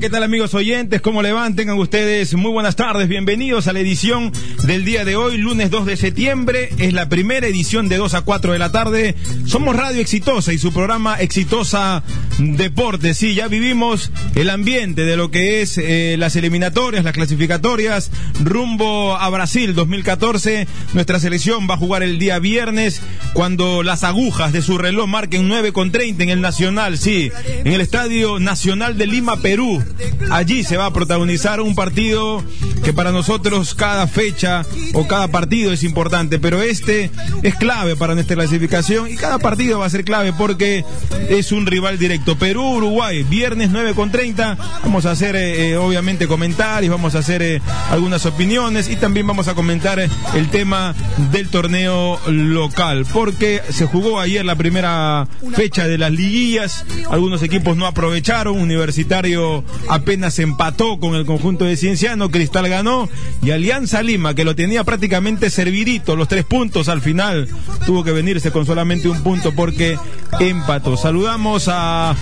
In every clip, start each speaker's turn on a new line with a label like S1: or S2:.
S1: ¿qué tal amigos oyentes? ¿Cómo le van? Tengan ustedes muy buenas tardes, bienvenidos a la edición del día de hoy, lunes 2 de septiembre, es la primera edición de 2 a 4 de la tarde. Somos Radio Exitosa y su programa Exitosa Deporte, sí, ya vivimos el ambiente de lo que es eh, las eliminatorias, las clasificatorias, rumbo a Brasil 2014, nuestra selección va a jugar el día viernes cuando las agujas de su reloj marquen 9 con 30 en el Nacional, sí, en el Estadio Nacional de Lima, Perú. Allí se va a protagonizar un partido que para nosotros cada fecha o cada partido es importante, pero este es clave para nuestra clasificación y cada partido va a ser clave porque es un rival directo. Perú, Uruguay, viernes 9 con 30. Vamos a hacer eh, obviamente comentarios, vamos a hacer eh, algunas opiniones y también vamos a comentar eh, el tema del torneo local, porque se jugó ayer la primera fecha de las liguillas, algunos equipos no aprovecharon, Universitario apenas empató con el conjunto de Cienciano, Cristal ganó y Alianza Lima, que lo tenía prácticamente servidito, los tres puntos al final, tuvo que venirse con solamente un punto porque empató. Saludamos a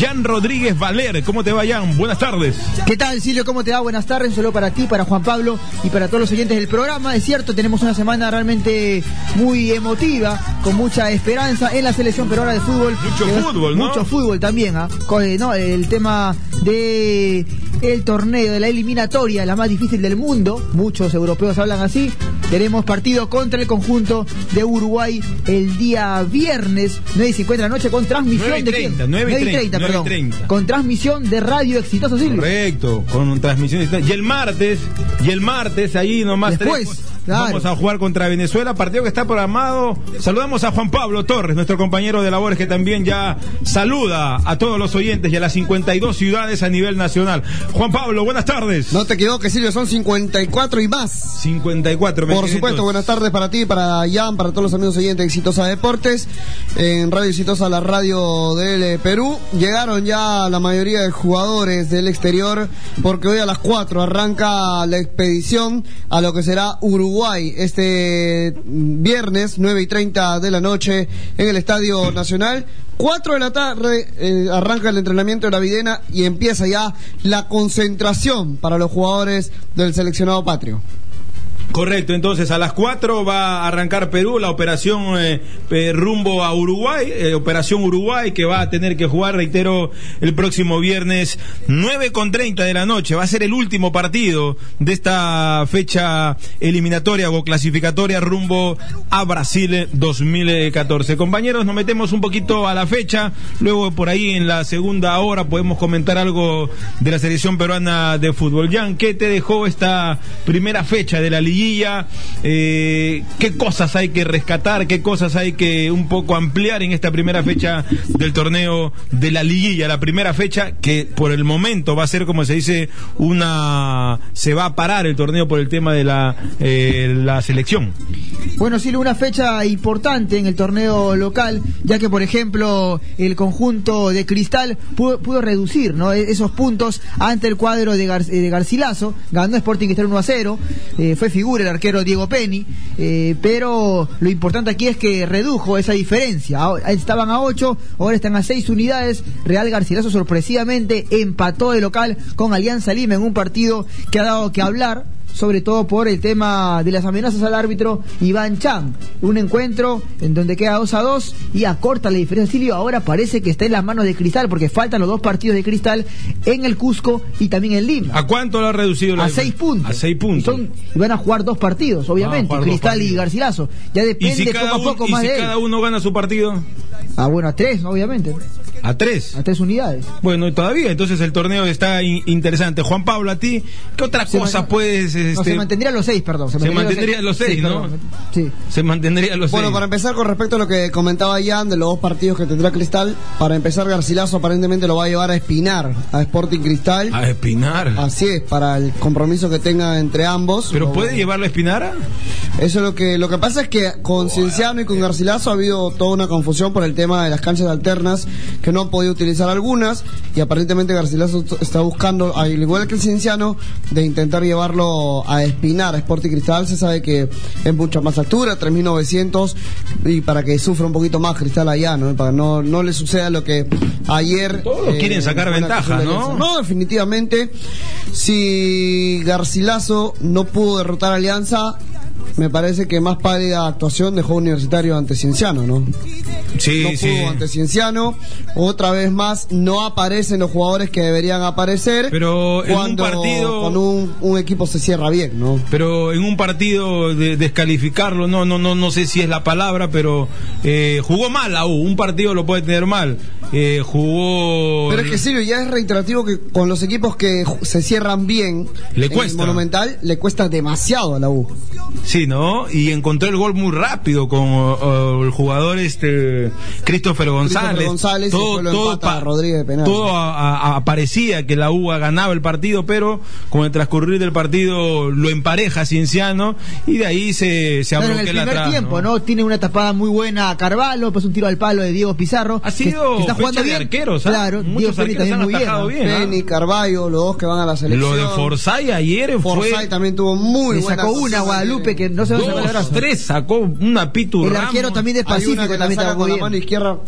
S1: Jan Rodríguez Valer, ¿cómo te va Jan? Buenas tardes.
S2: ¿Qué tal Silvio? ¿Cómo te va? Buenas tardes, solo para ti, para Juan Pablo y para todos los oyentes del programa. Es cierto, tenemos una semana realmente muy emotiva, con mucha esperanza en la selección peruana de fútbol.
S1: Mucho
S2: Eh,
S1: fútbol, ¿no?
S2: Mucho fútbol también, ¿ah? Co- eh, no, el tema de el torneo, de la eliminatoria, la más difícil del mundo, muchos europeos hablan así. Tenemos partido contra el conjunto de Uruguay el día viernes, 9 y 50 de la noche, con transmisión
S1: 9 y
S2: de quién?
S1: 30, 9 y
S2: 9 y
S1: 30,
S2: 30, perdón.
S1: 9 y 30.
S2: Con transmisión de Radio Exitoso Silvio.
S1: Correcto, con transmisiones. Y el martes, y el martes, ahí nomás
S2: Después,
S1: tres-
S2: claro.
S1: vamos a jugar contra Venezuela, partido que está programado. Saludamos a Juan Pablo Torres, nuestro compañero de labores, que también ya saluda a todos los oyentes y a las 52 ciudades a nivel nacional. Juan Pablo, buenas tardes.
S3: No te equivoques, Silvio, son 54 y más.
S1: 54, me
S3: Por
S1: quedé
S3: supuesto,
S1: dos.
S3: buenas tardes para ti, para Jan, para todos los amigos oyentes de Exitosa Deportes, en Radio Exitosa, la radio del eh, Perú. Llegaron ya la mayoría de jugadores del exterior, porque hoy a las 4 arranca la expedición a lo que será Uruguay, este viernes, 9 y 30 de la noche, en el Estadio Nacional. 4 de la tarde eh, arranca el entrenamiento de la Videna y empieza ya la concentración para los jugadores del seleccionado patrio.
S1: Correcto, entonces a las 4 va a arrancar Perú la operación eh, eh, rumbo a Uruguay, eh, operación Uruguay que va a tener que jugar, reitero, el próximo viernes 9 con 30 de la noche. Va a ser el último partido de esta fecha eliminatoria o clasificatoria rumbo a Brasil eh, 2014. Compañeros, nos metemos un poquito a la fecha, luego por ahí en la segunda hora podemos comentar algo de la selección peruana de fútbol. Jan, ¿qué te dejó esta primera fecha de la liguilla? Eh, ¿Qué cosas hay que rescatar? ¿Qué cosas hay que un poco ampliar en esta primera fecha del torneo de la liguilla? La primera fecha que por el momento va a ser, como se dice, una... se va a parar el torneo por el tema de la, eh, la selección.
S2: Bueno, sí, una fecha importante en el torneo local, ya que, por ejemplo, el conjunto de Cristal pudo, pudo reducir ¿no? E- esos puntos ante el cuadro de, Gar- eh, de Garcilaso. Ganó Sporting Cristal 1 a 0. eh, fue figura el arquero Diego Penny. eh, pero lo importante aquí es que redujo esa diferencia. Ahora- Estaban a 8, ahora están a 6 unidades. Real Garcilaso sorpresivamente empató de local con Alianza Lima en un partido que ha dado que hablar sobre todo por el tema de las amenazas al árbitro Iván Chan. Un encuentro en donde queda 2 a 2 y acorta la diferencia. Silvio ahora parece que está en las manos de Cristal porque faltan los dos partidos de Cristal en el Cusco y también en Lima.
S1: ¿A cuánto lo ha reducido? la-
S2: A seis puntos.
S1: A seis puntos.
S2: Y son- y van a jugar dos partidos, obviamente.
S1: jugar dos
S2: Cristal y
S1: partidos.
S2: Garcilaso. Ya
S1: ¿Y
S2: depende
S1: si, cada,
S2: poco a
S1: un-
S2: poco
S1: y
S2: más
S1: si
S2: de él.
S1: cada uno gana su partido?
S2: Ah, bueno, a tres, obviamente.
S1: A tres.
S2: A tres unidades.
S1: Bueno, y todavía, entonces el torneo está in- interesante. Juan Pablo, a ti, ¿qué otra
S2: Se
S1: cosa
S2: man-
S1: puedes...
S2: no,
S1: Este,
S2: se mantendría los seis, perdón.
S1: se mantendría los seis,
S2: Sí,
S1: ¿no?
S2: perdón, Sí.
S1: se mantendría los
S3: Bueno,
S1: seis.
S3: para empezar con respecto a lo que comentaba Jan de los dos partidos que tendrá Cristal, para empezar Garcilaso aparentemente lo va a llevar a Espinar, a Sporting Cristal.
S1: A Espinar.
S3: Así es, para el compromiso que tenga entre ambos.
S1: ¿Pero
S3: Lo-
S1: puede llevarlo a Espinara?
S3: Eso es lo que lo que pasa
S1: eh.
S3: es que con Cienciano y con Garcilaso ha habido toda una confusión por el tema de las canchas alternas que no no han podido utilizar algunas y aparentemente Garcilaso t- está buscando, al igual que el Cienciano, de intentar llevarlo a Espinar, a Sporting Cristal. Se sabe que es mucha más altura, 3.900, y para que sufra un poquito más Cristal allá, ¿no? Para no, no le suceda lo que ayer... eh,
S1: Todos quieren sacar
S3: fue la
S1: ventaja,
S3: ocasión de
S1: ¿no?
S3: Alianza. No, definitivamente, si Garcilaso no pudo derrotar a Alianza... Me parece que más pálida actuación dejó Universitario ante Cienciano, ¿no?
S1: Sí,
S3: no pudo
S1: sí.
S3: ante Cienciano. Otra vez más, no aparecen los jugadores que deberían aparecer.
S1: Pero en un
S3: cuando
S1: partido-
S3: Con un, un equipo se cierra bien, ¿no?
S1: Pero en un partido de- descalificarlo, no, no, no, no sé si es la palabra, pero eh, jugó mal la U. Un partido lo puede tener mal. Eh, jugó.
S3: Pero es que Silvio, ya es reiterativo que con los equipos que ju- se cierran bien,
S1: Le
S3: en el
S1: cuesta.
S3: Monumental, le cuesta demasiado a la U.
S1: Sí, ¿no? Y encontró el gol muy rápido con oh, oh, el jugador este Christopher González.
S3: González, y
S1: todo,
S3: después lo
S1: todo,
S3: empata
S1: pa-
S3: Rodríguez de penal.
S1: todo a- a- a- parecía que la UA ganaba el partido, pero con el transcurrir del partido lo empareja Cienciano y de ahí se, se
S2: Claro, en el
S1: abroquela
S2: primer
S1: atrás,
S2: tiempo, ¿no? Tiene una tapada muy buena a Carvalho, pues un tiro al palo de Diego Pizarro.
S1: Ha
S2: que-
S1: sido
S2: que
S1: fecha
S2: está jugando
S1: de
S2: bien.
S1: arqueros, ¿ah?
S2: Claro,
S1: Muchos
S2: Diego Ferri
S1: arqueros
S2: también
S1: han
S2: muy bien.
S1: atajado
S2: ¿no?
S1: bien. ¿ah?
S3: Penny, Carballo, los dos que van a la
S1: Lo
S3: selección.
S1: de Forzay ayer
S3: Forzay
S1: fue
S3: también tuvo muy
S2: Le
S3: buena
S2: sacó una a
S3: actuación.
S2: Guadalupe que no se va a sacar el
S1: dos,
S2: brazo.
S1: tres, sacó una pitu
S2: El arquero
S1: Ramos.
S2: también de
S3: Hay una
S2: Pacífico
S3: que la
S2: también
S3: saca
S2: está
S3: con
S2: muy
S3: la
S2: bien.
S3: mano izquierda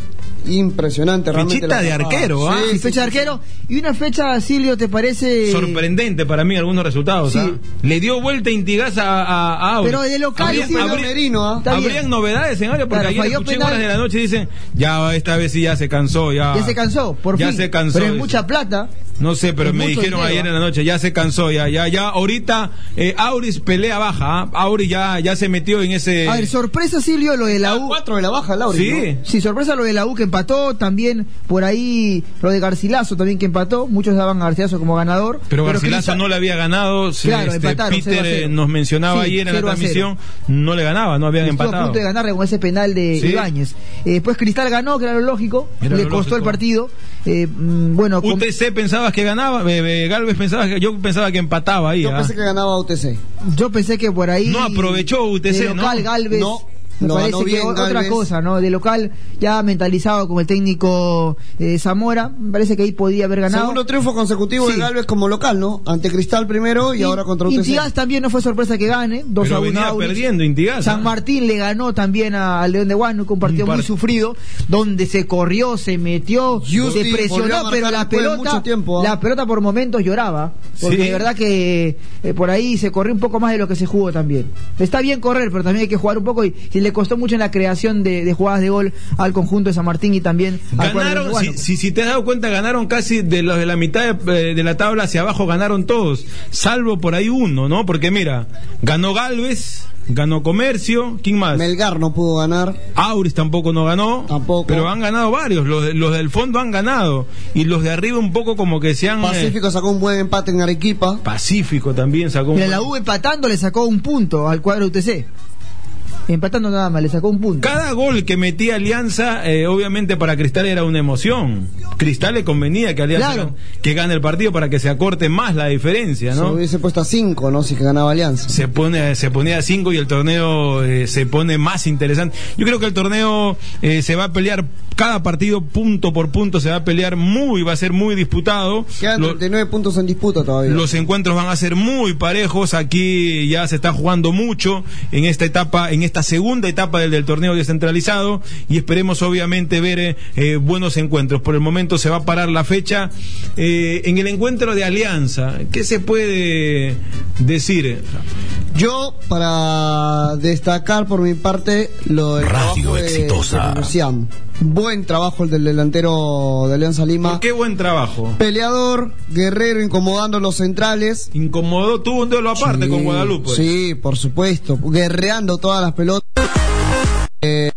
S3: impresionante realmente
S1: Fichita
S3: la
S1: de
S3: tapada.
S1: arquero, ¿ah?
S3: Sí,
S2: Y
S3: sí,
S2: fecha de
S3: sí,
S2: arquero. Y una fecha, Silvio, ¿te parece?
S1: Sorprendente para mí algunos resultados.
S2: Sí.
S1: ¿ah? Le dio vuelta Intigas a, a, a Aure.
S2: Pero de local,
S1: Habría-
S2: sí,
S3: de
S1: habría-
S3: Merino, ¿ah?
S2: Está bien.
S1: Habrían novedades en área porque
S2: Claro,
S1: ayer
S2: falló
S1: escuché en
S2: penal.
S1: horas de la noche y dicen, ya esta vez sí ya se cansó, ya.
S2: Ya se cansó, por
S1: Ya
S2: fin.
S1: se cansó.
S2: Pero es
S1: dice.
S2: mucha plata.
S1: No sé, pero
S2: es
S1: me
S2: mucho
S1: dijeron
S2: dinero,
S1: ayer
S2: ¿ah?
S1: en la noche, ya se cansó, ya, ya, ya. Ahorita eh, Auris pelea baja, ¿ah? Auris ya, ya se metió en ese.
S2: A ver, sorpresa, Silvio, lo
S1: Ah,
S2: de la
S3: La
S2: U.
S3: cuatro de la baja, Lauri.
S1: Sí.
S3: ¿no?
S2: Sí, sorpresa lo de la U que empató, también por ahí lo de Garcilaso también que empató, muchos daban a Garcilaso como ganador.
S1: Pero Garcilaso
S2: Cristal-
S1: no le había ganado. se-
S2: Claro,
S1: este,
S2: empataron,
S1: Peter
S2: 0 a 0.
S1: eh, nos mencionaba
S2: Sí,
S1: ayer en la
S2: 0 a 0.
S1: transmisión, no le ganaba, no habían
S2: Estuvo a
S1: empatado.
S2: punto de ganarle con ese penal de
S1: Sí.
S2: Ibáñez. Eh, después Cristal ganó, que era lo lógico,
S1: Era
S2: le
S1: lo
S2: costó
S1: lógico.
S2: el partido. Eh, mm, bueno, con-
S1: UTC pensabas que ganaba, eh, eh, Galvez pensaba que yo pensaba que empataba ahí.
S3: Yo
S1: ¿ah?
S3: pensé que ganaba UTC.
S2: yo pensé que por ahí.
S1: No aprovechó UTC,
S2: de local
S1: ¿no?
S2: Galvez.
S3: No,
S2: Me
S3: lo
S2: parece
S3: ganó
S2: que
S3: bien
S2: o- otra
S3: Galvez.
S2: cosa, ¿no? De local, ya mentalizado como el técnico eh, Zamora, me parece que ahí podía haber ganado.
S3: Segundo triunfo consecutivo
S2: Sí.
S3: de Galvez como local, ¿no? Ante Cristal primero y, ahora contra UTC.
S2: Intigas también no fue sorpresa que gane, 2 a
S1: Pero
S2: 1
S1: venía
S2: Auris.
S1: perdiendo Intigas.
S2: San
S1: ¿ah?
S2: Martín le ganó también a- al León de Huánuco, un partido
S1: Un
S2: muy
S1: par-
S2: sufrido, donde se corrió, se metió,
S3: Yusti
S2: se
S3: volvió a
S2: presionó,
S3: marcar
S2: pero la
S3: después de
S2: pelota,
S3: mucho tiempo, ¿ah?
S2: la pelota por momentos lloraba, porque
S1: Sí.
S2: de verdad que eh, por ahí se corrió un poco más de lo que se jugó también. Está bien correr, pero también hay que jugar un poco y, y le costó mucho en la creación de, de jugadas de gol al conjunto de San Martín y también al cuadro de León de
S1: Ganaron, si,
S2: Huánuco.
S1: si, si te has dado cuenta, ganaron casi de los de la mitad de, eh, de la tabla hacia abajo, ganaron todos, salvo por ahí uno, ¿no? Porque mira, ganó Galvez, ganó Comercio, ¿quién más?
S3: Melgar no pudo ganar.
S1: Auris tampoco no ganó,
S3: Tampoco.
S1: pero han ganado varios, los, de- los del fondo han ganado, y los de arriba un poco como que se han... eh,
S3: Pacífico sacó un buen empate en Arequipa.
S1: Pacífico también sacó un...
S2: Mira, la U empatando le sacó un punto al cuadro UTC. Empatando nada más, le sacó un punto.
S1: Cada gol que metía Alianza, eh, obviamente para Cristal era una emoción. Cristal le convenía que Alianza
S2: Claro.
S1: que gane el partido para que se acorte más la diferencia,
S3: Se
S1: ¿no?
S3: hubiese puesto a 5, ¿no? Si que ganaba Alianza.
S1: se pone se ponía a 5 y el torneo eh, se pone más interesante. Yo creo que el torneo eh, se va a pelear cada partido punto por punto se va a pelear muy va a ser muy disputado.
S3: Quedan
S1: Lo-
S3: 39 puntos en disputa todavía.
S1: los encuentros van a ser muy parejos. Aquí ya se está jugando mucho en esta etapa, en esta segunda etapa del, del torneo descentralizado. Y esperemos, obviamente, ver eh, eh, buenos encuentros. Por el momento se va a parar la fecha. Eh, en el encuentro de Alianza, ¿qué se puede decir?
S3: Yo, para destacar por mi parte, lo del
S4: Radio
S3: trabajo de-
S4: Exitosa.
S3: de Lucián. Buen trabajo el del delantero de Alianza Lima.
S1: Qué buen trabajo.
S3: Peleador, guerrero, incomodando los centrales.
S1: Incomodó, tuvo un duelo aparte
S3: Sí,
S1: con Guadalupe.
S3: Sí, por supuesto. Guerreando todas las pelotas. Eh,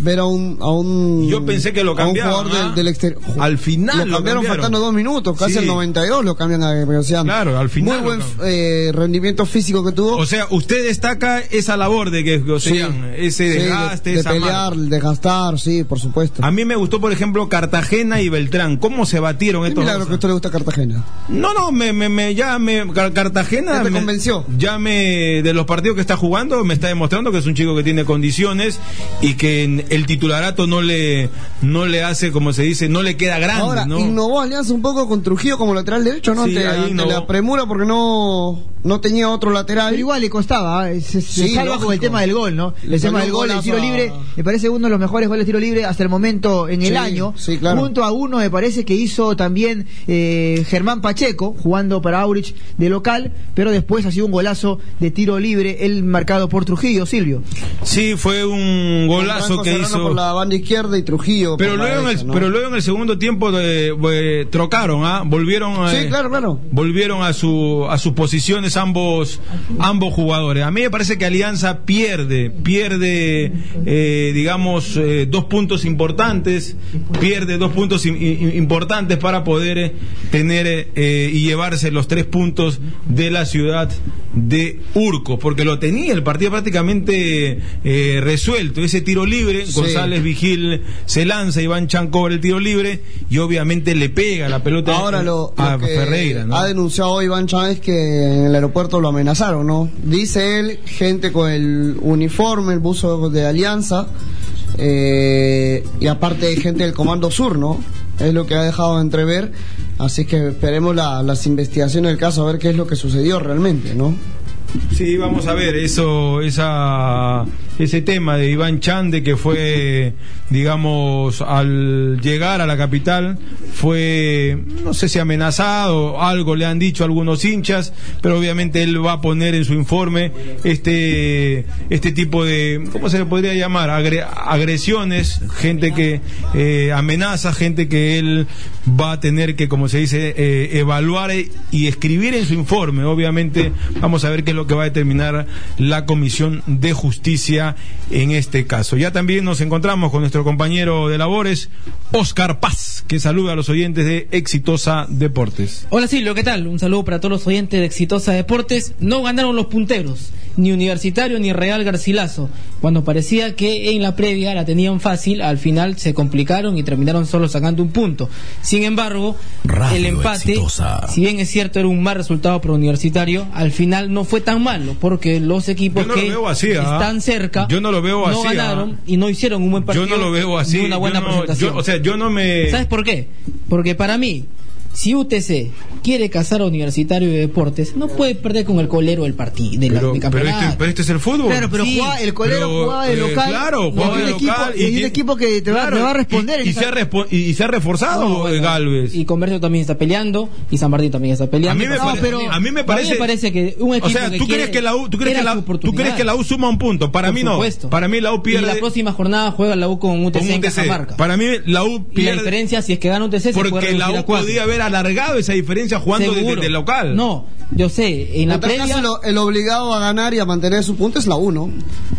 S3: ver a un, a un.
S1: Yo pensé que lo
S3: a un
S1: cambiaban,
S3: jugador
S1: ¿ah?
S3: del, del exterior.
S1: Al final lo
S3: Lo cambiaron
S1: cambiaron.
S3: faltando dos minutos, casi
S1: Sí.
S3: el 92 lo cambian a Guerrero.
S1: Claro, al final
S3: Muy
S1: lo
S3: buen
S1: cambian.
S3: eh, rendimiento físico que tuvo.
S1: O sea, usted destaca esa labor de que o sea, ese
S3: Sí, de-
S1: desgaste,
S3: de,
S1: esa marca.
S3: pelear, de gastar, sí, por supuesto.
S1: A mí me gustó, por ejemplo, Cartagena y Beltrán. ¿Cómo se batieron
S3: Qué
S1: estos
S3: milagro
S1: dos?
S3: que a usted le gusta Cartagena.
S1: No, no, me, me, me- ya me. Car- Cartagena.
S3: Ya te
S1: me-
S3: convenció.
S1: Ya me. De los partidos que está jugando, me está demostrando que es un chico que tiene condiciones y que en- el titularato no le, no le hace, como se dice, no le queda grande,
S5: Ahora,
S1: ¿no?
S5: innovó Alianza un poco con Trujillo como lateral derecho, ¿no?
S1: Sí,
S5: ante,
S1: ahí
S5: ante
S1: innovó.
S5: la premura porque no, no tenía otro lateral.
S2: Pero igual le costaba, ¿eh? se, se
S5: Sí,
S2: salva con el
S5: lógico.
S2: tema del gol, ¿no?
S5: Le
S2: El
S5: salió
S2: tema del
S5: un
S2: gol, el tiro
S5: golazo a-
S2: libre, me parece uno de los mejores goles de tiro libre hasta el momento en el
S5: Sí,
S2: año.
S5: sí, claro.
S2: Junto a uno, me parece que hizo también eh, Germán Pacheco, jugando para Aurich de local, pero después ha sido un golazo de tiro libre, el marcado por Trujillo, Silvio.
S1: Sí, fue un
S5: Con
S1: golazo
S5: Franco
S1: que
S5: Serrano
S1: hizo.
S5: por la banda izquierda y Trujillo.
S1: Pero
S5: por la
S1: luego, en el,
S5: derecha, ¿no?
S1: pero luego en el segundo tiempo eh, eh, trocaron, ¿ah? volvieron, a,
S5: Sí, claro, claro.
S1: volvieron a su a sus posiciones ambos ambos jugadores. A mí me parece que Alianza pierde, pierde, eh, digamos eh, dos puntos importantes, pierde dos puntos im- im- importantes para poder eh, tener eh, eh, y llevarse los tres puntos de la ciudad de Urco, porque lo tenía el partido prácticamente eh, resuelto. Ese tiro libre,
S5: Sí.
S1: González Vigil se lanza, Iván Chan cobra el tiro libre y obviamente le pega la pelota
S5: Ahora lo, lo
S1: a
S5: que
S1: Ah, Ferreira. ¿no?
S5: ha denunciado Iván Chávez que en el aeropuerto lo amenazaron, ¿no? Dice él, gente con el uniforme, el buzo de Alianza, eh, y aparte gente del Comando Sur, ¿no? Es lo que ha dejado de entrever. Así que esperemos la- las investigaciones del caso, a ver qué es lo que sucedió realmente, ¿no?
S1: Sí, vamos a ver eso, esa, ese tema de Iván Chande que fue, digamos, al llegar a la capital fue, no sé si amenazado, algo le han dicho algunos hinchas, pero obviamente él va a poner en su informe este, este tipo de, ¿cómo se le podría llamar? Agre- agresiones, gente que eh, amenaza, gente que él va a tener que, como se dice, eh, evaluar e- y escribir en su informe. Obviamente, vamos a ver qué es lo que va a determinar la Comisión de Justicia en este caso. Ya también nos encontramos con nuestro compañero de labores, Oscar Paz, que saluda a los oyentes de Exitosa Deportes.
S6: Hola Silvio, ¿qué tal? Un saludo para todos los oyentes de Exitosa Deportes. No ganaron los punteros, ni Universitario ni Real Garcilaso. Cuando parecía que en la previa la tenían fácil, al final se complicaron y terminaron solo sacando un punto. Sin embargo,
S7: Radio
S6: el empate,
S7: Exitosa.
S6: si bien es cierto era un mal resultado para Universitario, al final no fue tan malo, porque los equipos
S1: Yo no lo
S6: que
S1: veo así, ¿ah?
S6: están cerca
S1: Yo no lo veo así, ¿ah?
S6: ganaron y no hicieron un buen partido.
S1: Yo no lo veo así.
S6: ni una buena
S1: yo no-
S6: presentación.
S1: yo- o sea, yo no me.
S6: ¿Sabes por qué? Porque para mí, si UTC quiere cazar a Universitario de Deportes, no puede perder con el colero del partido, del
S1: Pero, pero
S6: campeonato.
S1: este, pero este es el fútbol.
S2: Claro, pero
S6: Sí,
S2: jugaba- el colero
S1: pero,
S2: jugaba de
S1: eh,
S2: local.
S1: claro,
S2: y
S1: jugaba
S2: hay
S1: de
S2: un
S1: local.
S2: equipo, y hay un
S1: tiene-
S2: equipo que te va,
S1: claro,
S2: te va a responder.
S1: Y,
S2: en
S1: y
S2: esa-
S1: se, ha respo- y, y se ha reforzado
S6: No, bueno,
S1: eh, Galvez.
S6: Y Comercio también está peleando, y San Martín también está
S1: a
S6: peleando.
S1: mí, me
S6: Entonces,
S1: pare-
S2: pero-
S1: a mí me parece.
S6: que un equipo
S1: o sea,
S6: que
S1: ¿tú crees
S6: quiere-
S1: que la U, tú crees
S6: era
S1: que la,
S6: su
S1: tú crees que la U
S6: oportunidad.
S1: suma un punto? Para
S6: Por
S1: mí no.
S6: supuesto.
S1: Para mí la U
S6: Y
S1: pierde.
S6: la próxima jornada juega la U con UTC
S1: con
S6: en
S1: UTC.
S6: Cajamarca.
S1: Para mí la U
S6: y la
S1: pierde
S6: diferencia, si es que gana UTC, se puede
S1: porque
S6: reducir
S1: la
S6: a
S1: U
S6: cuatro.
S1: podía haber alargado esa diferencia jugando desde
S6: Seguro.
S1: el local.
S6: No, yo sé, en la
S5: En tal
S6: previa...
S5: caso, lo- el obligado a ganar y a mantener su punto es la 1.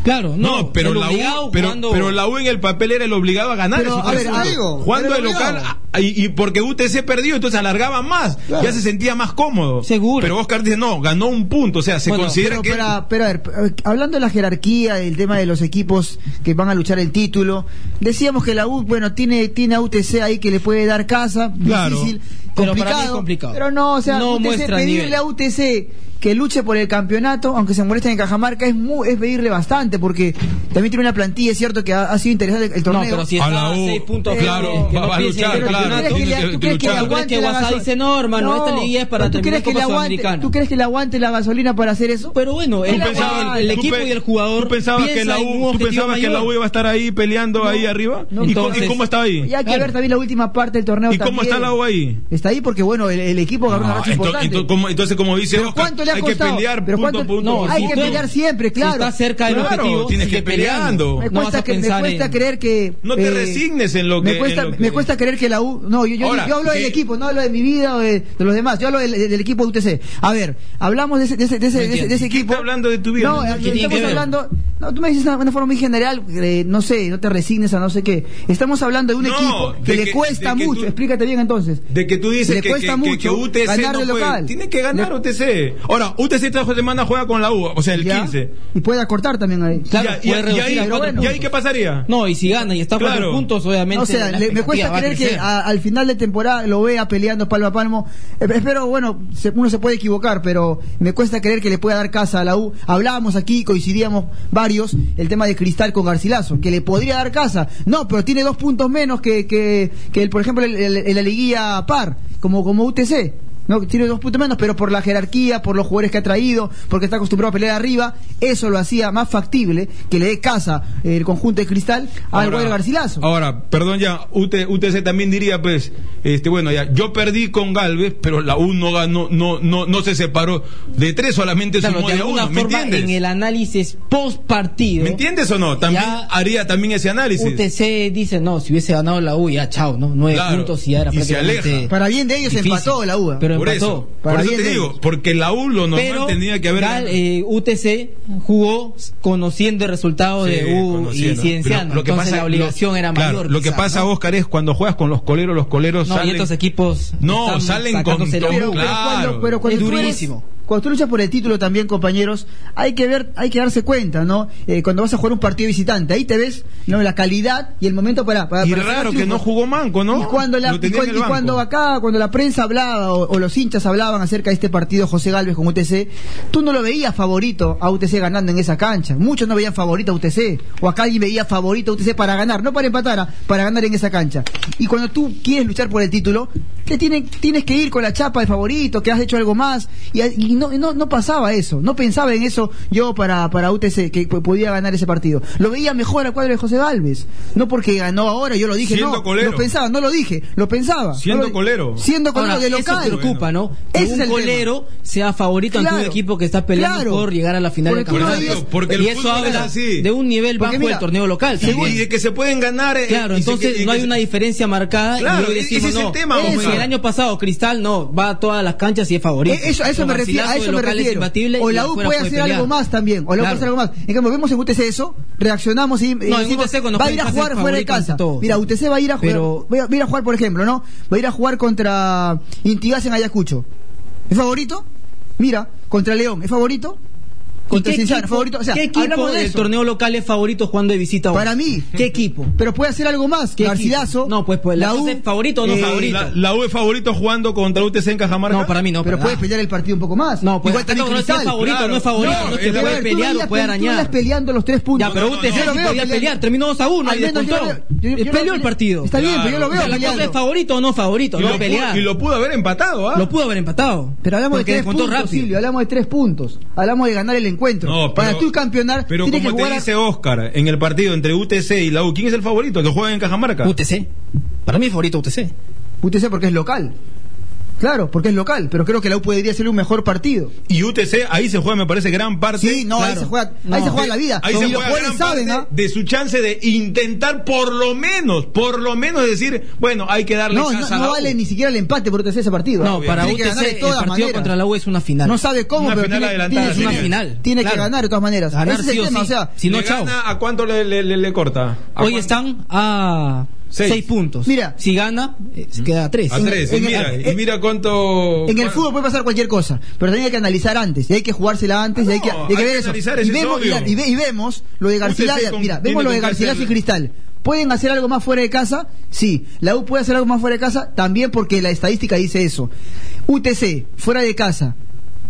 S6: Claro, no,
S1: No, pero
S6: el
S1: la U,
S6: obligado
S1: pero,
S6: jugando-
S1: pero la U en el papel era el obligado a ganar.
S2: Pero,
S1: ese
S2: a
S1: partido.
S2: ver, a ver,
S5: digo,
S1: jugando
S5: era
S1: de
S5: el
S1: local
S5: obligado.
S1: a- y, y porque UTC perdió, entonces alargaba más,
S5: Claro.
S1: ya se sentía más cómodo.
S6: Seguro.
S1: Pero Oscar dice no, ganó un punto, o sea, se
S6: Bueno,
S1: considera
S2: Pero,
S1: que
S2: pero, a- pero a ver, p- eh, hablando de la jerarquía, del tema de los equipos que van a luchar el título, decíamos que la U, bueno, tiene, tiene a UTC ahí que le puede dar casa,
S1: Claro.
S2: difícil,
S6: Pero para mí
S2: complicado,
S6: es complicado.
S2: Pero no, o sea,
S6: No
S2: UTC,
S6: muestra
S2: pedirle
S6: nivel.
S2: a UTC que luche por el campeonato, aunque se molesten en Cajamarca, es mu- es pedirle bastante, porque también tiene una plantilla, es cierto que ha, ha sido interesante el- el torneo.
S6: No, pero si
S1: A
S6: está
S1: la
S6: a
S1: U,
S6: seis puntos
S1: claro,
S6: frente,
S1: va- va a
S6: piense en
S1: luchar,
S6: el
S2: Pero
S1: claro,
S2: ¿tú
S6: campeonato.
S2: crees que
S1: tiene
S2: le-
S1: que
S2: tú crees que le
S1: luchar.
S6: Igual
S2: aguante
S6: que
S2: la
S6: Guasá
S2: gaso-
S6: dice, no, hermano, esta liguilla es para
S2: ¿tú
S6: terminar
S2: crees que
S6: Copa
S2: le aguante,
S6: Sudamericana.
S2: ¿Tú crees que le aguante la gasolina para hacer eso?
S6: Pero bueno, el,
S2: Tú
S6: el-
S2: pensabas-
S6: el
S1: tú
S6: equipo
S1: pe-
S6: y el jugador
S1: ¿Tú pensabas, que la,
S6: piensa en un
S1: U, tú
S6: objetivo
S1: pensabas que la U
S6: mayor.
S1: iba a estar ahí peleando ahí arriba?
S2: no.
S1: ¿Y, cómo- y
S6: Entonces-
S1: cómo está ahí?
S2: Y hay que
S6: Claro.
S2: ver también la última parte del torneo.
S1: ¿Y cómo
S2: también.
S1: está la U ahí?
S2: Está ahí porque, bueno, el, el equipo ganó una
S1: Ah,
S2: racha
S1: ento-
S2: importante.
S1: ento- como- entonces, como dice
S2: ¿Pero
S1: Oscar,
S2: cuánto le ha
S1: hay que
S2: costado?
S1: pelear
S2: ¿Pero
S1: punto,
S2: cuánto-
S1: punto.
S6: No,
S1: punto.
S2: hay que
S6: tú-
S2: pelear siempre,
S6: Si
S2: claro.
S6: está cerca del
S1: Claro,
S6: objetivo,
S1: tienes
S6: sigue
S1: que peleando.
S2: me
S6: No vas
S2: cuesta,
S6: a
S2: que- me
S6: pensar
S2: cuesta
S6: en-
S2: creer que. eh,
S1: No te resignes en lo que-
S2: Me cuesta,
S1: en lo que-
S2: me cuesta creer que la U. No, yo, yo,
S1: Ahora,
S2: yo hablo del
S1: sí.
S2: equipo, no hablo de mi vida o de, de los demás. Yo hablo del, del equipo de UTC. A ver, hablamos de ese, de ese, de ese,
S6: No
S2: de ese- de ese
S1: ¿Quién
S2: equipo.
S1: está hablando de tu vida?
S2: No, eh,
S1: ¿Qué
S6: tiene que
S2: estamos
S6: ver?
S2: hablando. No, tú me dices de una forma muy general, eh, no sé, no te resignes a no sé qué. Estamos hablando de un
S1: No,
S2: equipo que
S1: de
S2: le
S1: que-
S2: cuesta
S1: de que
S2: mucho.
S1: tú-
S2: Explícate bien entonces.
S1: De que tú dices
S2: Le
S1: que,
S2: cuesta
S1: que- que-
S2: mucho
S1: que UTC
S2: ganar
S1: no
S2: de
S1: puede.
S2: local.
S1: Tiene que ganar UTC. Ahora, UTC esta este semana juega con la U, o sea, el
S2: ¿Ya?
S1: 15.
S2: Y puede acortar también ahí.
S6: Claro,
S1: y, y-
S6: puede
S1: y
S6: reducir
S1: ahí,
S6: a
S1: pero
S6: cuatro
S1: bueno, ¿y ahí qué
S6: puntos.
S1: pasaría?
S6: No, y si gana y está a cuatro
S1: Claro.
S6: puntos, obviamente.
S2: O sea,
S6: la
S2: le- me
S6: expectativa
S2: cuesta
S6: va a
S2: creer que
S6: crecer.
S2: a- al final de temporada lo vea peleando palmo a palmo. Eh, espero, bueno, se- uno se puede equivocar, pero me cuesta creer que le pueda dar casa a la U. Hablábamos aquí, coincidíamos varios varios el tema de Cristal con Garcilaso, que le podría dar casa. No, pero tiene dos puntos menos que, que, que el, por ejemplo, el, el- el- la liguilla par, como, como UTC. No, tiene dos puntos menos, pero por la jerarquía, por los jugadores que ha traído, porque está acostumbrado a pelear arriba, eso lo hacía más factible que le dé casa el conjunto de cristal
S6: Ah,
S2: al Guairo Garcilaso.
S1: Ahora, perdón ya, UT- UTC también diría, pues, este, bueno, ya, yo perdí con Galvez, pero la U no ganó, no, no, no se separó de tres, solamente
S6: Claro,
S1: sumó
S6: de
S1: de a
S6: alguna
S1: uno, ¿me
S6: forma,
S1: entiendes?
S6: en el análisis post partido.
S1: ¿Me entiendes o no? También
S6: Ya-
S1: haría también ese análisis.
S6: UTC dice, no, si hubiese ganado la U, ya, chao, ¿no? Nueve
S1: Claro,
S6: puntos y ya era
S1: y se
S6: prácticamente
S1: aleja.
S2: Para bien de ellos
S6: difícil.
S2: empató la U. ¿eh?
S6: Pero
S1: por
S6: empató.
S1: eso,
S2: Para
S1: por eso
S2: bien
S1: te
S2: de
S1: digo,
S2: ellos.
S1: porque la U lo normal
S6: Pero
S1: tenía que haber
S6: Gal-
S1: ganado.
S6: eh, UTC jugó conociendo el resultado
S1: Sí,
S6: de U
S1: conociendo.
S6: y Cienciano.
S1: Pero lo que
S6: entonces
S1: pasa-
S6: la obligación
S1: lo-
S6: era
S1: claro,
S6: mayor.
S1: Lo que
S6: quizá,
S1: pasa,
S6: ¿no?
S1: Oscar, es cuando juegas con los coleros, los coleros
S6: No,
S1: salen.
S6: y estos equipos.
S1: No,
S6: están
S1: salen con
S6: sacándose la
S1: todo,
S6: U.
S2: pero, pero
S1: claro.
S2: cuando, pero cuando
S6: Es
S2: tú eres-
S6: durísimo.
S2: cuando tú luchas por el título también, compañeros, hay que ver, hay que darse cuenta, ¿no? Eh, cuando vas a jugar un partido visitante, ahí te ves, ¿no? La calidad y el momento para. para
S1: Y
S2: para sacar
S1: raro que
S2: triunfos.
S1: no jugó Manco, ¿no?
S2: Y cuando, la-
S1: Lo tenía
S2: y cu-
S1: en el
S2: y
S1: banco.
S2: cuando acá, cuando la prensa hablaba o, o los hinchas hablaban acerca de este partido José Galvez con UTC, tú no lo veías favorito a UTC ganando en esa cancha. Muchos no veían favorito a UTC. O acá alguien veía favorito a UTC para ganar, no para empatar, ah, para ganar en esa cancha. Y cuando tú quieres luchar por el título, te tienen, tienes que ir con la chapa de favorito, que has hecho algo más. Y, a- y no, no, no pasaba eso. No pensaba en eso yo para, para UTC, que p- podía ganar ese partido. Lo veía mejor al cuadro de José Galvez. No porque ganó ahora, yo lo dije,
S1: Siendo
S2: no.
S1: colero.
S2: Lo pensaba, no lo dije, lo pensaba.
S1: Siendo
S2: No lo-
S1: colero.
S2: Siendo colero
S6: Ahora,
S2: de
S6: eso
S2: local.
S6: preocupa, ¿no? Que
S2: Ese es
S6: un
S2: el tema.
S6: golero sea favorito ante
S2: Claro,
S6: un equipo que está peleando
S2: claro.
S6: por llegar a la final del
S2: Porque tú no
S6: campeonato.
S2: digas-
S1: Porque el
S6: y eso
S1: fútbol es
S6: habla
S1: así.
S6: de un nivel
S2: Porque
S6: bajo
S2: mira,
S6: del torneo local.
S1: Y-
S6: también.
S1: Y de que se pueden ganar. eh,
S6: Claro,
S1: y se-
S6: entonces
S1: y
S6: no hay
S1: que-
S6: una diferencia marcada. y
S1: Claro,
S6: hoy
S1: ese
S6: decimos,
S1: es el
S6: no,
S1: tema,
S6: como
S2: Oscar.
S6: el año pasado, Cristal no, va a todas las canchas y es favorito.
S2: Eh, Eso, a eso
S6: Con
S2: me refiero, a
S6: Garcilaso
S2: eso
S6: de
S2: me
S6: local es
S2: refiero.
S6: imbatible
S2: O
S6: y
S2: la U
S6: afuera
S2: puede
S6: puede
S2: hacer algo
S6: pelear.
S2: más también, o la U puede
S6: Claro.
S2: hacer algo más. En cambio, vemos en UTC eso, reaccionamos y, y
S6: en UTC cuando
S2: va a
S6: juega
S2: ir a
S6: el
S2: jugar
S6: fase
S2: fuera de
S6: favorito
S2: casa.
S6: ante todos.
S2: Mira, UTC va a ir a jugar,
S6: Pero-
S2: va a- va a ir a jugar, por ejemplo, ¿no? Va a ir a jugar contra Intigas en Ayacucho. ¿Es favorito? Mira, contra León, ¿es favorito?
S6: ¿Y
S2: Contra
S6: qué
S2: Cincinnati,
S6: equipo-
S2: favorito. O sea,
S6: ¿Qué equipo
S2: hablamos de
S6: del
S2: eso.
S6: torneo local es favorito jugando de visita? hoy?
S2: Para mí.
S6: ¿Qué equipo?
S2: Pero puede hacer algo más,
S6: ¿Qué
S2: Garcilaso. eh,
S6: equipo? No, pues, pues, la cosa es favorito o no favorito.
S1: Eh, La, la U es favorito jugando contra UTC en Cajamarca.
S6: No, para mí no.
S2: pero
S6: para
S2: puedes
S6: nada.
S2: pelear el partido un poco más.
S6: No, pues,
S2: Igual también
S6: no, no es
S2: Cristal.
S6: favorito,
S1: Claro.
S6: no es favorito, no,
S1: No,
S6: es que
S1: es la-
S6: puede
S1: tú
S6: pelear o puede arañar.
S2: peleando los tres puntos.
S6: Ya, pero
S1: No, no,
S6: UTC
S1: no,
S6: sí
S1: no,
S6: podía
S2: peleando.
S6: pelear, terminó 2 a 1
S2: Al
S6: y
S2: menos yo
S6: descontó.
S2: lo veo- yo- yo
S6: Eh,
S2: lo
S6: Peleó
S2: veo-
S6: el partido.
S2: Está bien, pero yo lo
S6: O sea,
S2: veo
S6: La cosa es
S2: peleando.
S6: favorito o no favorito,
S1: Y
S6: no
S1: lo, pudo,
S6: pelear.
S1: y lo pudo haber empatado, ¿ah?
S6: Lo pudo haber empatado.
S2: Pero hablamos
S6: porque
S2: de tres
S6: descontó
S2: puntos, Silvio, hablamos de tres puntos. Hablamos de ganar el encuentro.
S1: No,
S2: Para
S1: pero-
S2: tú campeonar,
S1: Pero
S2: tienes que
S1: como
S2: jugar
S1: te
S2: a-
S1: dice Oscar, en el partido entre UTC y la U, ¿quién es el favorito? ¿El que juega en Cajamarca?
S6: UTC. Para mí es favorito UTC.
S2: UTC porque es local. Claro, porque es local, pero creo que la U podría ser un mejor partido.
S1: Y UTC, ahí se juega, me parece, gran parte.
S2: Sí, no, ahí
S6: claro.
S2: se juega, ahí
S6: No.
S2: se juega la vida.
S1: Ahí
S2: y
S1: se
S2: los
S1: juega gran
S2: jugadores saben,
S1: parte
S2: ¿ah?
S1: de su chance de intentar por lo menos, por lo menos decir, bueno, hay que darle
S2: No, no,
S1: chance a
S2: no
S1: la U.
S2: vale ni siquiera el empate por UTC ese partido.
S6: No,
S2: ¿ah?
S6: para
S2: Tiene
S6: UTC
S2: que ganar de
S6: el
S2: todas
S6: partido
S2: maneras.
S6: contra la U es una final.
S2: No sabe cómo,
S1: Una
S2: pero
S1: final
S2: tiene,
S1: adelantada
S2: tiene-
S6: es una
S1: sería.
S6: final.
S2: tiene que
S6: claro.
S2: ganar de todas maneras.
S6: Ganar
S2: Ese es el
S6: sí o
S2: tema,
S6: sí.
S2: o sea,
S6: Si no,
S1: Le
S6: chao.
S1: gana, ¿A cuánto le, le- le- le corta? ¿A
S6: Hoy
S1: cuánto?
S6: están a
S1: Seis.
S6: 6 puntos.
S2: Mira.
S6: si gana, eh, se queda a eh, 3.
S1: A tres.
S2: en
S1: y
S2: el-
S1: mira,
S2: en-
S1: y mira cuánto.
S2: En el
S1: cuán-
S2: fútbol puede pasar cualquier cosa, pero también hay que analizar antes, y hay que jugársela antes, y hay que,
S1: No,
S2: hay que
S1: hay
S2: ver
S1: que
S2: eso.
S1: analizar,
S2: y,
S1: eso es
S2: vemos,
S1: obvio.
S2: y, ve- y vemos lo de Garcilaso,
S1: UTC con-
S2: mira,
S1: tiene
S2: vemos lo de
S1: con
S2: Garcilaso y
S1: Cristal.
S2: Cristal. ¿Pueden hacer algo más fuera de casa? Sí. La U puede hacer algo más fuera de casa también porque la estadística dice eso. UTC, fuera de casa.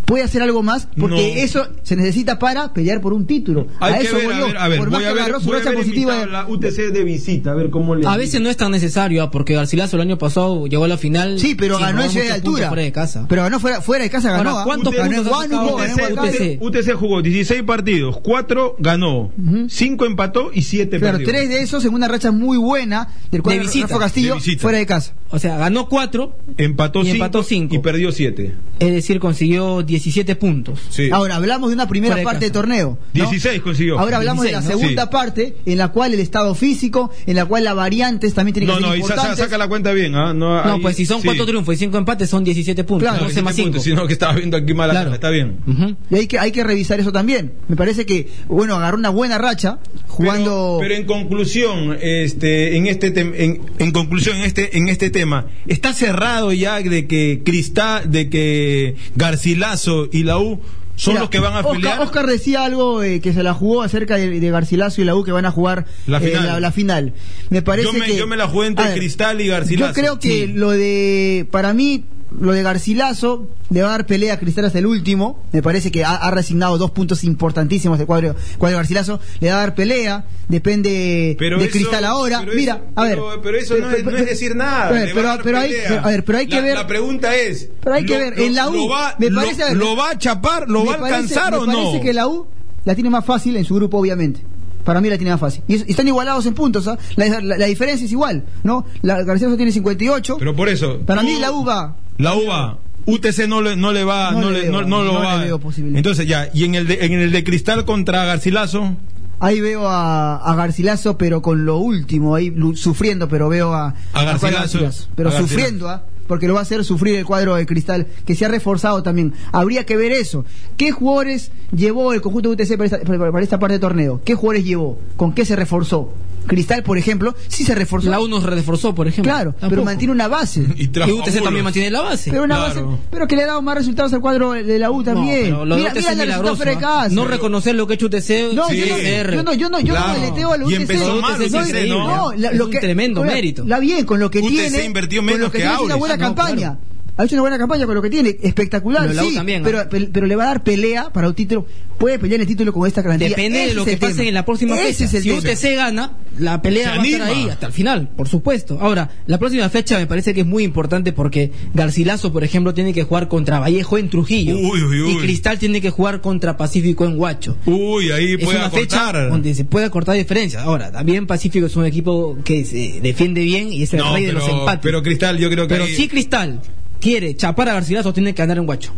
S2: ¿Puede hacer algo más? Porque
S1: No.
S2: eso se necesita para pelear por un título.
S1: Hay que
S2: eso
S1: ver,
S2: voy
S1: a
S2: yo.
S1: ver, a ver.
S2: Por más
S1: Voy
S2: que
S1: a ver,
S2: agarró su
S1: voy a
S2: racha
S1: ver en mi
S2: positiva, eh.
S1: tabla UTC de visita, a ver cómo le.
S6: A veces no es tan necesario, ah, porque Garcilaso el año pasado llegó a la final.
S2: Sí, pero
S6: sin
S2: ganó
S6: robar
S2: en ciudad de
S6: muchos puntos
S2: altura.
S6: Fuera de casa.
S2: Pero ganó fuera, fuera de casa, ganó.
S6: Ahora,
S2: ¿ah?
S6: ¿cuántos
S2: ganó en
S6: puntos ha sacado
S2: Huánuco, ganó en
S6: UTC?
S2: Huancayo.
S1: UTC, UTC jugó 16 partidos, 4 ganó, 5 empató y 7
S2: Claro,
S1: perdió.
S2: tres de esos en una racha muy buena del cual
S6: De visita.
S2: Rafa Castillo
S1: De visita.
S2: fuera de casa.
S6: O sea, ganó 4,
S1: Empató
S6: Y
S1: 5
S6: empató cinco.
S1: y perdió 7.
S6: es decir, consiguió 17 puntos.
S1: Sí.
S2: Ahora hablamos de una primera
S6: Fuera de
S2: parte de,
S6: casa.
S2: torneo. ¿no?
S1: 16 consiguió.
S2: Ahora hablamos
S6: 16,
S2: de la
S6: ¿no?
S2: segunda
S1: Sí.
S2: parte en la cual el estado físico, en la cual las variantes también tienen
S1: No,
S2: que
S1: no,
S2: ser
S1: y sa- sa-
S2: importantes.
S1: saca la cuenta bien. ¿ah? No,
S6: No,
S1: ahí-
S6: pues si son
S1: sí.
S6: 4 triunfos y 5 empates, son 17 puntos.
S2: Claro,
S1: No,
S6: 12 más
S1: 17 puntos,
S6: 5.
S1: sino que estaba viendo aquí mala
S6: Claro.
S1: cara, está bien.
S2: Y hay que, hay que revisar eso también. Me parece que, bueno, agarró una buena racha jugando...
S1: Pero, pero en conclusión, este, en este, tem- en, en conclusión, en este, en este tema, está cerrado ya de que Cristal, de que Garcilaso y la U son
S2: Mira,
S1: los que van a
S2: Oscar,
S1: pelear.
S2: Oscar decía algo eh, que se la jugó acerca de, de Garcilaso y la U que van a jugar
S1: La
S2: eh,
S1: final.
S2: la final. Me parece
S1: Yo me-
S2: que
S1: yo me la jugué entre
S2: A ver,
S1: Cristal y Garcilaso.
S2: Yo creo que
S1: Sí.
S2: lo de para mí lo de Garcilaso le va a dar pelea a Cristal hasta el último. Me parece que ha, ha resignado dos puntos importantísimos de cuadro, cuadro de Garcilaso. Le va a dar pelea, depende de
S1: eso-
S2: Cristal ahora.
S1: pero
S2: Mira,
S1: eso-
S2: a ver.
S1: Pero, pero eso no, es, no es decir nada.
S2: A ver,
S1: le va
S2: pero,
S1: a dar
S2: pero hay,
S1: pelea.
S2: pero- a ver, pero hay que
S1: La-
S2: ver.
S1: La pregunta es.
S2: Pero hay que ver, en la U,
S1: lo va,
S2: me
S1: lo-
S2: parece- a ver,
S1: lo, va a chapar? ¿Lo va a
S2: me parece-
S1: alcanzar o
S2: Me
S1: no?
S2: parece que la U la tiene más fácil en su grupo, obviamente. Para mí la tiene más fácil. Y, es- y están igualados en puntos, ¿ah? la, la- la diferencia es igual, ¿no? La Garcilaso tiene 58.
S1: Pero por eso.
S2: para
S1: tú-
S2: mí la U va.
S1: La U va. UTC no le, no le va, no,
S2: No le
S1: le-
S2: veo,
S1: no- no lo
S2: no le
S1: va.
S2: veo posibilidad.
S1: Entonces ya, y en el de, en el de Cristal contra Garcilaso,
S2: Ahí veo a, a Garcilaso, pero con lo último, ahí lu- sufriendo, pero veo a,
S1: A Garcilaso.
S2: Pero
S1: A Garcilaso.
S2: sufriendo, ¿ah? porque lo va a hacer sufrir el cuadro de cristal, que se ha reforzado también. Habría que ver eso. ¿Qué jugadores llevó el conjunto de UTC para esta, para- para esta parte de torneo? ¿Qué jugadores llevó? ¿Con qué se reforzó? Cristal, por ejemplo, sí se reforzó.
S6: La U nos reforzó, por ejemplo.
S2: claro, pero
S6: Tampoco.
S2: mantiene una base.
S1: y trajo
S6: Y UTC
S1: a
S6: también
S1: Mulos.
S6: mantiene la base.
S2: Pero, una
S1: Claro.
S2: base, pero que le ha dado más resultados al cuadro de la U también.
S6: No, pero lo de
S2: Mira-
S6: UTC
S2: mira
S6: es
S2: la
S6: milagroso,
S2: resultado
S6: ¿ah?
S2: Frecas.
S6: No reconocer lo que ha hecho UTC.
S2: No,
S1: Sí.
S2: yo no, yo no, yo no, yo
S1: Claro.
S2: no deleteo al
S1: Y
S2: UTC.
S1: empezó mal
S2: No,
S1: UTC,
S2: no,
S1: ¿no?
S2: la-
S6: Es
S2: lo
S6: un
S2: que-
S6: tremendo
S2: oiga,
S6: mérito.
S2: La bien, con lo que
S1: UTC
S2: tiene.
S1: invirtió
S2: con
S1: menos
S2: lo
S1: que
S2: tiene, ha hecho una
S1: Auris.
S2: buena
S1: Ah,
S6: no,
S2: campaña.
S6: claro.
S2: Ha hecho una buena campaña con lo que tiene, espectacular,
S6: Pero la U
S2: sí,
S6: también, ¿ah?
S2: pero, pel- pero le va a dar pelea para un título, puede pelear el título con esta garantía.
S6: Depende de lo que pase en la próxima
S2: Ese
S6: fecha.
S2: es el
S6: si
S2: tema.
S6: UTC gana, la pelea
S1: Se
S6: va a estar
S1: anima.
S6: ahí hasta el final, por supuesto. Ahora, la próxima fecha me parece que es muy importante porque Garcilaso, por ejemplo, tiene que jugar contra Vallejo en Trujillo.
S1: Uy, uy, uy.
S6: Y Cristal tiene que jugar contra Pacífico en Huacho.
S1: Uy, ahí
S6: es
S1: puede
S6: una fecha
S1: acortar.
S6: donde se puede acortar diferencias. Ahora, también Pacífico es un equipo que se defiende bien y es el
S1: No,
S6: rey de los
S1: pero,
S6: empates.
S1: pero Cristal, yo creo que
S6: Pero
S1: ahí-
S6: si Cristal quiere chapar a Garcilaso, tiene que ganar en Huacho.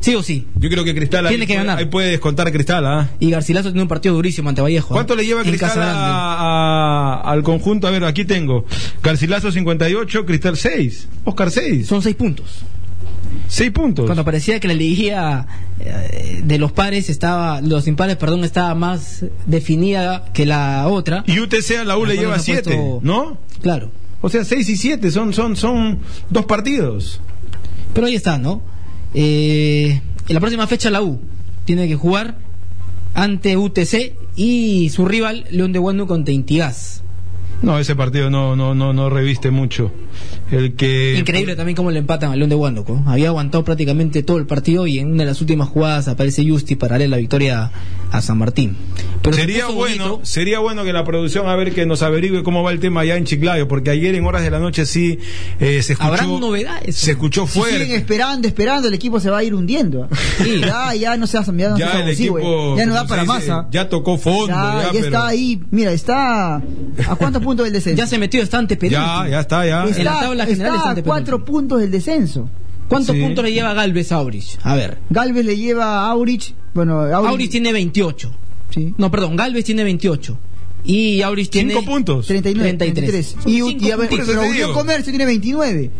S6: Sí o sí.
S1: yo creo que Cristal ahí
S6: Tiene que
S1: puede-
S6: ganar.
S1: Ahí puede descontar Cristal, ¿ah?
S6: Y Garcilaso tiene un partido durísimo ante Vallejo.
S1: ¿Cuánto
S6: ¿eh?
S1: le lleva
S6: En
S1: Cristal
S6: Casa Grande.
S1: a- a- al conjunto? A ver, aquí tengo. Garcilaso 58, Cristal 6. Oscar 6.
S6: Son seis puntos.
S1: 6 puntos.
S6: Cuando parecía que la liguilla eh, de los pares estaba, los impares, perdón, estaba más definida que la otra.
S1: Y UTC a la U le
S6: Bueno,
S1: lleva
S6: se ha
S1: 7,
S6: puesto-
S1: ¿no?
S6: Claro.
S1: O sea, 6 y 7 son, son, son dos partidos.
S6: Pero ahí está, ¿no? Eh, en la próxima fecha la U tiene que jugar ante UTC y su rival León de Guandu contra Intigas.
S1: No, ese partido no, no, no, no reviste mucho. El que.
S6: Increíble también cómo le empatan al León de Huánuco. Había aguantado prácticamente todo el partido y en una de las últimas jugadas aparece Justi para darle la victoria a San Martín. Pero se
S1: Sería
S6: puso
S1: bueno,
S6: bonito.
S1: sería bueno que la producción a ver que nos averigüe cómo va el tema allá en Chiclayo, porque ayer en horas de la noche sí eh, se escuchó.
S6: Habrán novedades.
S1: Se escuchó
S2: Si siguen
S1: fuerte.
S2: esperando, esperando, el equipo se va a ir hundiendo.
S6: Sí.
S2: Ya, ya no seas, ya no
S1: ya
S2: seas
S1: el
S2: abusivo,
S1: equipo.
S2: eh. Ya no da
S1: como
S2: para
S1: se dice,
S2: masa.
S1: Ya tocó fondo.
S2: Ya,
S1: Ya,
S2: ya
S1: pero-
S2: está ahí, mira, está a cuántos puntos del descenso.
S6: Ya se metió bastante penal.
S1: Ya, ya está, ya.
S6: en la
S2: Está,
S6: tabla general
S2: está
S6: es
S2: a
S6: antepenúltimo.
S2: cuatro puntos del descenso.
S6: ¿Cuántos
S1: Sí.
S6: puntos le lleva Galvez a Aurich? A ver.
S2: Galvez le lleva a Aurich, bueno, Aurich,
S6: Aurich tiene 28.
S2: sí,
S6: No, perdón, Galvez tiene 28. Y Aurich tiene.
S1: Cinco puntos.
S2: 39,
S6: 33.
S2: 33.
S6: Son
S2: Y, U-
S6: cinco
S2: y a ver,
S1: puntos.
S2: pero
S1: Por eso te
S2: Unión
S1: digo.
S2: Comercio tiene 29.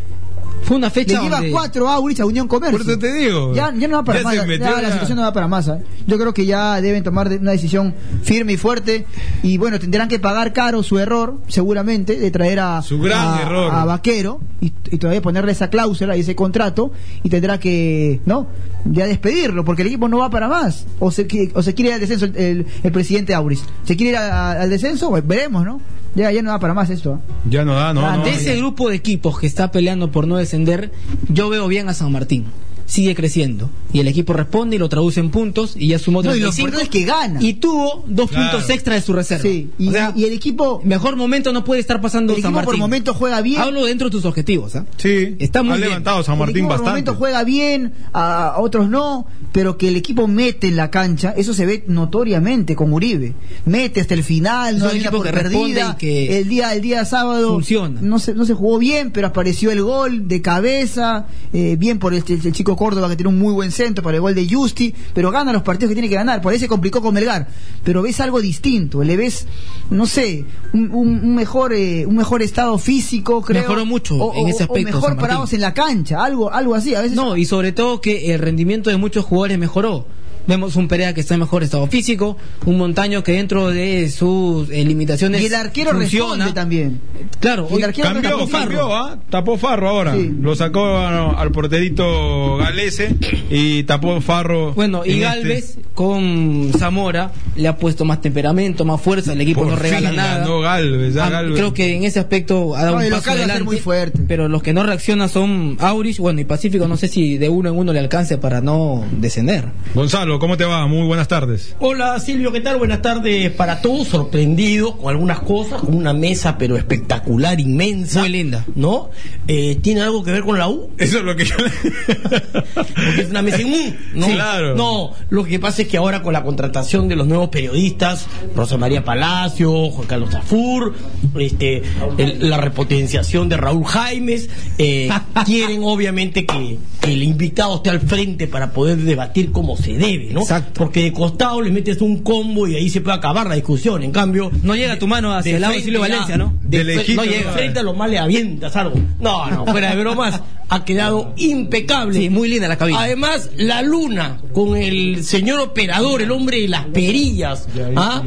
S6: Fue una
S2: Le
S6: fecha.
S2: lleva
S6: donde-
S2: cuatro Aurich a Unión Comercio.
S1: Por eso te digo.
S2: Ya, ya no va para
S1: Ya
S2: más.
S1: se
S2: ya
S1: metió,
S2: la
S1: ya.
S2: situación no va para más. ¿eh? Yo creo que ya deben tomar de- una decisión firme y fuerte. Y bueno, tendrán que pagar caro su error, seguramente, de traer a,
S1: Su gran
S2: a-
S1: error.
S2: a Vaquero y, y todavía ponerle esa cláusula y ese contrato. Y tendrá que, ¿no? Ya despedirlo, porque el equipo no va para más. O se, qui- o se quiere ir al descenso el, el- el presidente Auris. ¿Se quiere ir a- a- al descenso? Bueno, veremos, ¿no? Ya, ya no va para más esto. ¿eh?
S1: Ya no da, no.
S2: Ah,
S1: no.
S6: de ese grupo de equipos que está peleando por no descender, yo veo bien a San Martín. Sigue creciendo. Y el equipo responde y lo traduce en puntos y ya sumó
S2: No, y lo
S6: 35.
S2: importante es que gana.
S6: Y tuvo dos
S1: Claro.
S6: puntos extra de su reserva.
S2: Sí, y,
S6: O sea,
S2: y el equipo.
S6: mejor momento no puede estar pasando
S2: El
S6: San
S2: equipo
S6: Martín.
S2: por momento juega bien.
S6: Hablo dentro de tus objetivos. ¿ah?
S1: Sí.
S6: Está muy
S1: ha
S6: bien.
S1: levantado San
S2: el
S1: Martín
S2: equipo
S1: bastante.
S2: por momento juega bien, a, a otros no, pero que el equipo mete en la cancha, eso se ve notoriamente con Uribe. Mete hasta el final,
S6: Es
S2: no
S6: un
S2: hay una
S6: equipo
S2: por
S6: que responde
S2: perdida.
S6: y que
S2: el día el día sábado
S6: funciona.
S2: no se no se jugó bien, pero apareció el gol de cabeza, eh, bien por el, el- el chico Córdoba que tiene un muy buen centro para el gol de Justi, pero gana los partidos que tiene que ganar, por ahí se complicó con Melgar, pero ves algo distinto, le ves no sé, un, un- un mejor eh, un mejor estado físico, creo.
S6: Mejoró mucho en ese aspecto,
S2: mejor
S6: San Martín.
S2: parados en la cancha, algo, algo así. A veces
S6: No, y sobre todo que el rendimiento de muchos jugadores mejoró. Vemos un Perea que está en mejor estado físico, un Montaño que dentro de sus eh, limitaciones.
S2: Y el arquero responde también.
S6: Claro,
S2: Y el
S6: hoy-
S2: arquero
S1: Cambió,
S2: tapó Farro.
S1: cambió, ¿ah? Tapó Farro ahora.
S2: Sí.
S1: Lo sacó a- al porterito Galese y tapó Farro.
S6: Bueno, y
S1: en
S6: Galvez
S1: este.
S6: con Zamora le ha puesto más temperamento, más fuerza, el equipo
S1: Por
S6: pues no regala
S1: fin
S6: nada.
S1: ganó Galvez, ya
S6: Ah,
S1: Galvez.
S6: creo que en ese aspecto ha dado
S2: No,
S6: un
S2: el
S6: paso
S2: local va a ser
S6: adelante,
S2: muy fuerte.
S6: pero los que no reaccionan son Aurich, bueno, y Pacífico, no sé si de uno en uno le alcance para no descender.
S1: Gonzalo, ¿cómo te va? Muy buenas tardes.
S7: Hola Silvio, ¿qué tal? Buenas tardes para todos. Sorprendido con algunas cosas, con una mesa pero espectacular, inmensa.
S6: Muy linda.
S7: ¿No? Eh, ¿Tiene algo que ver con la U?
S1: Eso es lo que yo.
S7: Porque es una mesa en U, ¿no?
S1: Sí, claro.
S7: No, lo que pasa es que ahora con la contratación de los nuevos periodistas, Rosa María Palacio, Juan Carlos Zafur, este, el- la repotenciación de Raúl Jaimes, eh, quieren obviamente que, que el invitado esté al frente para poder debatir como se debe, ¿no?
S6: Exacto.
S7: Porque de costado le metes un combo y ahí se puede acabar la discusión. En cambio,
S6: No llega tu mano hacia
S7: de
S6: el lado de
S7: frente
S6: Silvio
S7: ya-
S6: Valencia, ¿no?
S7: De,
S1: De
S7: fre-
S1: lejito,
S7: no, y de
S1: ¿no?
S7: frente a los más le avientas algo. No, no, fuera de bromas, ha quedado impecable.
S6: Sí, muy linda la cabina.
S7: Además, la luna con el señor operador, el hombre de las perillas, ¿ah?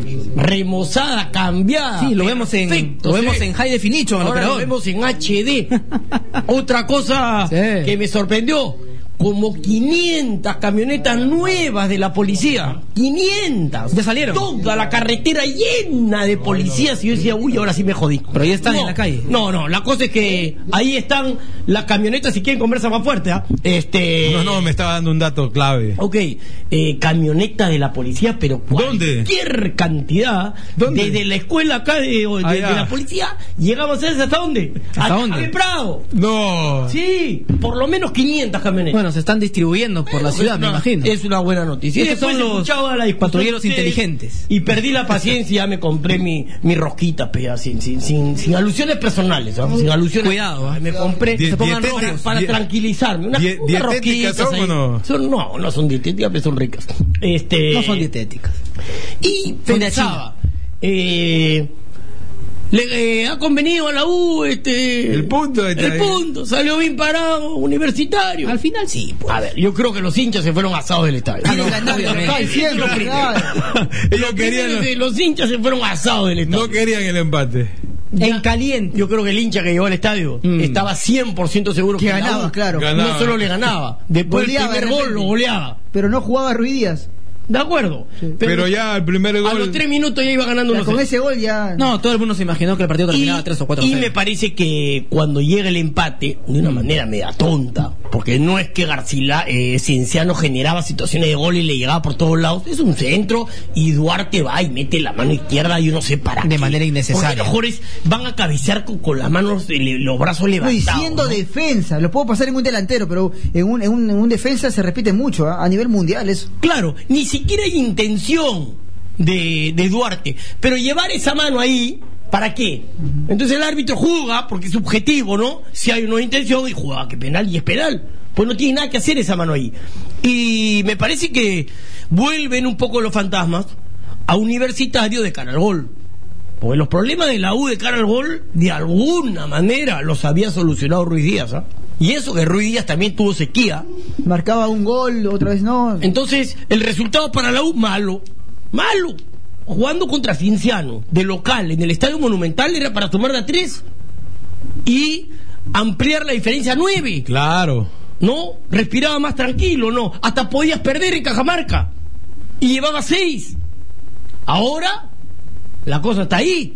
S7: remozada,
S2: Ah,
S7: cambiada.
S6: Sí, lo vemos en-
S7: Perfecto,
S6: lo
S7: se
S6: vemos
S7: ve.
S6: en high definition al
S7: Ahora lo
S6: operador.
S7: vemos en HD. Otra cosa
S6: Sí.
S7: que me sorprendió. Como 500 camionetas nuevas de la policía. 500.
S6: Ya salieron.
S7: Toda la carretera llena de policías. Y yo decía, uy, ahora sí me jodí.
S6: Pero ya están
S7: No,
S6: en la calle.
S7: No, no, la cosa es que ahí están las camionetas, si quieren conversar más fuerte, ¿ah? Este...
S1: No, no, me estaba dando un dato clave.
S7: Ok, eh, camioneta de la policía, pero
S1: ¿Dónde?
S7: cualquier cantidad,
S1: ¿Dónde?
S7: desde la escuela acá de, de-
S1: Allá.
S7: de la policía, llegamos a ¿sabes hasta dónde?
S6: ¿Hasta
S7: Al-
S6: dónde?
S7: al Prado.
S1: No.
S7: Sí, por lo menos 500
S6: Bueno,
S7: camionetas.
S6: se están distribuyendo por la
S7: Es
S6: ciudad, me
S7: una-
S6: imagino.
S7: Es una buena noticia. Y
S6: Estos
S7: después
S6: son los
S7: escuchaba la discusión
S6: patrulleros
S7: de ustedes
S6: inteligentes.
S7: Y perdí la paciencia y ya me compré mi, mi rosquita, pe, ya, sin, sin, sin, sin alusiones personales. ¿ah? Sin alusiones.
S6: Cuidado, ¿eh? ah.
S7: Me compré
S1: Die-
S7: se pongan
S1: dietéticas,
S7: rojos para
S1: die-
S7: tranquilizarme. Unas,
S1: die-
S7: unas
S1: dietéticas
S7: rosquitas
S1: son
S7: ahí.
S1: o no?
S7: Son- no, no son dietéticas, pero son ricas. Este,
S6: No son dietéticas.
S7: y
S6: Son de
S7: pensaba, eh, le eh, ha convenido a la U este
S1: El punto de-
S7: el punto, salió bien parado, universitario.
S6: Al final sí, pues.
S7: A ver, yo creo que los hinchas se fueron asados del estadio.
S2: Quieren ganar, lo que está diciendo,
S7: Lo primero.
S2: claro.
S1: Ellos
S7: Lo primero es que
S1: querían.
S7: los hinchas se fueron asados del estadio.
S1: No querían el empate.
S6: En caliente.
S7: Yo creo que el hincha que llegó al estadio
S6: Mm.
S7: estaba 100% seguro que,
S2: Que
S7: la
S2: ganaba,
S7: U
S2: claro.
S1: Ganaba.
S7: No solo le ganaba, después
S2: Goleaba
S7: el
S2: de
S7: primer gol
S2: repente.
S7: lo goleaba.
S2: Pero no jugaba Ruidías.
S7: ¿De acuerdo?
S1: Pero ya el primer
S7: a los
S1: gol.
S7: tres minutos ya iba ganando uno
S2: Con ese gol ya.
S6: No, todo el mundo se imaginó que el partido terminaba 3 o 4
S7: y me parece que cuando llega el empate, de una manera media tonta, porque no es que Garcila, eh, Cienciano generaba situaciones de gol y le llegaba por todos lados, es un centro y Duarte va y mete la mano izquierda y yo no sé para
S6: De
S7: qué.
S6: manera innecesaria.
S7: Porque los jugadores van a cabecear con, con las manos, eh, le- los brazos
S2: No,
S7: levantados.
S2: y siendo
S7: ¿no?
S2: defensa, lo puedo pasar en un delantero, pero en un, en un, en un defensa se repite mucho ¿ah? a nivel mundial eso.
S7: Claro, ni siquiera hay intención de, de Duarte. Pero llevar esa mano ahí, ¿para qué? Entonces el árbitro juega, porque es subjetivo, ¿no? Si hay una intención y juega, que penal y es penal. Pues no tiene nada que hacer esa mano ahí. Y me parece que vuelven un poco los fantasmas a universitario de cara al gol. Porque los problemas de la U de cara al gol, de alguna manera, los había solucionado Ruiz Díaz. ¿ah? Y eso que Ruiz Díaz también tuvo sequía.
S2: Marcaba un gol, otra vez no.
S7: Entonces, el resultado para la U, malo. Malo. Jugando contra Cienciano, de local, en el Estadio Monumental, era para tomar la 3 y ampliar la diferencia a 9.
S1: Claro.
S7: ¿No? Respiraba más tranquilo, ¿no? Hasta podías perder en Cajamarca. Y llevaba 6. Ahora, la cosa está ahí.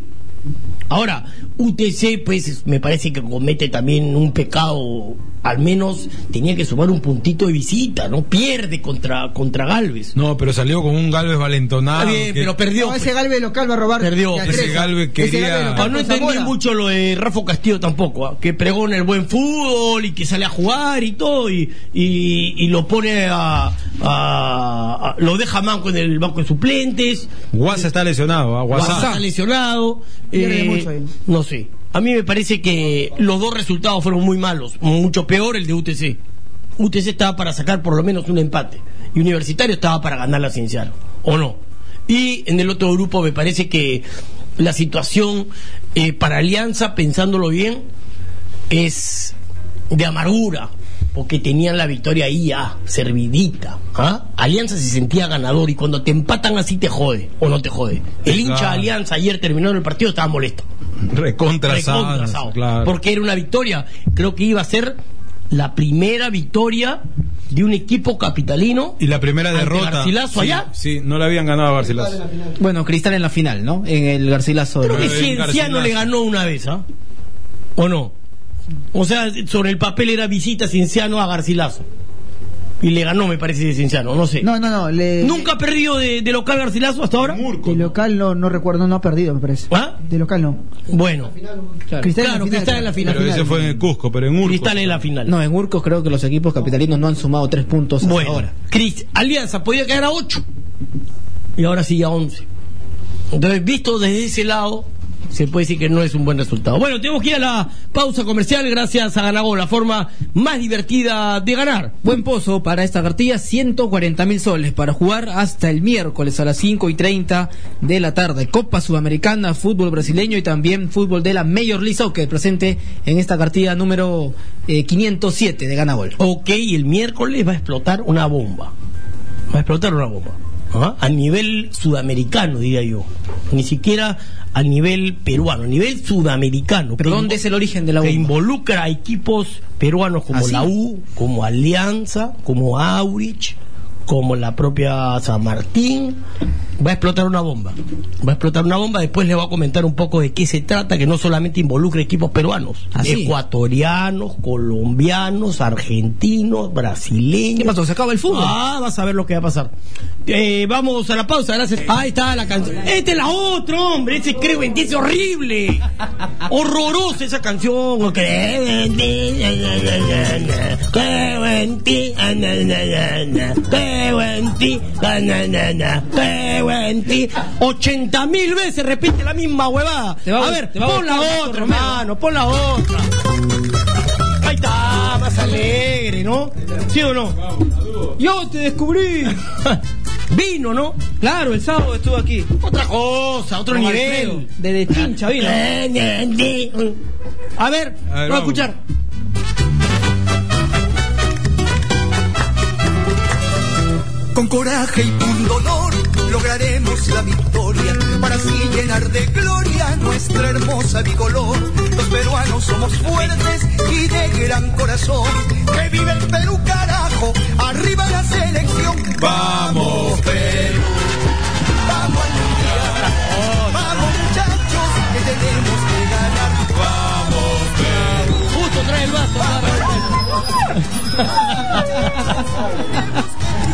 S7: Ahora, UTC, pues me parece que comete también un pecado. Al menos tenía que sumar un puntito de visita, ¿no? Pierde contra, contra Galvez.
S1: No, pero salió con un Galvez valentonado.
S7: Está bien,
S1: que-
S7: pero perdió.
S2: Ah, No,
S7: pues.
S2: ese Galvez local va a robar.
S7: Perdió.
S2: la
S7: Ese
S2: cresta.
S1: Galvez
S2: Ese
S1: quería-
S2: Galvez
S7: Ah,
S2: local
S7: no
S2: con
S7: entendí
S2: Zamora.
S7: mucho lo de Rafa Castillo tampoco, ¿ah? que pregona el buen fútbol y que sale a jugar y todo, y, y- y lo pone a, a- a- lo deja manco en el banco de suplentes,
S1: Guasa está lesionado. ¿ah? Guasa.
S7: Guasá está lesionado, eh,
S2: Pierde mucho ahí.
S7: no sé. A mí me parece que los dos resultados fueron muy malos, mucho peor el de UTC. UTC estaba para sacar por lo menos un empate y Universitario estaba para ganar la Cienciano, ¿o no? Y en el otro grupo me parece que la situación eh, para Alianza, pensándolo bien, es de amargura, porque tenían la victoria ahí ya, servidita. ¿ah? Alianza se sentía ganador y cuando te empatan así te jode o no te jode. El hincha de
S1: Claro.
S7: Alianza ayer terminando el partido estaba molesto.
S1: Recontra
S7: Recontra
S1: Sanz,
S7: Sao,
S1: claro.
S7: Porque era una victoria. Creo que iba a ser la primera victoria de un equipo capitalino.
S1: y la primera
S7: ante
S1: derrota.
S7: Garcilaso
S1: sí,
S7: allá.
S1: Sí, no le habían ganado a Garcilaso.
S6: Bueno, Cristal en la final, ¿no? En el Garcilaso.
S7: Creo que
S1: Pero en
S7: Cienciano
S1: Garcilaso.
S7: le ganó una vez, ¿ah? ¿O no? O sea, sobre el papel era visita Cienciano a Garcilaso. Y le ganó, me parece, de Cienciano, no sé.
S2: No, no, no. le-
S7: eh, ¿Nunca ha perdido de, de local Garcilaso hasta ahora?
S2: De local no, no recuerdo, no ha perdido, me parece.
S7: ¿Ah?
S2: De local no.
S7: Bueno,
S6: Claro.
S2: Cristal
S7: Claro, Cristal en la final.
S1: Pero ese fue en el Cusco, pero en Urco.
S7: Cristal en la final.
S6: No, en Urcos creo que los equipos capitalinos no han sumado tres puntos hasta
S7: Bueno,
S6: ahora.
S7: Cris, Alianza podía caer a 8 y ahora sí a 11. Entonces, visto desde ese lado, se puede decir que no es un buen resultado. Bueno, tenemos que ir a la pausa comercial gracias a Ganagol, la forma más divertida de ganar.
S6: Buen pozo para esta cartilla, 140 mil soles para jugar hasta el miércoles a las 5 y 30 de la tarde. Copa Sudamericana, fútbol brasileño y también fútbol de la Major League Soccer presente en esta cartilla número eh, 507 de Ganagol.
S7: Ok, el miércoles va a explotar una bomba. Va a explotar una bomba. Ajá. A nivel sudamericano, diría yo. Ni siquiera a nivel peruano, a nivel sudamericano.
S6: Pero ¿dónde es el origen de la
S7: que
S6: bomba?
S7: involucra a equipos peruanos como
S6: ¿Ah, sí?
S7: la U, como Alianza, como Aurich, como la propia San Martín. Va a explotar una bomba. Va a explotar una bomba. Después le voy a comentar un poco de qué se trata, que no solamente involucra equipos peruanos,
S6: ¿Ah, sí?
S7: ecuatorianos, colombianos, argentinos, brasileños.
S6: ¿Qué pasó? ¿Se acaba el fútbol?
S7: Ah, vas a ver lo que va a pasar. Eh, vamos a la pausa, gracias. Ahí está la canción. Esta es la otra, hombre. Ese creo en ti es horrible. Horrorosa esa canción. Creo en ti. na, na, na, na, na. Creo en ti. na, na, na, na, na. Creo en ti. na, na, na, na. Creo en ti. 80 mil veces repite la misma huevada.
S6: Te va a
S7: a
S6: gust-
S7: ver,
S6: te va a
S7: pon la
S6: gustar, Paco
S7: otra,
S6: Romero.
S7: hermano, pon la otra. Ahí está, más alegre, ¿no? ¿Sí o no?
S6: Yo te descubrí.
S7: Vino, ¿no?
S6: Claro, el sábado estuve aquí.
S7: Otra cosa, otro
S6: Con Alfredo,
S7: nivel.
S6: Desde Chincha vino.
S7: A ver,
S1: A ver,
S7: vamos a
S1: vamos.
S7: escuchar.
S8: Con coraje y pundonor lograremos la victoria para así llenar de gloria nuestra hermosa bicolor. Los peruanos somos fuertes y de gran corazón. ¡Que vive el Perú, carajo! ¡Arriba la selección! ¡Vamos, Perú! ¡Vamos al mundial! ¡Vamos, muchachos! ¡Que tenemos que ganar! ¡Vamos, Perú!
S7: Justo trae el vaso.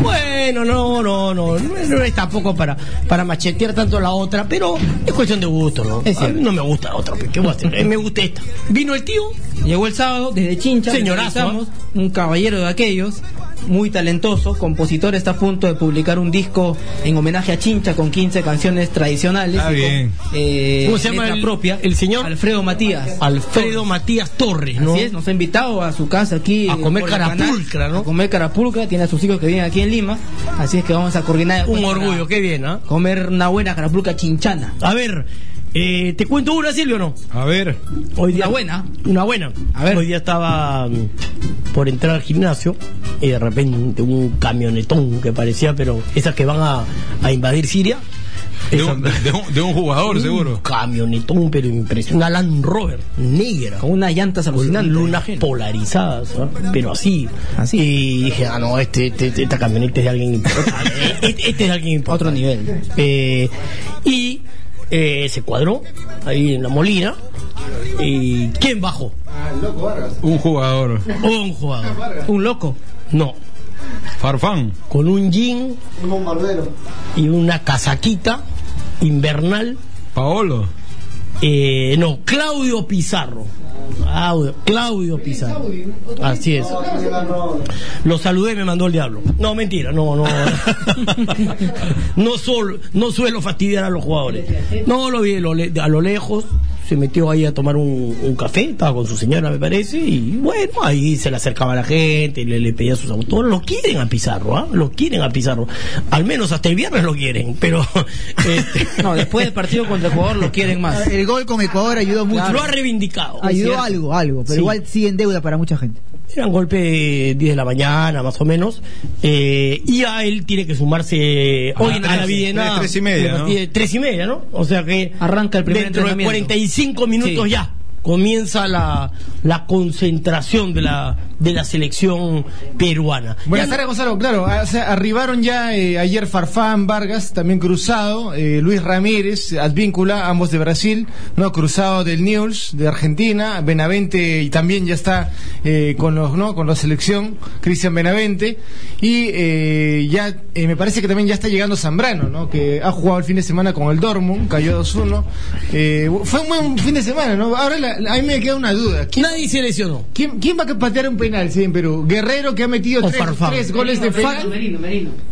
S7: Bueno, no, no, no, no, es- no es tampoco para, para machetear tanto la otra, pero es cuestión de gusto, ¿no?
S6: Es
S7: A mí
S6: cierto.
S7: no me gusta la otra, pues, ¿qué voy a hacer? Eh, Me gusta esta. Vino el tío,
S6: Llegó el sábado desde Chincha.
S7: Señorazo, ¿eh?
S6: regresamos, Un caballero de aquellos, muy talentoso, compositor, está a punto de publicar un disco en homenaje a Chincha con 15 canciones tradicionales.
S1: Ah,
S6: y
S1: bien.
S6: Con, eh,
S7: ¿Cómo se llama
S6: letra
S7: el-
S6: propia?
S7: el señor?
S6: Alfredo Matías.
S7: Alfredo Matías Torres, ¿no?
S6: Así es, nos ha invitado a su casa aquí.
S7: A
S6: eh,
S7: comer
S6: por el canal,
S7: carapulcra, ¿no?
S6: A comer carapulcra, tiene a sus hijos que viven aquí en Lima. Así es que vamos a coordinar.
S7: Un
S6: bueno,
S7: orgullo,
S6: para
S7: qué bien, ¿ah?
S6: Comer una buena carapulca chinchana.
S7: A ver, eh, ¿te cuento una, Silvio, o no?
S1: A ver.
S7: Hoy
S6: Una buena.
S7: Una buena.
S6: A ver.
S7: Hoy día estaba mm, por entrar al gimnasio y de repente un camionetón que parecía, pero esas que van a, a invadir Siria.
S1: De
S7: esas-
S1: un, de un- de un jugador,
S7: un
S1: seguro.
S7: camionetón, pero impresionante. Una Land Rover negra.
S6: Con unas llantas
S7: Con
S6: alucinantes.
S7: lunas polarizadas, ¿ah? pero así.
S6: Así.
S7: Y dije, ah, no, este, este- este- esta camioneta es de alguien importante. este, este es de alguien importante.
S6: Otro nivel.
S7: Eh, y eh, se cuadró ahí en la molina. ¿Y quién bajó?
S1: Un jugador.
S7: Un jugador.
S6: Un loco.
S7: No,
S1: Farfán.
S7: con un jean
S5: Un bombardero.
S7: y una casaquita invernal.
S1: Paolo.
S7: Eh, no, Claudio Pizarro. Claudio, Claudio Pizarro. Así es. Lo saludé y me mandó el diablo. No, mentira, no, no. No, sol- no suelo fastidiar a los jugadores. No, lo vi lo le- a lo lejos. se metió ahí a tomar un, un café, estaba con su señora, me parece, y bueno, ahí se le acercaba la gente, le, le pedía sus autores. Lo quieren a Pizarro, ¿ah? Lo quieren a Pizarro. Al menos hasta el viernes lo quieren, pero. este,
S6: No, después del partido contra Ecuador lo quieren más.
S2: El gol con Ecuador ayudó mucho.
S7: Lo ha reivindicado.
S2: Ayudó
S7: ¿cierto?
S2: algo, algo, pero
S7: Sí.
S2: igual sigue en deuda para mucha gente.
S7: Era un golpe 10 de la mañana, más o menos. Eh, y a él tiene que sumarse
S1: Ah,
S7: hoy en
S1: tres-
S7: a la Bienal.
S1: tres- tres y media, ¿no?
S7: Tres y media, ¿no? O sea que.
S6: Arranca el primer
S7: Dentro de
S6: entrenamiento.
S7: 45 minutos
S6: Sí.
S7: ya comienza la, la concentración de la, de la selección peruana.
S3: Buenas
S7: Ya
S3: tardes, Gonzalo. Claro, a- o sea, arribaron ya eh, ayer Farfán, Vargas, también Cruzado, eh, Luis Ramírez, Advíncula, ambos de Brasil, no Cruzado del News de Argentina, Benavente y también ya está eh, con los no con la selección, Cristian Benavente y eh, ya eh, me parece que también ya está llegando Zambrano, ¿no? Que ha jugado el fin de semana con el Dortmund, cayó 2-1. Eh, fue un buen fin de semana, ¿no? Ahora la- la- a mí me queda una duda.
S7: no- Nadie se lesionó.
S3: ¿Quién, ¿Quién va a patear un penal sí, en Perú? Guerrero que ha metido
S7: O
S3: tres,
S7: Farfán.
S3: tres goles de penal.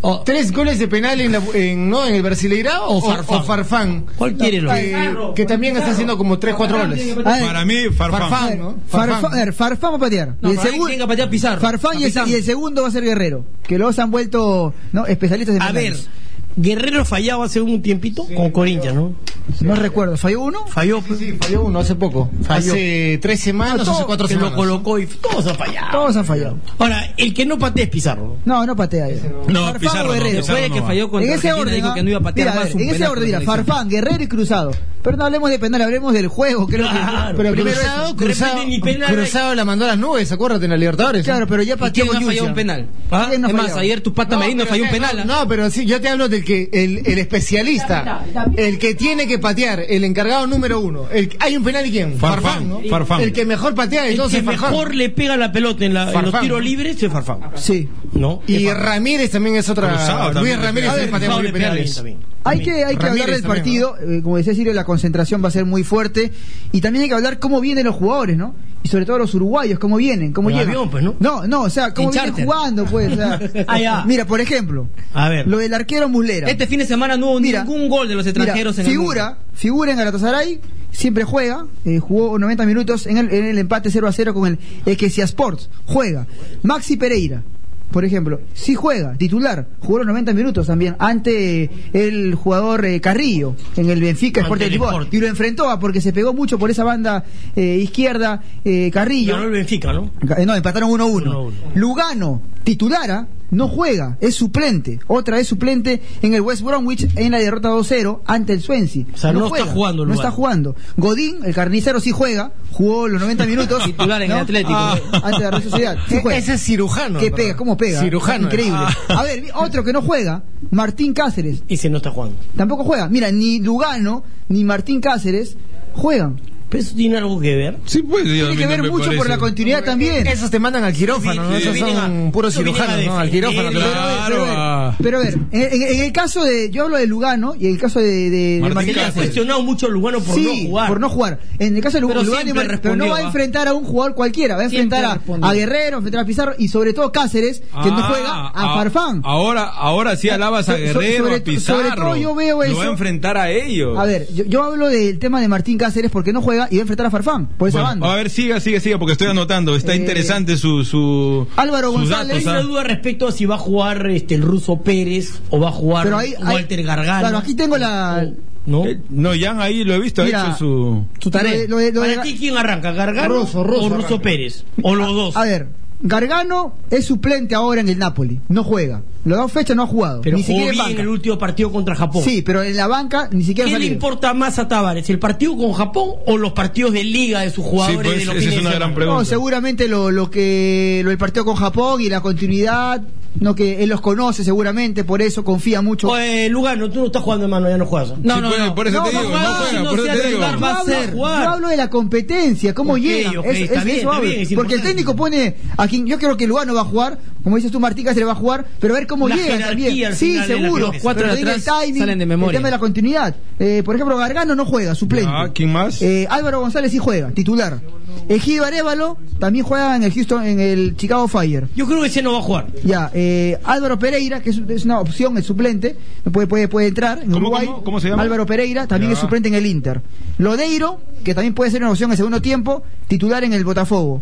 S7: O-
S3: Tres goles de penal en, la, en, ¿no? en el Brasileirao
S7: O Farfán.
S3: o Farfán.
S7: ¿Cuál quiere lo-
S3: Eh, que también está haciendo como tres, cuatro goles.
S2: A ver,
S1: Para mí, Farfán.
S3: Farfán, ¿no?
S2: Farfán, a ver, Farfán va a patear. y el
S6: para mí
S2: segun-
S6: tiene que patear Pizarro.
S2: Farfán y el,
S6: Capitán.
S2: y el segundo va a ser Guerrero, que los han vuelto no especialistas en
S7: A ver,
S2: penales.
S7: Guerrero fallaba hace un tiempito con Corinthians, ¿no?
S2: no recuerdo, falló uno.
S7: Falló.
S3: Sí, falló uno hace poco.
S7: Falló.
S3: Hace tres semanas, hace cuatro
S7: que
S3: semanas.
S7: lo colocó y todos han fallado.
S2: Todos han fallado.
S7: Ahora, el que no patea es Pizarro.
S2: No, no patea. ya.
S1: No,
S2: Farfán
S1: Pizarro
S2: o
S1: no,
S2: Guerrero.
S1: Pizarro
S6: Puede
S1: no
S6: que
S1: va.
S6: falló
S2: En
S6: contra
S2: ese
S6: Argentina,
S2: orden,
S6: dijo
S2: ¿ah?
S6: que no iba a patear
S2: Mira,
S6: más
S2: ver,
S6: un
S2: en ese
S6: penal
S2: orden,
S6: contra
S2: mira,
S6: la
S2: Farfán, Guerrero y Cruzado. Pero no hablemos de penal, hablemos del juego. Creo
S7: Claro.
S2: que,
S3: Pero
S7: Pero
S3: cruzado,
S7: de repente
S3: cruzado,
S7: ni penal hay.
S3: cruzado la mandó a las nubes, acuérdate, en la Libertadores.
S2: claro, pero ya
S6: ¿Y
S2: pateó
S6: ¿Quién no
S2: con
S6: ha fallado
S2: Yusia.
S6: un penal? ¿Ah?
S2: ¿Quién no ha
S6: Es más,
S2: fallado?
S6: ayer tu pata Medina
S3: pero
S6: falló un
S3: acá
S6: penal. ¿ah?
S3: No, no, pero sí, yo te hablo del que el, el especialista, el que tiene que patear, el encargado número uno. El, que- hay un penal y quién?
S1: Farfán,
S3: ¿no?
S1: Farfán.
S3: El que mejor patea,
S7: El
S3: entonces
S7: que
S3: Farfán.
S7: mejor le pega la pelota en, la, en los
S3: Farfán.
S7: tiros libres es Farfán.
S2: Sí.
S7: ¿No?
S3: Y Ramírez también es otra.
S1: Cruzado también.
S3: Luis Ramírez
S1: A ver,
S3: también patea muy bien penales.
S2: Hay que, hay que
S3: Ramírez
S2: hablar del
S3: también,
S2: partido, eh, como decía Sirio, la concentración va a ser muy fuerte y también hay que hablar cómo vienen los jugadores, ¿no? Y sobre todo los uruguayos, cómo vienen, cómo
S7: En
S2: llegan.
S7: avión, pues, ¿no?
S2: no, no, o sea, cómo
S6: En
S2: vienen
S6: charter.
S2: jugando, pues. o sea.
S7: Ah, ya.
S2: Mira, por ejemplo,
S7: A ver.
S2: lo del arquero Muslera.
S6: Este fin de semana no hubo
S2: Mira,
S6: ningún gol de los extranjeros
S2: Mira,
S6: en el
S2: figura,
S6: mundo.
S2: figura en Galatasaray, siempre juega, eh, jugó 90 minutos en el, en el empate 0 a 0 con el Esquecia Sports, juega. Maxi Pereira, por ejemplo, sí juega, titular, jugó los 90 minutos también ante el jugador eh, Carrillo en el Benfica
S7: Ante
S2: Sport de
S7: el
S2: Lisboa
S7: Sport.
S2: y lo enfrentó a porque se pegó mucho por esa banda eh, izquierda eh, Carrillo.
S7: Ganó el Benfica, ¿no?
S2: Eh, No, empataron 1-1.
S7: 1-1.
S2: Lugano, titulara, no juega, es suplente. Otra vez suplente en el West Bromwich en la derrota 2-0 ante el Swansea.
S7: O sea, no está jugando
S2: No
S7: Lugano.
S2: está jugando. Godín, el carnicero, sí juega, jugó los 90 minutos.
S6: Titular en el Atlético.
S2: Ante la Real Sociedad. sí
S3: E-
S2: juega.
S3: Ese es cirujano.
S2: ¿Qué
S3: ¿no?
S2: pega? ¿Cómo pega?
S3: Cirujano.
S2: Increíble.
S3: Ah.
S2: A ver, otro que no juega, Martín Cáceres.
S7: Y se no está jugando.
S2: Tampoco juega. Mira, ni Lugano, ni Martín Cáceres juegan.
S7: Pero eso tiene algo que ver.
S1: Sí, pues, yo a
S2: Tiene
S1: mí
S2: que
S1: no
S2: ver
S1: me
S2: mucho por
S1: parece.
S2: la continuidad también.
S3: Esos te mandan al quirófano, ¿no?
S7: Sí,
S3: Esos
S7: sí, vienen
S3: son
S7: a-
S3: puros
S7: eso vienen a
S3: cirujanos, ¿no? Al
S7: defender.
S3: quirófano.
S7: Claro.
S2: Pero, a ver, pero a ver, en, en- en el caso de, yo hablo de Lugano y en el caso de, de-
S1: Martín
S2: de
S7: Se
S2: Martín
S7: le ha
S1: Cáceres.
S7: cuestionado mucho a Lugano por
S2: sí,
S7: no jugar.
S2: por no jugar. En el caso de Lu-
S6: Pero
S2: Lugano, y
S6: siempre
S2: Mar- pero no
S6: respondió,
S2: va a
S6: ¿ah?
S2: enfrentar a un jugador cualquiera, va a
S6: Siempre
S2: enfrentar a,
S6: respondió.
S2: a Guerrero, enfrentar a Pizarro y sobre todo Cáceres, que no
S1: Ah,
S2: juega, a
S1: ah,
S2: Farfán.
S1: Ahora, ahora sí alabas a
S2: So- so-
S1: Guerrero,
S2: sobre
S1: a
S2: to- sobre
S1: Pizarro.
S2: todo yo veo
S1: Lo
S2: eso-
S1: va a enfrentar a ellos.
S2: A ver, yo, yo hablo del tema de Martín Cáceres porque no juega y va a enfrentar a Farfán por esa
S1: Bueno,
S2: banda.
S1: a ver, siga, siga, siga, porque estoy anotando. Está
S2: Eh,
S1: interesante su, su
S2: Álvaro
S1: sus
S2: González,
S1: datos,
S7: Hay
S1: ¿ah?
S7: una duda respecto a si va a jugar este, el ruso Pérez o va a jugar
S2: pero ahí, ahí-
S7: ¿ah? Walter Gargano.
S2: Claro, aquí tengo la
S7: ¿No?
S1: Eh, No, Jan ahí lo he visto,
S2: Mira,
S1: ha hecho su...
S2: tu tarea. Lo de- lo de-
S7: ¿Para ti quién arranca? ¿Gargano
S3: Russo, Russo
S7: o Ruso
S3: arranca.
S7: Pérez? O los dos.
S2: A ver, Gargano es suplente ahora en el Napoli, no juega. Las dos fechas no ha jugado,
S7: pero
S2: ni siquiera en
S7: jugó bien
S2: banca.
S7: el último partido contra Japón.
S2: Sí, pero en la banca ni siquiera
S7: ¿Qué le
S2: salió.
S7: importa más a Tavares? ¿El partido con Japón o los partidos de liga de sus jugadores?
S1: pues,
S7: de los
S1: esa
S7: fines
S1: es una
S7: de
S1: gran
S7: semana?
S1: pregunta.
S2: No, seguramente lo, lo que lo el partido con Japón y la continuidad, no que él los conoce seguramente, por eso confía mucho.
S7: Oye, Eh, Lugano, tú no estás jugando, hermano, ya no juegas.
S6: No,
S1: Sí,
S6: no,
S1: pues,
S6: no.
S1: Por eso
S2: No,
S1: te
S2: no
S1: digo,
S2: juega,
S1: no juega,
S6: no
S1: por
S6: se
S1: eso
S6: ha
S1: te
S6: de
S1: digo.
S6: dar más.
S2: yo
S6: va a
S2: hablo,
S6: ser
S2: yo
S7: jugar.
S2: hablo de la competencia, cómo
S7: Ok,
S2: llegan.
S7: ok,
S2: Es- es-
S7: está
S2: eso
S7: bien, está
S2: hablo.
S7: bien, es
S2: Porque el
S7: importante.
S2: técnico pone a quien yo creo que Lugano va a jugar, como dices tú, Martica se le va a jugar, pero a ver cómo
S7: La
S2: llega
S7: jerarquía
S2: también.
S7: al
S2: Sí,
S7: final de la
S2: seguro.
S7: pelota. Los
S6: cuatro
S2: Pero
S6: de
S2: tiene el
S6: atrás
S2: timing,
S6: salen de memoria.
S2: El tema de la continuidad. Eh, por ejemplo, Gargano no juega, suplente.
S1: Ah, ¿quién más?
S2: Eh, Álvaro González sí juega, titular. Ejíbar Évalo también juega en el Houston, en el Chicago Fire.
S7: Yo creo que ese no va a jugar.
S2: Ya, eh, Álvaro Pereira, que es, es una opción, el suplente, puede, puede, puede entrar en
S1: ¿Cómo,
S2: Uruguay.
S1: cómo? ¿Cómo se llama?
S2: Álvaro Pereira, también
S1: Ya.
S2: es suplente en el Inter. Lodeiro, que también puede ser una opción en segundo tiempo, titular en el Botafogo.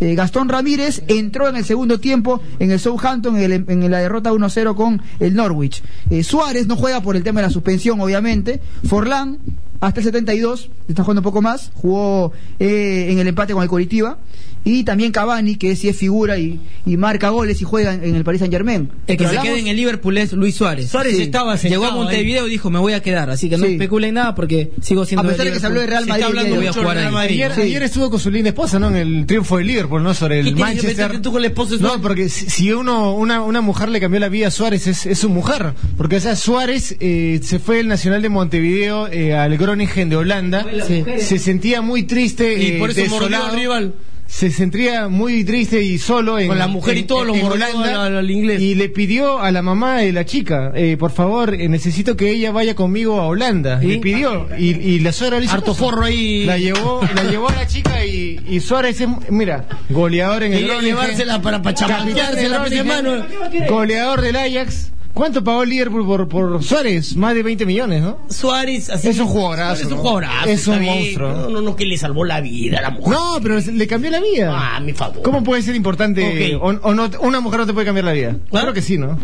S2: Eh, Gastón Ramírez entró en el segundo tiempo en el Southampton en, el- en la derrota 1-0 con el Norwich. Eh, Suárez no juega por el tema de la suspensión, obviamente. Forlán, hasta el 72, está jugando un poco más, jugó eh, en el empate con el Coritiba. Y también Cavani, que sí es figura y, y marca goles y juega en, en el Paris Saint Germain.
S6: El que se quede en el Liverpool es Luis Suárez.
S7: Suárez
S2: Sí.
S7: estaba sentado
S6: Llegó a Montevideo y dijo, me voy a quedar, así que no
S2: Sí.
S6: especulen nada porque sigo siendo
S2: A pesar de que se habló de Real
S6: Si está
S2: Madrid,
S6: hablando,
S2: ya
S6: voy a
S2: digo.
S6: jugar ahí.
S3: Ayer,
S2: Sí.
S3: ayer estuvo con su linda esposa, ¿no? En el triunfo de Liverpool, ¿no? Sobre
S7: ¿Qué
S3: el
S7: tienes que
S3: Manchester.
S7: meterte tú con la esposa de Suárez?
S3: No, porque si- si uno, una, una mujer le cambió la vida a Suárez, es, es su mujer. Porque, o sea, Suárez eh, se fue del Nacional de Montevideo eh, al Groningen de Holanda.
S6: Sí.
S3: Se sentía muy triste.
S7: Y
S3: eh,
S7: por eso mordió
S3: desolado.
S7: al rival.
S3: Se sentía muy triste y solo en,
S7: Con la mujer y
S3: en-
S7: todo, lo
S3: en
S7: mordió
S3: Holanda
S7: al- al inglés.
S3: y le pidió a la mamá de la chica, eh, por favor, eh, necesito que ella vaya conmigo a Holanda. Le pidió y, y la suegra le hizo
S7: Ah, Harto
S3: caso.
S7: forro ahí.
S3: La llevó, la llevó a la chica y, y Suárez es, mira, goleador en el
S7: Quería
S3: Groningen,
S7: llevársela para
S3: capitán del
S7: pachamanteársela, pues,
S3: Groningen,
S7: hermano.
S3: goleador del Ajax. ¿Cuánto pagó el Liverpool por, por Suárez? Más de 20 millones, ¿no?
S7: Suárez así,
S3: Es un jugadorazo,
S7: Suárez es un
S3: ¿no?
S7: jugadorazo,
S3: Es un
S7: está bien.
S3: monstruo.
S7: No, no, no, que le salvó la vida a la mujer.
S3: No, pero le cambió la
S7: Ah,
S3: vida.
S7: a mi favor.
S3: ¿Cómo puede ser importante
S7: Ok.
S3: o, o no, una mujer no te puede cambiar la vida? Claro que sí, ¿no?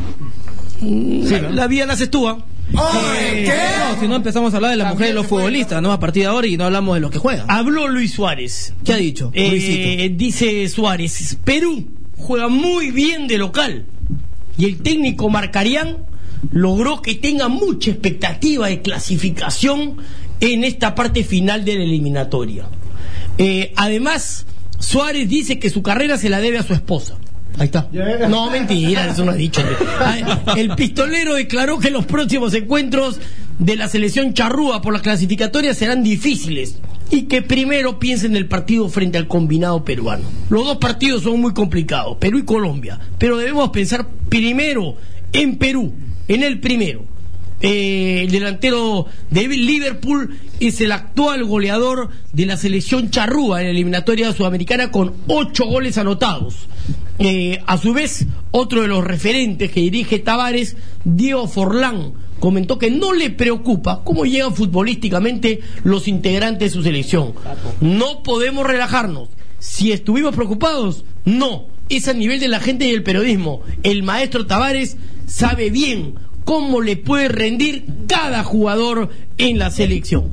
S7: la, la vida la haces tú, ¿ah?
S6: No, si no empezamos a hablar de las mujeres y los futbolistas, no a partir de ahora y no hablamos de los que juegan.
S1: Ah.
S7: Habló Luis Suárez.
S6: ¿Qué ha dicho?
S7: Eh,
S6: Luisito.
S7: dice Suárez, Perú juega muy bien de local y el técnico Marcarián logró que tenga mucha expectativa de clasificación en esta parte final de la eliminatoria. Eh, además, Suárez dice que su carrera se la debe a su esposa. Ahí está. No, mentira, eso no ha dicho. Ah, El pistolero declaró que los próximos encuentros de la selección charrúa por la clasificatoria serán difíciles y que primero piensen en el partido frente al combinado peruano. Los dos partidos son muy complicados, Perú y Colombia, pero debemos pensar primero en Perú, en el primero. Eh, el delantero de Liverpool es el actual goleador de la selección charrúa en la eliminatoria sudamericana con ocho goles anotados. Eh, a su vez, otro de los referentes que dirige Tavares, Diego Forlán, comentó que no le preocupa cómo llegan futbolísticamente los integrantes de su selección. No podemos relajarnos. Si estuvimos preocupados, no. Es a nivel de la gente y el periodismo. El maestro Tavares sabe bien cómo le puede rendir cada jugador en la selección.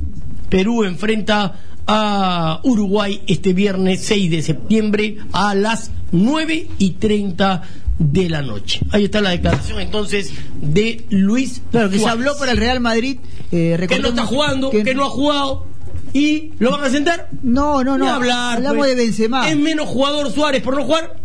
S7: Perú enfrenta a Uruguay este viernes 6 de septiembre a las 9 y 30 de la noche. Ahí está la declaración entonces de Luis.
S2: Claro, que se
S7: Suárez,
S2: habló para el Real Madrid. eh,
S7: que no
S2: recordemos
S7: está jugando, que, no ha jugado y lo van a sentar.
S2: No, no, no.
S7: Ni hablar,
S2: Hablamos
S7: pues.
S2: de Benzema.
S7: Es menos jugador Suárez por no jugar.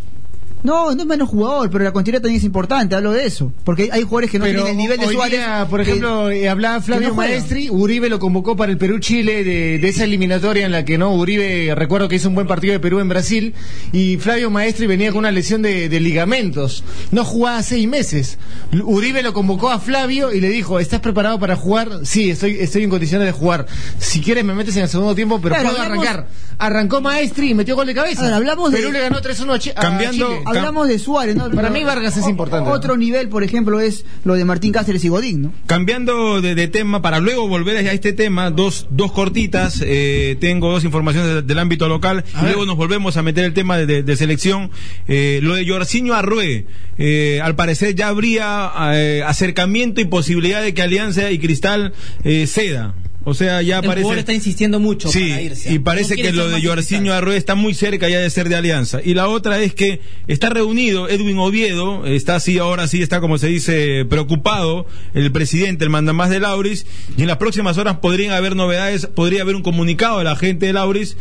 S2: No, no es menos jugador, pero la continuidad también es importante. Hablo de eso. Porque hay- hay jugadores que no
S3: Pero
S2: tienen el nivel de
S3: hoy
S2: Suárez.
S3: día, por
S2: que-
S3: ejemplo, eh, hablaba Flavio
S2: no juega.
S3: Maestri, Uribe lo convocó para el Perú-Chile de, de esa eliminatoria en la que no, Uribe, recuerdo que hizo un buen partido de Perú en Brasil, y Flavio Maestri venía con una lesión de, de ligamentos, no jugaba seis meses. L- Uribe lo convocó a Flavio y le dijo, ¿estás preparado para jugar? Sí, estoy, estoy en condiciones de jugar. Si quieres me metes en el segundo tiempo, pero
S2: Claro,
S3: puedo
S2: hablamos-
S3: arrancar. Arrancó Maestri y metió gol de cabeza.
S2: Ahora, hablamos de-
S3: Perú le ganó 3-1 a Chi- a
S1: Cambiando-
S3: Chile.
S2: hablamos de Suárez, ¿no?
S3: Para mí Vargas es
S2: O-
S3: importante.
S2: Otro nivel, por ejemplo, es lo de Martín Cáceres y Godín, ¿no?
S1: Cambiando de, de tema, para luego volver a este tema, dos, dos cortitas, eh, tengo dos informaciones de- del ámbito local, y luego nos volvemos a meter el tema de, de- de selección. Eh, lo de Jorcinho Arrué, eh, al parecer ya habría eh, acercamiento y posibilidad de que Alianza y Cristal eh, ceda. O sea, ya
S6: el jugador está
S1: parece...
S6: insistiendo mucho
S1: Sí,
S6: para irse.
S1: y
S6: No
S1: parece
S6: quiere
S1: que
S6: ser
S1: lo de
S6: más
S1: Jorcinho
S6: titular.
S1: Arrué está muy cerca ya de ser de alianza. Y la otra es que está reunido Edwin Oviedo, está así, ahora sí está como se dice, preocupado, el presidente, el mandamás de Lauris, y en las próximas horas podrían haber novedades, podría haber un comunicado de la gente de Lauris,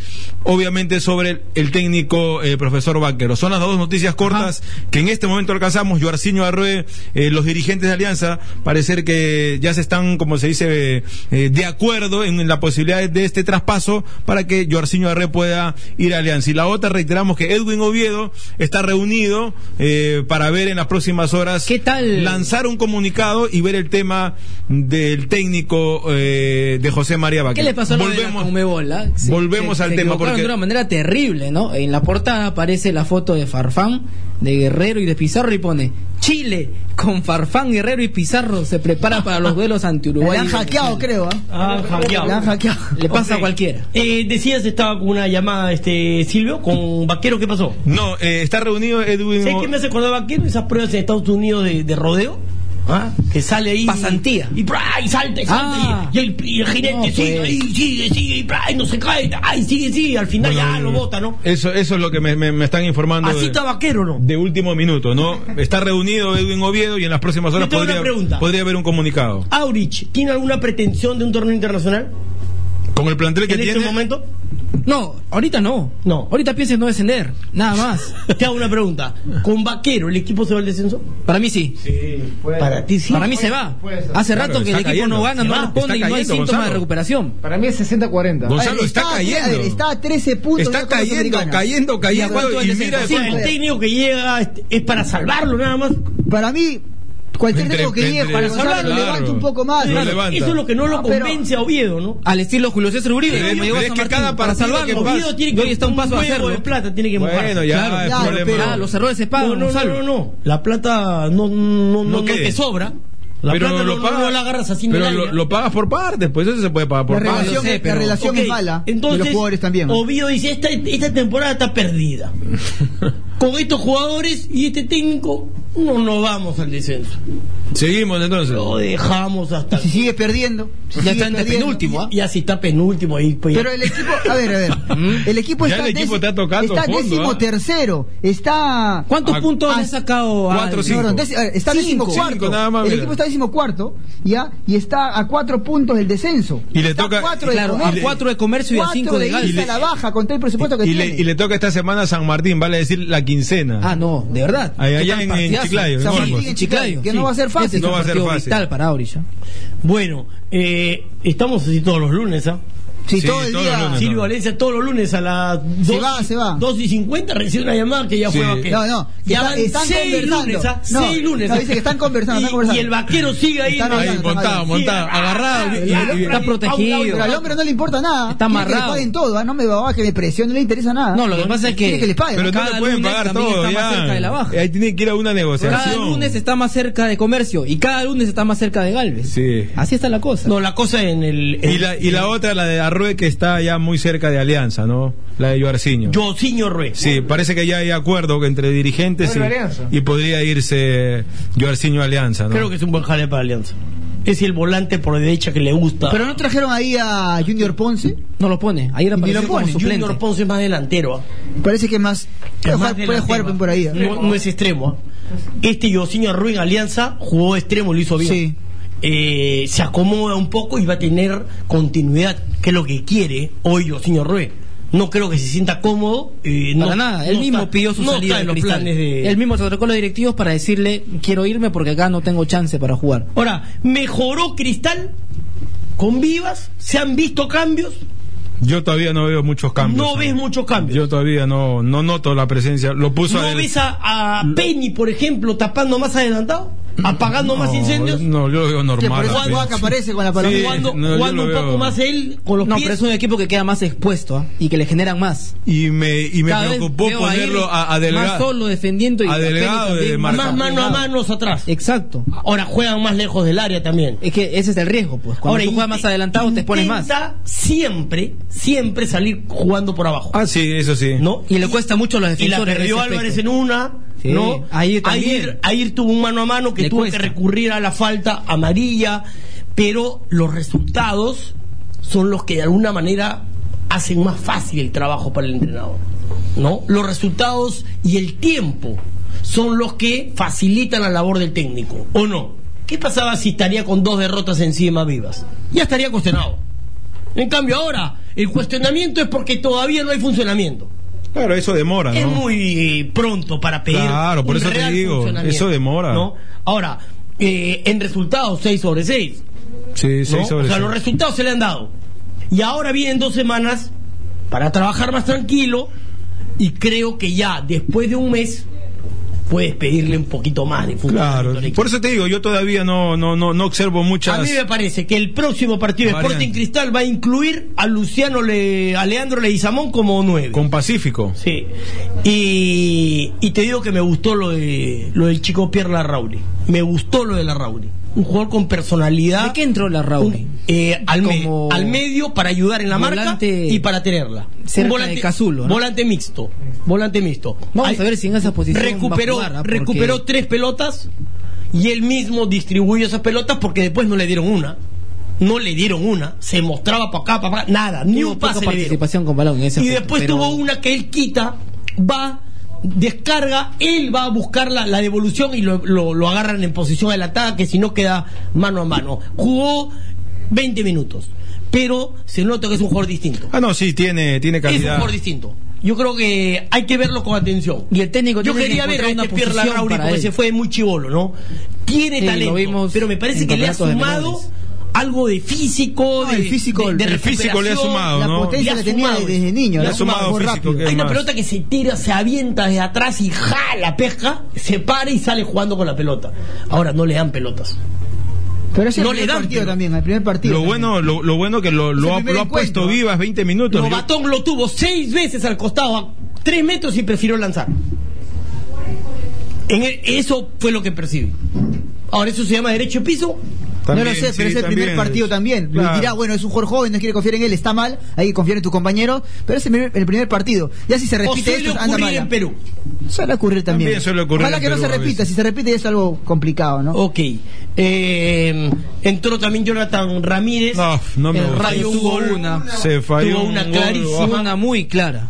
S1: obviamente sobre el, el técnico eh, profesor Vaquero. Son las dos noticias cortas que en este momento alcanzamos. Joarcinho Arrué, eh, los dirigentes de Alianza, parecer que ya se están, como se dice, eh, eh, de acuerdo acuerdo en la posibilidad de- de este traspaso para que Jorcinho Arre pueda ir a Alianza. Y la otra, reiteramos que Edwin Oviedo está reunido eh, para ver en las próximas horas.
S6: ¿Qué tal?
S1: Lanzar un comunicado y ver el tema del técnico eh, de José María Vaquero.
S6: ¿Qué le pasó a la de la
S1: Volvemos-
S6: Conmebol, ah? Se-
S1: volvemos
S6: se-
S1: al
S6: se
S1: tema,
S6: equivocaron
S1: porque-
S6: de una manera terrible, ¿no? En la portada aparece la foto de Farfán, de Guerrero y de Pizarro y pone Chile con Farfán, Guerrero y Pizarro se prepara para los duelos ante Uruguay.
S2: La han
S6: y
S2: hackeado,
S6: Brasil".
S2: creo, ¿ah?
S7: Ah, hackeado.
S2: La han hackeado.
S6: Le pasa
S7: Ok.
S6: a cualquiera.
S7: Eh, decías estaba con una llamada este Silvio con Vaquero, ¿qué pasó?
S1: No, eh, está reunido Edwin.
S7: ¿Sabes qué me hace acordar Vaquero? Esas pruebas en Estados Unidos de, de rodeo. ¿Ah? Que sale ahí.
S6: Pasantía.
S7: Y, ¡pra! y salta, y salta.
S6: Ah.
S7: y, y el, y el jinete
S6: No, pues.
S7: sigue, ahí, sigue, sigue, y, ¡pra! y no se cae. Ay, sigue, sigue. Al final ya lo bota, ¿no?
S1: eh,
S2: eh,
S1: Eso, eso es lo que me, me- me están informando.
S7: Así
S1: de-
S7: está Vaquero, ¿no?
S1: de último minuto, ¿no? Está reunido Edwin Oviedo y en las próximas horas
S7: Yo tengo una
S1: podría,
S7: pregunta.
S1: podría haber un comunicado.
S7: Aurich, ¿tiene alguna pretensión de un torneo internacional?
S1: Con el plantel que
S7: ¿En
S1: tiene.
S7: este momento?
S6: No, ahorita no.
S7: No.
S6: Ahorita piensa en no descender, nada más.
S7: Te hago una pregunta. ¿Con Vaquero el equipo se va al descenso?
S6: Para mí sí.
S7: Para ti sí.
S6: Para mí se va.
S3: puede ser.
S6: Hace
S1: Claro,
S6: rato que el
S1: está
S6: equipo
S1: cayendo.
S6: no gana,
S1: Se
S6: no
S1: va.
S6: responde
S1: Está
S6: y no hay
S1: cayendo,
S6: síntomas
S1: Gonzalo.
S6: de recuperación.
S3: Para mí es 60-40.
S1: Gonzalo
S2: A ver,
S1: está,
S2: a tre- a
S1: cayendo.
S2: ver, está a 13 puntos. de
S1: está
S2: las cosas
S1: cayendo,
S2: americanas.
S1: cayendo,
S6: ¿Y a cuánto
S1: cayendo.
S6: es
S1: Y,
S6: el
S1: mira,
S6: descenso?
S7: el técnico que llega este, es para salvarlo nada más.
S2: pues, Para mí, cualquier
S1: Entre-
S2: técnico que llegue,
S1: entre-
S2: Juan Gonzalo, Ah,
S7: claro.
S2: lo levanta un poco más.
S1: Lo
S2: Claro.
S1: levanta.
S7: Eso es lo que no lo
S2: Ah, pero-
S7: convence a Oviedo, ¿no?
S6: Al estilo Julio César Uribe,
S1: Pero
S6: como
S1: es-
S6: llegó
S1: pero
S6: a San
S1: es que
S6: Martín,
S1: cada
S6: para
S1: partido que
S6: salvarlo.
S1: pasa-
S7: Oviedo tiene que
S6: Hoy está un paso a
S7: huevo
S6: hacerlo.
S7: de plata tiene que
S1: Bueno,
S7: mojar.
S1: ya eh.
S6: Claro,
S1: el
S2: claro,
S1: problema.
S2: pero-
S6: Ah, los errores se pagan,
S7: No, no,
S6: Gonzalo.
S7: no, no, no. La plata no, no, no, no
S1: quede.
S7: te sobra. La
S1: pero
S7: plata
S1: lo
S7: no, no,
S1: pagas,
S7: no la agarras así ¿eh? en el
S1: pero
S7: aire.
S1: lo, lo pagas por partes, pues eso se puede pagar
S2: La
S1: por
S6: Ah,
S1: partes.
S6: yo
S2: relación,
S6: sé,
S2: la
S6: pero-
S2: relación
S7: Ok,
S2: es mala.
S7: Entonces,
S2: y los jugadores también.
S7: Oviedo dice, esta, esta temporada está perdida. Con estos jugadores y este técnico no nos vamos al descenso.
S1: Seguimos entonces.
S7: Lo dejamos hasta...
S2: Si sigue perdiendo. si
S6: Ya
S2: sigue
S6: está en
S2: perdiendo.
S6: penúltimo, ¿ah?
S7: Y así está penúltimo ahí. pues, ya.
S2: Pero el equipo, a ver, a ver. El equipo
S1: ¿Mm? Ya
S2: está,
S1: el equipo
S2: déci-
S1: está tocando
S2: está
S1: fondo,
S2: décimo
S1: ¿ah?
S2: tercero. Está.
S6: ¿Cuántos
S1: Ah,
S6: puntos
S2: ah,
S6: ha sacado
S1: cuatro,
S6: Alves?
S1: cinco.
S2: No, no, déci- a ver, está
S6: Cinco.
S2: décimo cuarto.
S1: Cinco, nada más,
S2: el
S1: mira.
S2: equipo está décimo cuarto, ¿ya? Y está a cuatro puntos del descenso.
S1: Y le
S2: Está
S1: toca-
S2: cuatro de
S6: Claro, a
S2: comercio.
S6: cuatro de comercio y a
S2: Cuatro
S6: cinco de Gal.
S2: Isa
S6: Y
S2: a la baja con todo el presupuesto que
S1: y,
S2: tiene.
S1: le, y le toca esta semana a San Martín, vale decir la quincena.
S6: Ah, no, de verdad.
S1: Allá-
S6: Qué
S1: allá en-
S6: tal
S1: en
S6: partidazo.
S1: Chiclayo, en
S6: Sí,
S1: Orcos.
S6: en Chiclayo,
S2: Que
S6: sí.
S2: no va a ser fácil.
S6: Este es
S1: No
S6: un
S1: va a ser
S6: partido
S1: fácil.
S6: vital para Aurilla.
S7: Bueno, eh, estamos así todos los lunes, ¿ah?
S2: Sí,
S1: Sí,
S2: todo el
S1: todos los
S2: día.
S1: lunes.
S7: Silvio Valencia todos los lunes a las
S2: Ah, Se
S7: 2,
S2: va, se va.
S7: y 50 recibe una llamada que ya
S1: Sí.
S7: fue vaquero.
S2: No, no, que
S7: Ya
S2: está-
S7: van
S2: están
S7: seis
S2: conversando.
S7: lunes, ¿ah?
S2: No,
S7: seis lunes.
S2: no,
S7: ¿ah?
S2: dice que están conversando,
S7: y,
S2: están conversando.
S7: y el vaquero sigue ahí.
S2: Están
S7: ¿no?
S1: Ahí,
S2: hablando, están
S1: montado,
S2: hablando. Ah,
S1: montado,
S7: Sí,
S1: agarrado. y- y-
S7: claro,
S1: y-
S6: Está
S7: claro.
S6: protegido.
S7: A un lado y
S2: Pero
S7: otro.
S2: al hombre no le importa nada.
S6: Está
S2: Quiere que le
S6: amarrado.
S2: paguen todo, ¿ah? no me va a que me presione, no le interesa nada.
S6: No, lo que pasa es que-
S2: Quiere que le paguen.
S1: Pero no
S6: Cada
S1: le pueden
S6: lunes
S1: pagar
S6: también
S1: todo,
S6: está más cerca de la
S1: ya.
S6: baja.
S1: Ahí tienen que ir a una negociación.
S6: Cada lunes está más cerca de comercio y cada lunes está más cerca de Galvez.
S1: Sí.
S6: Así está la cosa.
S7: No, la cosa en el.
S1: Y la, y la otra, la de Arrué, que está ya muy cerca de Alianza, ¿no? La de Joarciño.
S7: Yosiño Ruiz.
S1: Sí, parece que ya hay acuerdo entre dirigentes
S3: Vuelve Alianza.
S1: y, y podría irse Joarciño a Alianza, ¿no?
S7: Creo que es un buen jale para Alianza. Es el volante por derecha que le gusta.
S2: Pero no trajeron ahí a Junior Ponce.
S6: No lo pone. Ayer
S7: Y
S6: apareció
S7: lo pone.
S6: como suplente.
S7: Junior Ponce es más delantero. ¿ah?
S2: Parece que más. Puede
S7: Es más
S2: jugar, puede jugar
S7: delantero.
S2: por ahí.
S6: ¿eh?
S2: ¿ah?
S7: No, no es extremo. ¿ah? Este Yosinho Ruiz en Alianza jugó extremo, lo hizo bien.
S2: Sí.
S7: Eh, se acomoda un poco y va a tener continuidad, que es lo que quiere hoy Yosinho Ruiz. No creo que se sienta cómodo. eh,
S6: Para
S7: no-
S6: nada, él
S7: no
S6: mismo
S7: está-
S6: pidió su
S7: no
S6: salida
S7: está en
S6: de
S7: los
S6: Cristal.
S7: planes de.
S6: Él mismo se acercó a los directivos para decirle, quiero irme porque acá no tengo chance para jugar.
S7: Ahora, mejoró Cristal con Vivas, se han visto cambios,
S1: Yo todavía no veo muchos cambios.
S7: no ves muchos cambios.
S1: Yo todavía no, no noto la presencia. Lo puso
S7: ¿No
S1: a él-
S7: ves a, a Penny, por ejemplo, tapando más adelantado? ¿Apagando más
S1: No,
S7: incendios?
S1: No, yo lo veo
S2: Que por
S1: normal.
S2: eso
S1: a Penny.
S2: Oaxaca aparece con la paloma.
S1: Sí.
S7: jugando
S1: no, yo
S7: jugando
S1: lo
S7: un
S1: veo.
S7: poco más él con los
S6: No,
S7: pies.
S6: pero es un equipo que queda más expuesto ¿ah? y que le generan más.
S1: Y me, y me
S6: Cada vez
S1: preocupó
S6: veo a
S1: ponerlo
S6: ir
S1: a, a
S6: Más
S1: Delgado.
S6: solo defendiendo y
S1: a Delgado de
S6: Pérez también
S1: marca.
S7: más mano a manos atrás.
S6: Eh, Exacto.
S7: Ahora juegan más lejos del área también.
S6: Es que ese es el riesgo, pues. eh, Cuando
S7: Ahora
S6: tú juegas
S7: inte-
S6: más adelantado te pones más.
S7: intenta siempre, siempre salir jugando por abajo.
S1: Ah, sí, eso sí.
S7: ¿No?
S6: Y le cuesta mucho a los
S7: Y
S6: defensores. en
S7: la
S6: ese
S7: perdió Álvarez
S6: aspecto.
S7: en una,
S6: Sí,
S7: ¿no?
S6: ahí también.
S7: Ayer, ayer tuvo un mano a mano que
S6: Le
S7: tuvo
S6: cuesta.
S7: que recurrir a la falta amarilla, pero los resultados son los que de alguna manera hacen más fácil el trabajo para el entrenador, ¿no? Los resultados y el tiempo son los que facilitan la labor del técnico, ¿o no? ¿Qué pasaba si estaría con dos derrotas encima vivas? Ya estaría cuestionado. En cambio ahora, el cuestionamiento es porque todavía no hay funcionamiento.
S1: Claro, eso demora, ¿no?
S7: Es muy eh, pronto para pedir.
S1: Claro, por
S7: un
S1: eso te
S7: real
S1: digo,
S7: funcionamiento,
S1: eso demora.
S7: ¿no? Ahora, eh, en resultados 6 sobre 6.
S1: Sí,
S7: ¿no?
S1: seis sobre
S7: O sea,
S1: seis.
S7: los resultados se le han dado. Y ahora vienen dos semanas para trabajar más tranquilo y creo que ya después de un mes puedes pedirle un poquito más de
S1: Claro.
S7: funcionamiento al equipo.
S1: Por eso te digo, yo todavía no, no, no, no observo muchas.
S7: A mí me parece que el próximo partido de
S1: Variante.
S7: Sporting Cristal va a incluir a Luciano Le, a Leandro Leguizamón como nueve.
S1: Con Pacífico.
S7: Sí. Y, y te digo que me gustó lo de lo del chico Pierre Larrauri. Me gustó lo de Larrauri. Un jugador con personalidad.
S6: ¿De qué entró Larrauri?
S7: Un- eh, al, me-
S6: Como-
S7: al medio para ayudar en la marca
S6: Volante-
S7: y para tenerla.
S6: Cerca de Casulo, ¿no?
S7: Volante mixto. Volante mixto.
S6: Vamos
S7: Al-
S6: a ver si en esa posición va a
S7: recuperó,
S6: jugar, ¿ah? Porque-
S7: recuperó tres pelotas y él mismo distribuyó esas pelotas porque después no le dieron una. No le dieron una. Se mostraba para acá, para acá. Nada. Ni
S6: Tuvo
S7: un
S6: poca
S7: pase le dieron.
S6: participación con balón en ese
S7: Y
S6: aspecto,
S7: después
S6: pero-
S7: tuvo una que él quita, va, descarga, él va a buscar la, la devolución y lo, lo- lo agarran en posición del ataque, si no queda mano a mano. Jugó 20 minutos, pero se nota que es un jugador distinto.
S1: Ah, no, sí, tiene, tiene
S7: Es un
S1: calidad.
S7: jugador distinto. Yo creo que hay que verlo con atención.
S6: Y el técnico
S7: Yo
S6: tiene que
S7: quería ver a
S6: encontrar una
S7: este Pierre
S6: posición
S7: Larrauri
S6: para
S7: porque
S6: él.
S7: se fue muy chivolo, ¿no? Tiene
S6: Sí, lo
S7: talento,
S6: vimos
S7: pero me parece
S6: en
S7: que le ha
S6: campeonatos de
S7: sumado
S6: menores.
S7: algo de físico,
S2: No,
S7: de,
S2: el físico-
S7: de- de
S1: el físico le ha
S7: recuperación,
S1: sumado,
S2: La
S1: ¿no?
S2: potencia
S7: Le
S2: la
S7: ha
S2: tenía
S7: sumado,
S2: desde niño.
S7: le
S2: ¿no?
S7: ha sumado
S2: Muy
S1: físico,
S2: rápido.
S1: que-
S7: Hay una
S1: más.
S7: pelota que se tira, se avienta desde atrás y jala, pesca, se para y sale jugando con la pelota. Ahora no le dan pelotas.
S2: Pero es el
S7: No
S2: primer
S7: le dan,
S2: partido
S7: pero-
S2: también, el primer partido.
S1: Lo
S2: también.
S1: bueno, lo, lo bueno que lo, lo
S2: el
S1: ha,
S2: primer
S1: lo ha puesto
S2: encuentro.
S1: vivas 20 minutos. Yo-
S7: Lobatón lo tuvo seis veces al costado, a tres metros y prefirió lanzar. En el- eso fue lo que percibí. Ahora, ¿eso se llama derecho de piso?
S1: También,
S2: no lo sé,
S1: sí,
S2: pero es el primer
S1: también.
S2: partido también. Lo
S1: Claro.
S2: Dirá, bueno, es un jugador joven, no quiere confiar en él, está mal, hay que confiar en tu compañero, pero es el primer, el primer partido. Ya si se
S7: ¿O
S2: repite
S7: suele
S2: esto, anda
S7: ocurrir
S2: mal.
S7: en Perú?
S2: Suele ocurrir también.
S1: También suele ocurrir
S2: Ojalá
S1: en
S2: que no
S1: Perú
S2: se
S1: a
S2: repita,
S1: veces.
S2: si se repite es algo complicado, ¿no?
S7: Ok. Eh, entró también Jonathan Ramírez.
S1: No, no me
S7: El
S1: gusta.
S7: Rayo
S6: Tuvo
S7: Hugo-
S6: una.
S1: Se falló.
S7: Tuvo una
S1: un gol,
S7: clarísima.
S1: ojo.
S6: Una muy clara.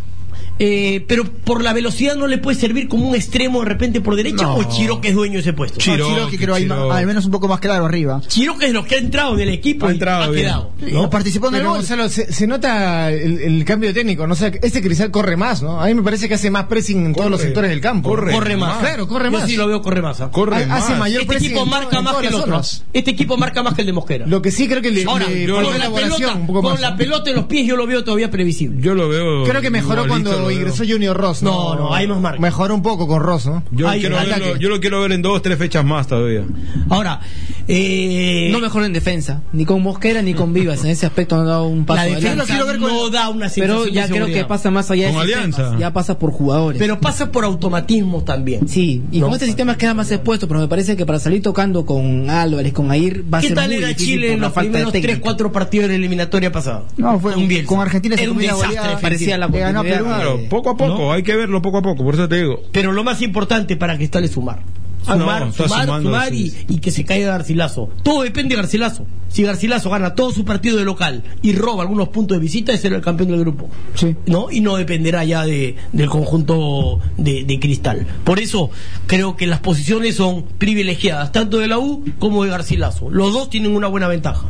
S7: Eh, pero por la velocidad no le puede servir como un extremo de repente por derecha
S1: No.
S7: o Chiro que es dueño de ese puesto.
S1: Chi-
S7: Chiro
S2: No, Chiroqui creo ahí
S1: Chiroqui.
S2: ma- al menos un poco más claro arriba.
S7: que es lo que ha entrado del equipo
S1: Ha
S7: y
S1: entrado
S7: ha
S1: bien.
S7: quedado.
S2: No participó en el
S3: Pero,
S2: gol.
S3: Gonzalo, se, se nota el, el cambio técnico, ¿no? O sea, este Cristal corre más, ¿no? A mí me parece que hace más pressing en todos los sectores del campo.
S1: corre
S7: Corre más.
S3: Claro, corre
S7: Yo
S3: más.
S7: sí lo veo corre más. ah.
S1: Corre
S3: Ha-
S1: más.
S3: hace mayor
S7: Este
S3: pressing
S7: equipo
S3: en
S7: marca
S3: todo- en
S7: más
S3: todas
S7: que el
S3: las
S7: otro.
S3: zonas.
S7: Este equipo marca más que el de Mosquera.
S3: Lo que sí creo que le,
S7: Ahora,
S3: le-
S1: yo-
S3: faltó
S7: con, la
S3: elaboración
S7: pelota,
S3: un poco
S7: con
S3: más.
S7: la pelota en los pies yo lo veo todavía previsible.
S1: Yo lo veo.
S3: Creo que mejoró
S1: igualito lo
S3: cuando
S1: veo.
S3: ingresó Junior Ross.
S7: No, no, hay más marca.
S3: Mejoró un poco con Ross, ¿no?
S1: Yo,
S7: Ay,
S1: quiero
S7: ataque.
S1: verlo, yo lo quiero ver en dos, tres fechas más todavía.
S7: Ahora, eh,
S6: No mejoró en defensa, ni con Mosquera ni con Vivas. En ese aspecto no ha dado un paso
S7: la
S6: adelante.
S7: defensa no da una sensación
S6: Pero ya
S7: de
S6: creo que
S7: seguridad.
S6: pasa más allá de
S1: Con
S6: sistemas,
S1: Alianza.
S6: Ya pasa por jugadores.
S7: Pero pasa por automatismo también.
S6: Sí, y con este sistema queda más expuesto, pero me parece que para salir tocando con Álvarez, con Air, va a
S7: ¿Qué
S6: ser
S7: tal
S6: muy
S7: era
S6: difícil
S7: Chile
S6: por
S7: en
S6: la
S7: los
S6: falta de
S7: primeros
S6: técnica.
S7: 3, 4 partidos de la eliminatoria pasada?
S2: No, fue
S7: Con Bielsa.
S2: con Argentina se
S7: Era un
S2: comió la
S7: desastre.
S2: goleada.
S6: Parecía la
S2: Le ganó a
S6: oportunidad.
S2: Perú.
S1: Claro,
S6: Eh,
S1: poco a poco, hay que verlo poco a poco, por eso te digo.
S7: Pero lo más importante para Cristal es sumar.
S1: Ah, no,
S7: Sumar,
S1: está
S7: sumar,
S1: sumando,
S7: sumar y,
S1: sí.
S7: y que se caiga Garcilaso. Todo depende de Garcilaso. Si Garcilaso gana todo su partido de local y roba algunos puntos de visita, ese era el campeón del grupo.
S2: Sí.
S7: ¿No? Y no dependerá ya de, del conjunto de, de Cristal. Por eso creo que las posiciones son privilegiadas, tanto de la U como de Garcilaso. Los dos tienen una buena ventaja.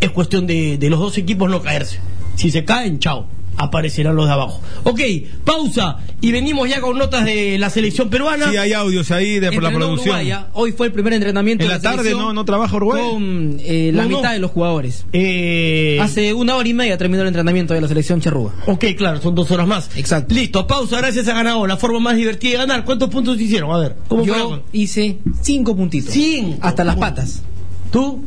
S7: Es cuestión de, de los dos equipos no caerse. Si se caen, chao. Aparecerán los de abajo. Ok, pausa. Y venimos ya con notas de la selección peruana.
S1: Sí, hay audios ahí de por la
S6: Entrenó
S1: producción.
S3: ¿ah?
S6: Uruguaya, hoy fue el primer entrenamiento.
S1: En
S6: de
S1: la tarde,
S6: selección
S1: ¿no? ¿No trabaja Uruguay?
S6: Con eh, la
S7: No, no.
S6: mitad de los jugadores.
S7: Eh,
S6: Hace una hora y media terminó el entrenamiento de la selección charrúa.
S7: Ok, claro, son dos horas más.
S6: Exacto.
S7: Listo, pausa, gracias a Ganado. La forma más divertida de ganar. ¿Cuántos puntos hicieron? A ver, ¿cómo
S6: Yo
S7: fue?
S6: hice cinco puntitos.
S7: Cinco
S6: Hasta las
S7: puntos.
S6: patas.
S7: ¿Tú?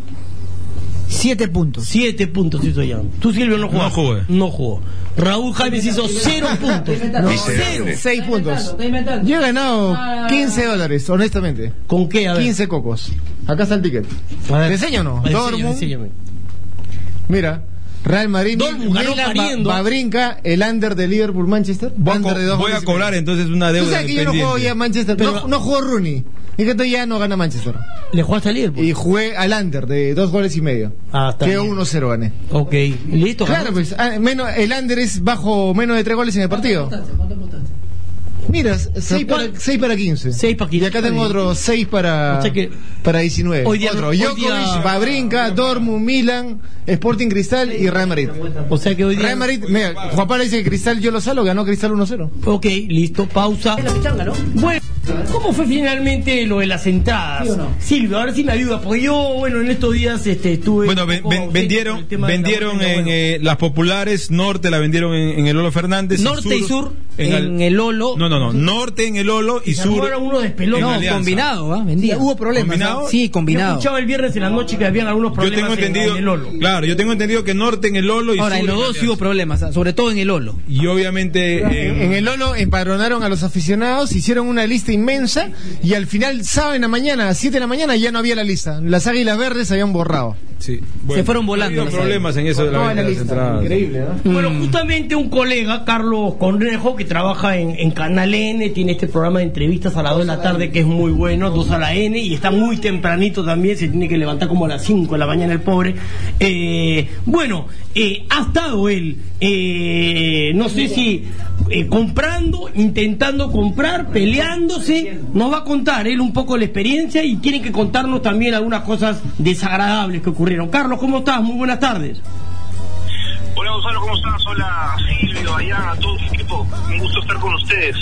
S2: Siete puntos.
S7: Siete puntos hizo ya. Tú, Silvio, no jugaste.
S1: No jugué.
S7: No jugó. Raúl James hizo cero puntos. No, cero.
S3: Seis puntos. Yo he ganado 15 dólares, honestamente.
S7: ¿Con qué? A ver.
S3: 15 cocos. Acá está el ticket.
S7: A ver.
S3: ¿Te enseño o no?
S7: Enséñame,
S3: Dortmund,
S7: enséñame.
S3: Mira, Real Madrid,
S7: Dortmund ganó pariendo.
S3: va, brinca el under de Liverpool Manchester.
S1: Voy a,
S3: under
S1: co-
S3: de dos
S1: voy a
S3: goles y
S1: cobrar
S3: medio.
S1: entonces una
S3: Tú
S1: deuda.
S3: sabes que yo no juego
S1: pendiente.
S3: ya Manchester,
S7: Pero-
S3: no, no juego Rooney. Y que esto ya no gana Manchester.
S7: Le jugaste al Liverpool.
S3: Y jugué al under de dos goles y medio.
S7: Ah, está
S3: que
S7: bien.
S3: 1-0 gané.
S7: Ok, listo.
S3: Claro,
S7: ganó.
S3: pues ah, menos, el under es bajo menos de tres goles en el partido. Mira, 6 para,
S7: cuál?
S3: seis para 15.
S7: Seis para
S3: Y
S7: 15.
S3: acá tengo otros 6
S7: O
S3: para,
S7: sea que-
S3: para 19.
S7: Hoy día-
S3: Otro,
S7: hoy
S3: Djokovic,
S7: día-
S3: Babrinka, Dortmund, Milan, Sporting Cristal y Real Madrid.
S7: O sea que hoy día...
S3: Real Madrid, mira, Juan Pablo dice que Cristal yo lo salo, ganó Cristal 1-0.
S7: Ok, listo, pausa.
S6: pichanga, ¿no?
S7: Bueno. ¿Cómo fue finalmente lo de las entradas?
S6: ¿Sí o no?
S7: Silvio, a ver si me ayuda, porque yo, bueno, en estos días este, estuve.
S1: Bueno,
S7: un
S1: ven-
S7: poco
S1: ven-
S7: ausente por
S1: vendieron,
S7: el tema de la
S1: vendieron
S7: vuelta,
S1: en
S7: bueno.
S1: eh, las populares, norte la vendieron en, en el Olo Fernández.
S6: Norte y sur en,
S1: Al-
S6: el Olo.
S1: No, no, no, norte en el Olo y
S7: Se armó
S1: sur.
S7: ahora uno despelón.
S1: en
S6: No,
S1: Alianza.
S6: combinado, ¿ah? Vendía.
S2: Sí, hubo problemas.
S1: ¿Combinado?
S2: ¿ah?
S6: Sí,
S7: Yo
S6: combinado.
S7: escuchaba el viernes en la noche que habían algunos
S1: Yo
S7: problemas
S1: tengo entendido,
S7: en el Lolo.
S1: claro, yo tengo entendido que norte en el Olo y
S6: Ahora,
S1: sur
S6: en los dos sí
S1: Alianza.
S6: hubo problemas, ah, sobre todo en el Olo.
S1: Y obviamente
S3: En,
S1: en-
S3: en el Lolo empadronaron a los aficionados, hicieron una lista inmensa y al final, sábado en la mañana, a 7 de la mañana, ya no había la lista. Las águilas verdes se habían borrado.
S1: sí, bueno,
S6: se fueron
S1: ha
S6: volando
S1: habido
S6: las
S1: problemas en eso de la venta de las entradas.
S3: ¿no?
S7: Bueno, justamente un colega, Carlos Conrejo, que trabaja en, en Canal N, tiene este programa de entrevistas a las 2 de la tarde que es muy bueno, 2 a la N, y está muy tempranito también, se tiene que levantar como a las 5 de la mañana el pobre. Eh, bueno, eh, ha estado él, eh, no sé si eh, comprando, intentando comprar, peleándose, nos va a contar él un poco la experiencia y tiene que contarnos también algunas cosas desagradables que ocurrieron. Carlos, ¿cómo estás? Muy buenas tardes.
S9: Hola Gonzalo, ¿cómo estás? Hola Silvio, allá, a todo tu equipo. Un gusto estar con ustedes.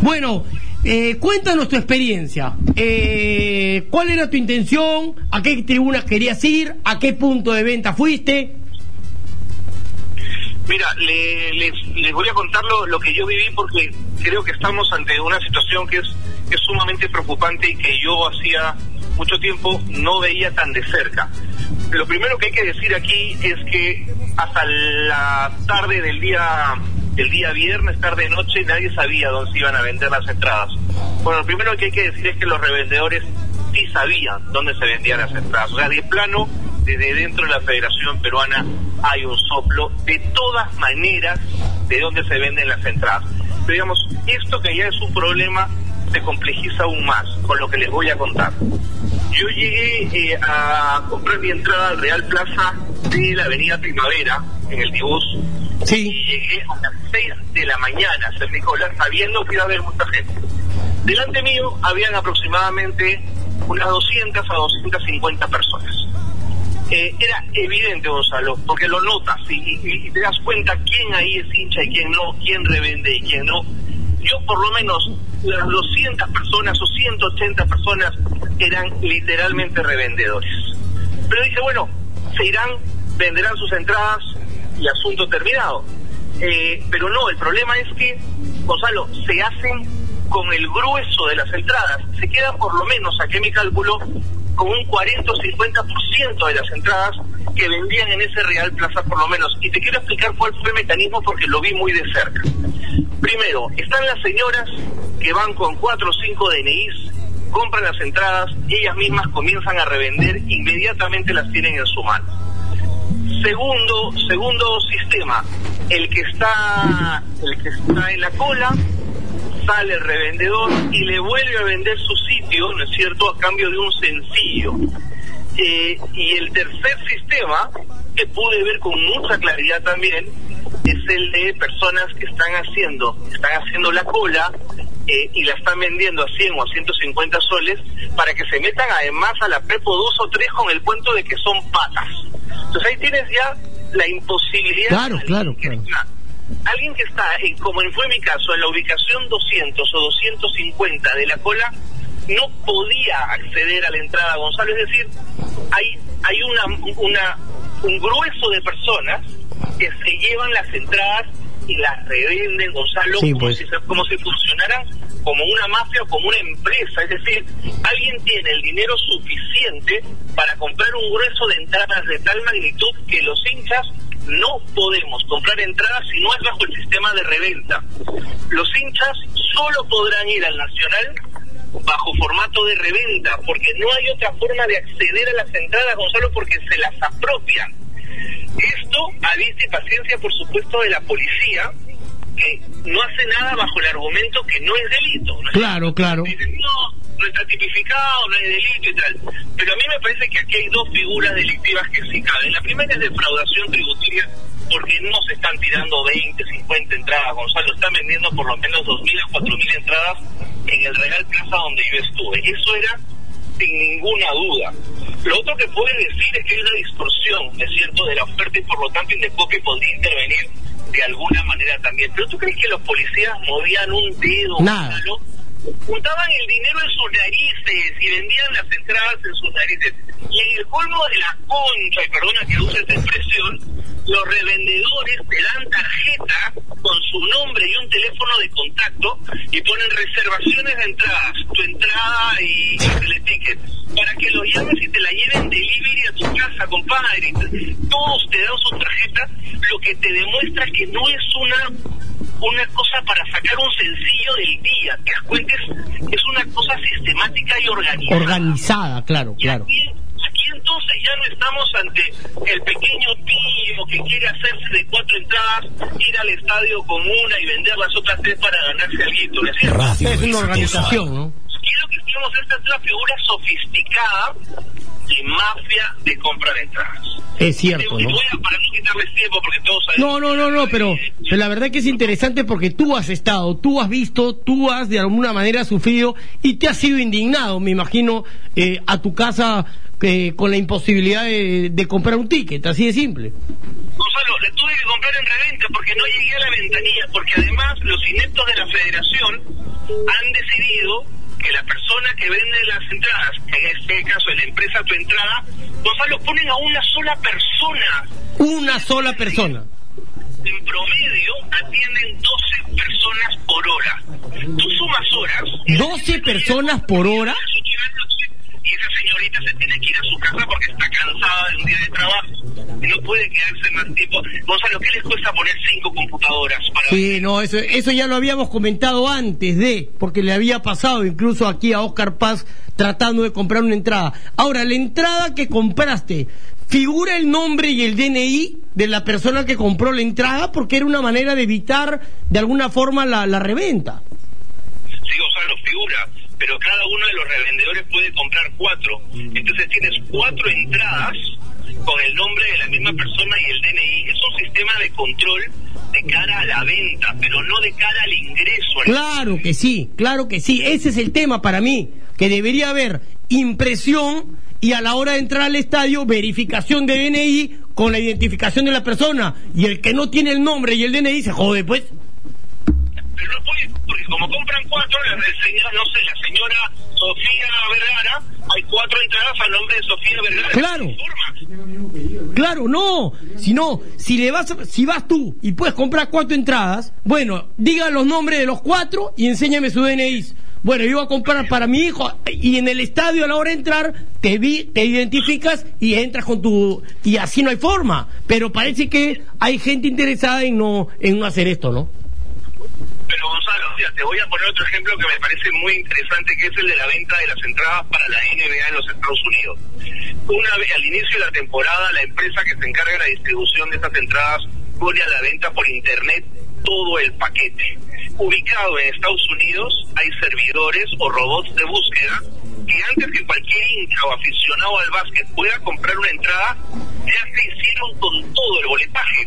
S7: Bueno, eh, cuéntanos tu experiencia. Eh, ¿Cuál era tu intención? ¿A qué tribuna querías ir? ¿A qué punto de venta fuiste?
S9: Mira, le- les, les voy a contar lo, lo que yo viví porque creo que estamos ante una situación que es, que es sumamente preocupante y que yo hacía mucho tiempo no veía tan de cerca. Lo primero que hay que decir aquí es que hasta la tarde del día del día viernes, tarde noche, nadie sabía dónde se iban a vender las entradas. Bueno, lo primero que hay que decir es que los revendedores sí sabían dónde se vendían las entradas. O sea, de plano, desde dentro de la Federación Peruana hay un soplo de todas maneras de dónde se venden las entradas. Pero digamos, esto que ya es un problema se complejiza aún más con lo que les voy a contar. Yo llegué eh, a comprar mi entrada al Real Plaza de la Avenida Primavera, en el Tibús, y llegué a las 6 de la mañana a San Nicolás, sabiendo que iba a haber mucha gente. Delante mío habían aproximadamente unas 200 a 250 personas. Eh, era evidente, Gonzalo, porque lo notas y, y- y te das cuenta quién ahí es hincha y quién no, quién revende y quién no. Yo por lo menos las 200 personas o 180 personas eran literalmente revendedores. Pero dije, bueno, se irán, venderán sus entradas y asunto terminado. Eh, pero no, el problema es que, Gonzalo, se hacen con el grueso de las entradas. Se queda por lo menos, saqué mi cálculo, con un 40 o 50% de las entradas que vendían en ese Real Plaza por lo menos. Y te quiero explicar cuál fue el mecanismo porque lo vi muy de cerca. Primero, están las señoras que van con 4 o 5 DNIs, compran las entradas, y ellas mismas comienzan a revender, inmediatamente las tienen en su mano. Segundo, segundo sistema, el que está, el que está en la cola, sale el revendedor y le vuelve a vender su sitio, ¿no es cierto?, a cambio de un sencillo. Eh, y el tercer sistema, que pude ver con mucha claridad también, es el de personas que están haciendo, están haciendo la cola eh, y la están vendiendo a 100 o a 150 soles para que se metan además a la Prepo 2 o 3 con el cuento de que son patas. Entonces ahí tienes ya la imposibilidad.
S7: Claro,
S9: de
S7: claro,
S9: que
S7: claro.
S9: está- Alguien que está, en- como fue mi caso, en la ubicación 200 o 250 de la cola, no podía acceder a la entrada Gonzalo. Es decir, hay, hay una, una, un grueso de personas que se llevan las entradas y las revenden, Gonzalo,
S7: Sí,
S9: como
S7: pues.
S9: si se- como si funcionaran como una mafia o como una empresa. Es decir, alguien tiene el dinero suficiente para comprar un grueso de entradas de tal magnitud que los hinchas no podemos comprar entradas si no es bajo el sistema de reventa. Los hinchas solo podrán ir al Nacional bajo formato de reventa, porque no hay otra forma de acceder a las entradas, Gonzalo, porque se las apropian. Esto a vista y paciencia, por supuesto, de la policía, que no hace nada bajo el argumento que no es delito. ¿no?
S7: Claro, claro.
S9: Dicen, no, no está tipificado, no hay delito y tal. Pero a mí me parece que aquí hay dos figuras delictivas que sí caben. La primera es defraudación tributaria, porque no se están tirando 20, 50 entradas, Gonzalo. Están vendiendo por lo menos 2.000 a 4.000 entradas en el Real Plaza donde yo estuve. Eso era sin ninguna duda. Lo otro que puede decir es que hay una distorsión, ¿no es cierto?, de la oferta y por lo tanto Indecopi podría intervenir de alguna manera también. Pero ¿tú crees que los policías movían un dedo?
S7: Nada.
S9: Gonzalo? juntaban el dinero en sus narices y vendían las entradas en sus narices. Y en el colmo de la concha, y perdona que use esta expresión, los revendedores te dan tarjeta con su nombre y un teléfono de contacto y ponen reservaciones de entradas, tu entrada y el ticket, para que los llames y te la lleven delivery a tu casa, compadre. Todos te dan su tarjeta, lo que te demuestra que no es una una cosa para sacar un sencillo del día. Te das cuenta, es, es una cosa sistemática y organizada.
S7: Organizada, claro,
S9: Y
S7: claro.
S9: Aquí, aquí entonces ya no estamos ante el pequeño tío que quiere hacerse de cuatro entradas, ir al estadio con una y vender las otras tres para ganarse algo. ¿no es cierto?
S7: Es una organización, ¿no?
S9: Quiero que estemos esta es una figura sofisticada de mafia de compra de entradas.
S7: Es cierto,
S9: Te-
S7: ¿no?
S9: te voy a- para no quitarles tiempo porque todos
S7: No,
S9: sabemos
S7: no, no, no, pero, pero la verdad que es interesante porque tú has estado, tú has visto, tú has de alguna manera sufrido y te has sido indignado, me imagino, eh, a tu casa eh, con la imposibilidad de, de comprar un ticket, así de simple.
S9: Gonzalo, le tuve que comprar en reventa porque no llegué a la ventanilla, porque además los ineptos de la federación han decidido que la persona que vende las entradas, en este caso de la empresa Tu Entrada, Gonzalo, ponen a una sola persona.
S7: Una sola persona.
S9: En promedio atienden 12 personas por hora. Tú sumas horas.
S7: 12 personas por hora.
S9: Y esa señorita se tiene que ir a su casa porque está cansada de un día de trabajo y no puede quedarse más tiempo. Gonzalo, ¿qué les cuesta poner cinco computadoras para
S7: Sí, no, eso, eso ya lo habíamos comentado antes de, porque le había pasado incluso aquí a Oscar Paz tratando de comprar una entrada. Ahora, la entrada que compraste, ¿figura el nombre y el DNI de la persona que compró la entrada? Porque era una manera de evitar de alguna forma la, la reventa.
S9: sí, Gonzalo, figura, pero cada uno de los revendedores puede comprar cuatro. Entonces tienes cuatro entradas con el nombre de la misma persona y el DNI. Es un sistema de control de cara a la venta, pero no de cara al ingreso. al-
S7: Claro que sí, claro que sí. Ese es el tema para mí, que debería haber impresión y a la hora de entrar al estadio verificación de DNI con la identificación de la persona. Y el que no tiene el nombre y el DNI se jode, pues.
S9: Pero no puede, porque como compran cuatro, la la señora, no sé, la señora Sofía Vergara, hay cuatro entradas al nombre de Sofía Vergara.
S7: Claro.
S9: Informa.
S7: Claro, no. Si no, si le vas, a- si vas tú y puedes comprar cuatro entradas, bueno, diga los nombres de los cuatro y enséñame su DNI. Bueno, yo voy a comprar para mi hijo y en el estadio a la hora de entrar te vi, te identificas y entras con tu y así no hay forma. Pero parece que hay gente interesada en no en no hacer esto, ¿no?
S9: Pero Gonzalo, mira, te voy a poner otro ejemplo que me parece muy interesante, que es el de la venta de las entradas para la NBA en los Estados Unidos. Una vez al inicio de la temporada, la empresa que se encarga de la distribución de estas entradas pone a la venta por internet todo el paquete. Ubicado en Estados Unidos, hay servidores o robots de búsqueda que antes que cualquier hincha o aficionado al básquet pueda comprar una entrada, ya se hicieron con todo el boletaje.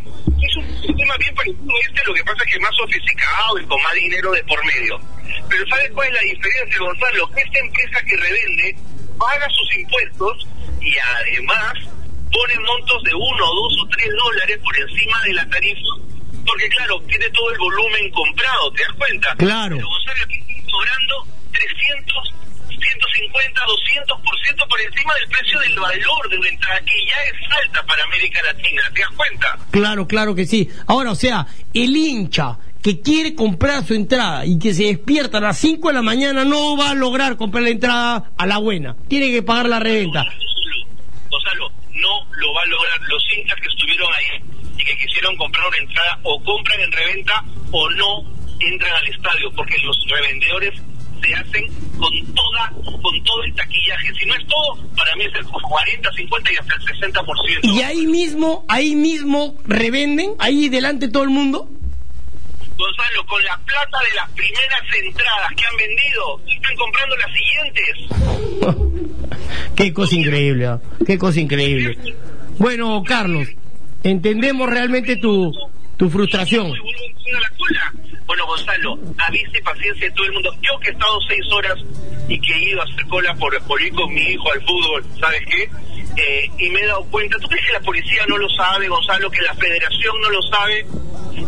S9: Es un sistema bien parecido a este, lo que pasa es que es más sofisticado y con más dinero de por medio. Pero ¿sabes cuál es la diferencia, Gonzalo? Que esta empresa que revende paga sus impuestos y además pone montos de uno, dos o tres dólares por encima de la tarifa. Porque claro, tiene todo el volumen comprado, ¿te das cuenta?
S7: Claro.
S9: Pero Gonzalo aquí está cobrando 300, 150, 200% por encima del precio del valor de una entrada que ya es alta para América Latina, ¿te das cuenta?
S7: Claro, claro que sí. Ahora, o sea, el hincha que quiere comprar su entrada y que se despierta a las 5 de la mañana no va a lograr comprar la entrada a la buena. Tiene que pagar la reventa.
S9: Gonzalo, no lo va a lograr. Los hinchas que estuvieron ahí y que quisieron comprar una entrada o compran en reventa o no entran al estadio porque los revendedores se hacen con toda con todo el taquillaje. Si no es todo, para mí es el 40, 50 y hasta el 60%.
S7: Y ahí mismo, ahí mismo revenden, ahí delante todo el mundo.
S9: Gonzalo, con la plata de las primeras entradas que han vendido, están comprando las siguientes.
S7: Qué cosa increíble, ¿ah? qué cosa increíble. Bueno, Carlos, entendemos realmente tu, tu frustración.
S9: Y vuelven a la cola. Bueno, Gonzalo, avise paciencia de todo el mundo. Yo que he estado seis horas y que he ido a hacer cola por, por ir con mi hijo al fútbol, ¿sabes qué? Eh, y me he dado cuenta, ¿tú crees que la policía no lo sabe, Gonzalo, que la federación no lo sabe?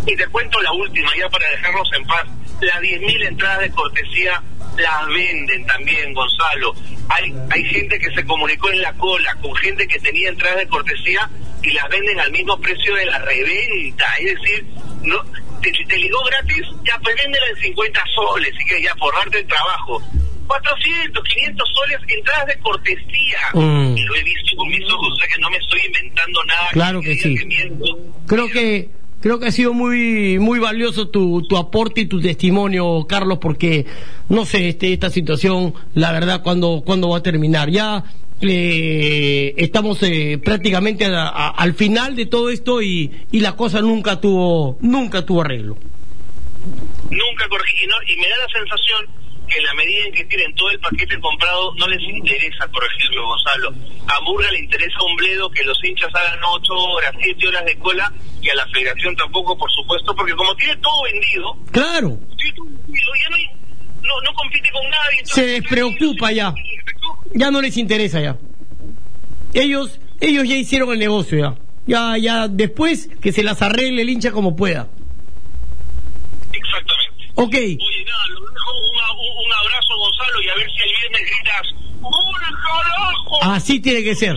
S9: Y te cuento la última, ya para dejarnos en paz, las 10.000 entradas de cortesía las venden también, Gonzalo. Hay, hay gente que se comunicó en la cola con gente que tenía entradas de cortesía y las venden al mismo precio de la reventa. Es decir, no te, te ligó gratis, ya pues véndela en 50 soles, y que ya forrarte el trabajo. 400, 500 soles, entradas de cortesía.
S7: Mm.
S9: Y lo he visto con mis ojos, o sea que no me estoy inventando nada.
S7: Claro que
S9: diga
S7: sí.
S9: miento.
S7: Creo que creo que ha sido muy muy valioso tu, tu aporte y tu testimonio, Carlos, porque no sé, este esta situación, la verdad, cuándo cuándo va a terminar. Ya eh, estamos eh, prácticamente a la- a- al final de todo esto y, y la cosa nunca tuvo nunca tuvo arreglo.
S9: nunca corregí y, no- y me da la sensación que en la medida en que tienen todo el paquete comprado no les interesa corregirlo Gonzalo a Murga le interesa un bledo que los hinchas hagan 8 horas 7 horas de cola y a la federación tampoco por supuesto porque como tiene todo vendido
S7: Claro.
S9: tiene todo vendido, ya no, hay- no, no compite con nadie
S7: Se despreocupa ya. ya no les interesa ya. Ellos, ellos ya hicieron el negocio ya. Ya, ya después que se las arregle el hincha como pueda.
S9: exactamente
S7: Ok,
S9: Oye, nada, lo dejo un, un- un abrazo, Gonzalo, y a ver si el viernes gritas ¡Gol, carajo!
S7: así tiene que ser.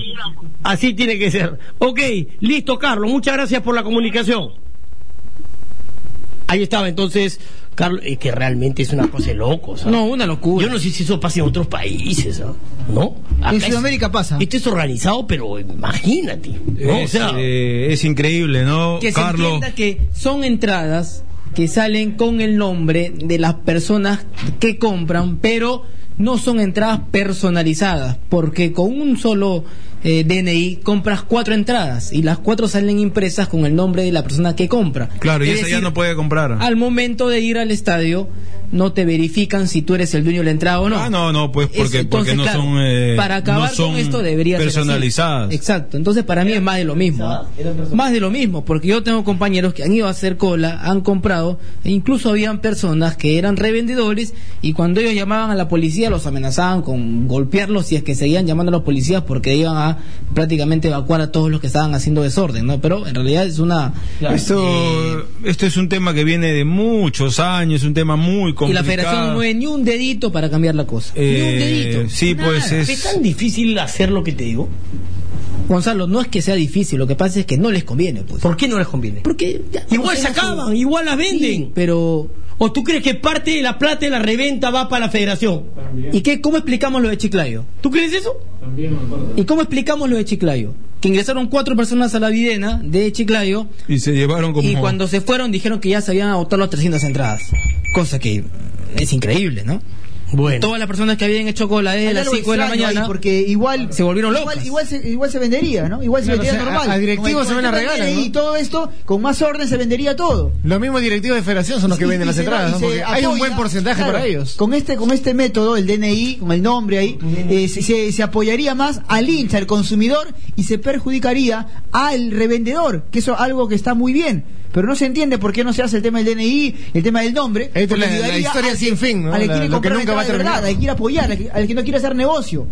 S7: Así tiene que ser. Ok, listo, Carlos. Muchas gracias por la comunicación. Ahí estaba entonces, Carlos, es que realmente es una cosa de locos. ¿ah?
S6: No, una locura.
S7: Yo no sé si eso pasa en otros países, ¿ah? ¿no? Acá
S2: En
S7: es-
S2: Sudamérica pasa.
S7: Esto es organizado, pero imagínate. ¿no? O
S1: Es,
S7: sea,
S1: eh, es increíble, ¿no,
S6: que se
S1: Carlos?
S6: entienda que son entradas que salen con el nombre de las personas que compran, pero no son entradas personalizadas, porque con un solo eh, DNI compras cuatro entradas y las cuatro salen impresas con el nombre de la persona que compra.
S1: Claro, y
S6: Es
S1: esa ya
S6: decir, ah,
S1: no puede comprar.
S6: Al momento de ir al estadio, no te verifican si tú eres el dueño de la entrada o no.
S1: Ah, no, no, pues,
S6: Es-
S1: porque- porque no son, eh,
S6: para acabar
S1: no son
S6: con esto debería ser así.
S1: personalizadas.
S6: Exacto. Entonces, para mí es más de lo mismo. ¿ah? Más de lo mismo, porque yo tengo compañeros que han ido a hacer cola, han comprado, e incluso habían personas que eran revendedores y cuando ellos llamaban a la policía los amenazaban con golpearlos si es que seguían llamando a los policías porque iban a prácticamente evacuar a todos los que estaban haciendo desorden, ¿no? Pero en realidad es una
S1: Esto, esto es un tema que viene de muchos años, un tema muy complicado.
S6: Y la federación no mueve ni un dedito para cambiar la cosa. ni un
S1: Eh,
S6: dedito.
S1: Sí, pues
S7: Nada, ¿Es
S1: es.
S7: tan difícil hacer lo que te digo?
S6: Gonzalo, no es que sea difícil, lo que pasa es que no les conviene, pues.
S7: ¿Por qué no les conviene?
S6: Porque ya-
S7: Igual
S6: o
S7: se
S6: sea,
S7: acaban, igual las
S6: sí,
S7: venden.
S6: pero
S7: ¿O tú crees que parte de la plata de la reventa va para la federación?
S6: ¿y qué cómo explicamos lo de Chiclayo?
S7: ¿Tú crees eso?
S6: ¿Y cómo explicamos lo de Chiclayo? Que ingresaron cuatro personas a la videna de Chiclayo
S1: Y se llevaron como.
S6: y cuando se fueron dijeron que ya se habían agotado las 300 entradas. Cosa que es increíble, ¿no?
S7: Bueno.
S6: Todas las personas que habían hecho cola desde
S2: Hay
S6: las
S2: algo
S6: 5 de la
S2: extraño ahí,
S6: mañana.
S2: porque igual
S6: se volvieron
S2: igual-
S6: locas.
S2: Igual, se, igual se vendería, ¿no? Igual se
S3: Claro,
S2: vendería
S3: o sea,
S2: normal.
S3: a- a directivos
S2: Con el-
S3: se van a
S2: con el
S3: regalar,
S2: DNI Y
S3: ¿no?
S2: todo esto, con más orden se vendería todo.
S3: Los mismos directivos de federación son los que
S2: Y- y
S3: venden las
S2: se-
S3: entradas,
S2: y
S3: ¿no?
S2: se
S3: Porque hay un
S2: apoya,
S3: buen porcentaje
S2: claro,
S3: para ellos.
S2: Con este, con este método, el DNI, con el nombre ahí, eh, se- se, se apoyaría más al hincha, al consumidor, y se perjudicaría al revendedor, que eso es algo que está muy bien. Pero no se entiende por qué no se hace el tema del DNI, el tema del nombre.
S3: Esta es
S2: porque
S3: la- la
S2: ayudaría
S3: historia
S2: al
S3: sin
S2: que-
S3: fin, ¿no?
S2: Al que
S3: La-
S2: quiere
S3: lo que
S2: comprar
S3: nunca va a
S2: entrada de verdad,
S3: terminar.
S2: al que quiere apoyar, al que, al que no quiere hacer negocio.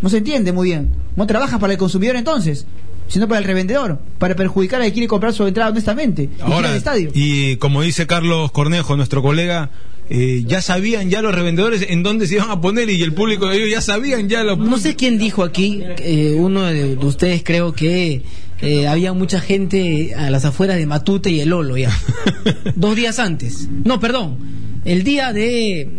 S2: No se entiende muy bien. No trabajas para el consumidor entonces, sino para el revendedor, para perjudicar al que quiere comprar su entrada honestamente. y ir al
S1: Ahora,
S2: estadio.
S1: y como dice Carlos Cornejo, nuestro colega, eh, ya sabían ya los revendedores en dónde se iban a poner y el público de ellos ya sabían ya lo.
S6: No sé quién dijo aquí, eh, uno de, de ustedes creo que eh, había mucha gente a las afueras de Matute y el Olo ya. Dos días antes. No, perdón. El día de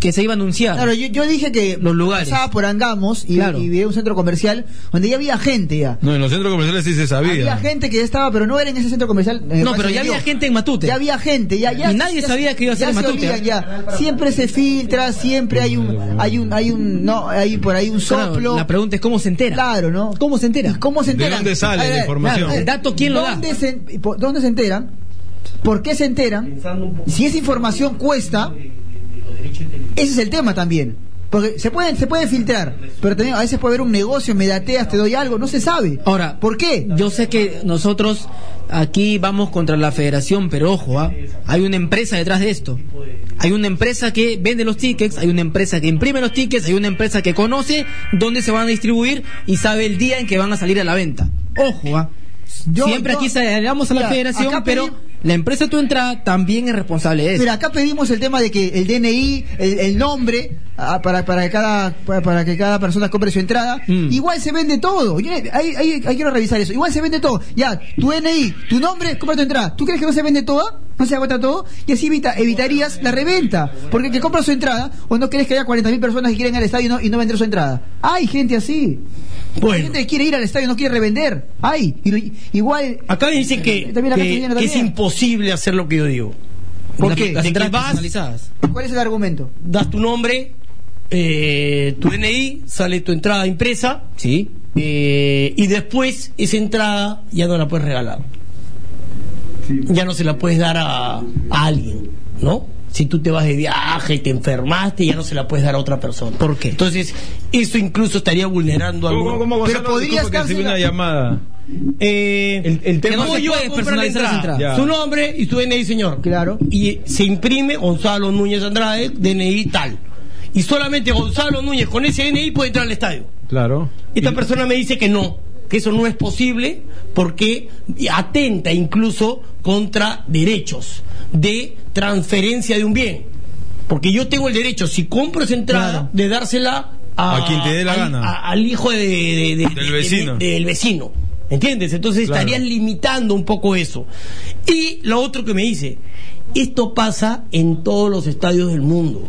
S6: que se iba a anunciar.
S2: Claro, yo, yo dije que
S6: Los lugares.
S2: pasaba por Angamos y,
S6: Claro.
S2: y vi un centro comercial donde ya había gente ya.
S1: No, en los centros comerciales sí se sabía.
S2: Había gente que ya estaba, pero no era en ese centro comercial. eh, en el
S6: no,
S2: cual
S6: pero
S2: se
S6: ya
S2: vendió.
S6: había gente en Matute.
S2: Ya había gente, ya, ya.
S6: Y nadie
S2: ya-
S6: sabía que iba a ser
S2: ya se
S6: Matute.
S2: olvidan ya. Siempre se filtra, siempre hay un, hay un, hay un, no, hay por ahí un
S6: Claro,
S2: soplo.
S6: la pregunta es cómo se entera.
S2: Claro, ¿no?
S6: ¿Cómo se entera?
S2: ¿Y ¿Cómo se
S1: ¿De
S2: enteran?
S1: dónde sale
S2: A
S1: la
S2: ver, a ver,
S1: información?
S2: a ver,
S6: El dato, ¿quién lo da?
S2: ¿Dónde se, y por- ¿Dónde se enteran? ¿Por qué se enteran? Si esa información cuesta, ese es el tema también. Porque se pueden, se puede filtrar, pero también a veces puede haber un negocio, me dateas, te doy algo, no se sabe.
S6: Ahora,
S2: ¿por qué?
S6: Yo sé que nosotros aquí vamos contra la federación, pero ojo, ¿ah? hay una empresa detrás de esto. Hay una empresa que vende los tickets, hay una empresa que imprime los tickets, hay una empresa que conoce dónde se van a distribuir y sabe el día en que van a salir a la venta. Ojo, ¿ah?
S2: Yo-
S6: siempre
S2: yo-
S6: aquí se- llegamos a la
S2: Mira,
S6: federación,
S2: acá
S6: pero
S2: pedí-
S6: la empresa de tu entrada también es responsable de eso.
S2: Mira, acá pedimos el tema de que el DNI, el, el nombre, ah, para, para, que cada, para, para que cada persona compre su entrada.
S6: Mm.
S2: Igual se vende todo. Yo- ahí, ahí- ahí quiero revisar eso. Igual se vende todo. Ya, tu DNI, tu nombre, compra tu entrada. ¿Tú crees que no se vende toda? ¿No se agota todo? Y así evita- evitarías la reventa. Porque el que compra su entrada, o no crees que haya 40.000 personas que quieren ir al estadio y no, y no vender su entrada. Hay gente así. Hay
S7: Bueno.
S2: gente que quiere ir al estadio y no quiere revender. Hay. Y lo- igual.
S7: Acá me dicen que,
S2: También la
S7: que-
S2: gente viene
S7: que es
S2: también.
S7: imposible hacer lo que yo digo. ¿Por
S6: Las-
S7: qué?
S6: Las
S7: De que
S6: entradas
S7: vas,
S6: personalizadas.
S2: ¿Cuál es el argumento?
S7: das tu nombre, eh, tu DNI, sale tu entrada impresa
S6: Sí.
S7: eh, y después esa entrada ya no la puedes regalar. Ya no se la puedes dar a, a alguien, ¿no? Si tú te vas de viaje y te enfermaste, ya no se la puedes dar a otra persona. ¿Por qué? Entonces, eso incluso estaría vulnerando
S1: ¿Cómo,
S7: algo.
S1: cómo, cómo,
S2: Pero
S1: Gonzalo?
S2: podría
S1: Disculpa que
S2: estarse
S1: recibí
S2: la-
S1: una llamada.
S7: Eh,
S1: El- el tema-
S7: que
S6: No
S7: voy
S6: se
S7: yo a
S6: puede
S7: comprar la
S6: personalizar
S7: entrada.
S6: las
S1: entradas.
S7: Su nombre y su DNI, señor.
S2: Claro.
S7: Y eh, se imprime Gonzalo Núñez Andrade, DNI tal. Y solamente Gonzalo Núñez con ese DNI puede entrar al estadio.
S1: Claro.
S7: Esta persona me dice que no, que eso no es posible porque atenta incluso contra derechos de transferencia de un bien. Porque yo tengo el derecho, si compro esa entrada,
S2: Claro.
S7: de dársela a,
S1: A quien te dé la
S7: al,
S1: gana.
S7: a- al hijo de- de- de-
S1: Del
S7: de-
S1: vecino.
S7: de- del vecino. ¿Entiendes? Entonces
S1: Claro.
S7: estarían limitando un poco eso. Y lo otro que me dice, esto pasa en todos los estadios del mundo.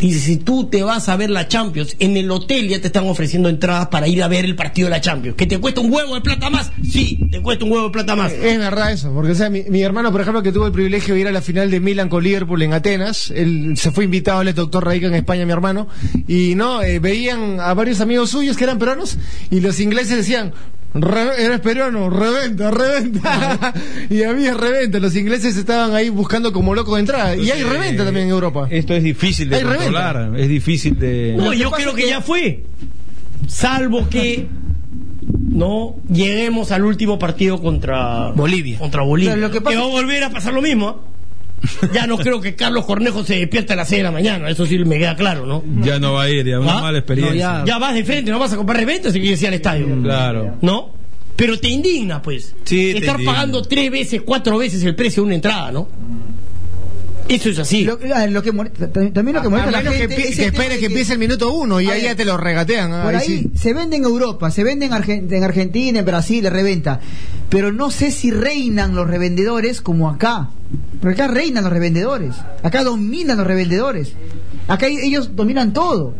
S7: Dice, si tú te vas a ver la Champions, en el hotel ya te están ofreciendo entradas para ir a ver el partido de la Champions. ¿Que te cuesta un huevo de plata más? Sí, te cuesta un huevo de plata más.
S3: Es verdad eso, porque o sea, mi, mi hermano, por ejemplo, que tuvo el privilegio de ir a la final de Milan con Liverpool en Atenas, él se fue invitado al doctor Radica en España, mi hermano, y no, eh, veían a varios amigos suyos que eran peruanos, y los ingleses decían, "Re- eres peruano, reventa, reventa, y había reventa, los ingleses estaban ahí buscando como locos de entrada, y
S1: Entonces,
S3: hay
S1: eh,
S3: reventa también en Europa.
S1: Esto es difícil de
S3: Hay reventa.
S1: controlar, es difícil de...
S7: No, yo creo que ya fue. Salvo que no lleguemos al último partido contra
S6: Bolivia.
S7: Contra Bolivia.
S2: Pero lo que
S7: que,
S2: pasa-
S7: va a volver a pasar lo mismo. ¿ah? Ya no creo que Carlos Cornejo se despierta a las 6 de la mañana, eso sí me queda claro, ¿no?
S1: Ya no va a ir, ya una
S7: ¿Ah?
S1: mala experiencia.
S6: No,
S7: Ya vas de frente, no vas a comprar reventas si quieres ir al estadio.
S1: Claro.
S7: ¿No? Pero te indigna, pues.
S1: Sí, te
S7: Estar
S1: indigna.
S7: pagando tres veces, cuatro veces el precio de una entrada, ¿no? Eso es así.
S2: Lo, ah, lo que molesta- tam- también lo que
S3: A
S2: molesta a, la
S3: menos que,
S2: gente
S3: empie-
S2: es
S3: que
S2: el tema
S3: espere
S2: de
S3: que empiece el minuto uno y
S2: Ah,
S3: ahí
S2: ya.
S3: ya te lo regatean. ah,
S2: Por
S3: ahí
S2: ahí
S3: sí.
S2: se vende en Europa, se vende en, Argen- en Argentina, en Brasil, de reventa. Pero no sé si reinan los revendedores como acá. Porque acá reinan los revendedores. Acá dominan los revendedores. Acá e- ellos dominan todo.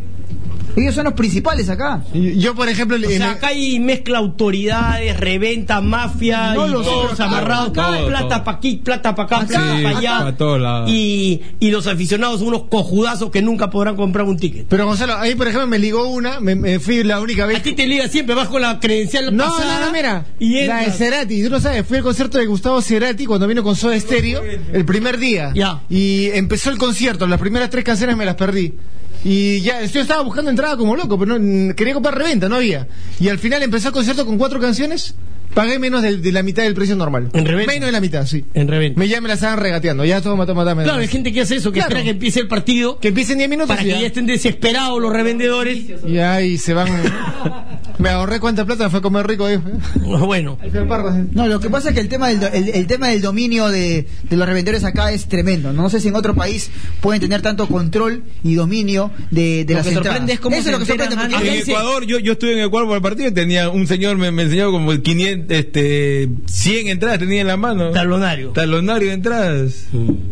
S2: Ellos son los principales acá.
S3: Y- Yo, por ejemplo,
S7: O
S3: en-
S7: sea, acá hay mezcla autoridades, reventa, mafia,
S2: No
S7: y
S2: lo sé,
S7: todos
S2: pero acá-
S7: amarrados,
S1: acá- todo,
S7: plata
S1: todo.
S7: para aquí, plata para acá,
S2: Acá,
S7: plata
S2: sí,
S7: para allá.
S1: pa' todos lados.
S7: y, y los aficionados son unos cojudazos que nunca podrán comprar un ticket.
S3: Pero Gonzalo, ahí por ejemplo me ligó una, me, me fui la única vez.
S7: A ti te liga siempre, vas con la credencial
S3: No,
S7: pasada.
S3: no, no, mira.
S7: Y
S3: la de
S7: entras.
S3: Cerati, tú no sabes, fui al concierto de Gustavo Cerati cuando vino con Soda Stereo el primer día.
S7: Ya.
S3: Y empezó el concierto, las primeras tres canciones me las perdí. Y ya, yo estaba buscando entrada como loco, pero no, quería comprar reventa, no había. Y al final empezó el concierto con cuatro canciones, pagué menos de, de la mitad del precio normal.
S7: En reventa.
S3: Menos de la mitad, sí.
S7: En reventa.
S3: Me ya me la estaban regateando, ya todo mató, matame.
S7: Claro, hay gente que hace eso, que
S3: Claro.
S7: espera que empiece el partido.
S3: Que empiecen 10 minutos
S7: para
S3: y
S7: que ya estén desesperados los revendedores.
S3: Y ahí se van. Me ahorré cuánta plata, fue a comer rico. ahí.
S7: Bueno,
S2: No, lo que pasa es que el tema del, do- el, el tema del dominio de, de los revendedores acá es tremendo. No sé si en otro país pueden tener tanto control y dominio de, de
S6: Lo
S2: las
S6: que
S2: entradas.
S6: sorprende es cómo
S2: Eso
S6: se
S2: es lo que
S6: enteran
S2: sorprende.
S6: antes.
S2: porque-
S7: Acá
S1: En
S7: dice-
S1: Ecuador, yo, yo estuve en Ecuador para el partido y tenía un señor me, me enseñó como 500, este, 100 entradas tenía en la mano.
S7: talonario.
S1: Talonario de entradas.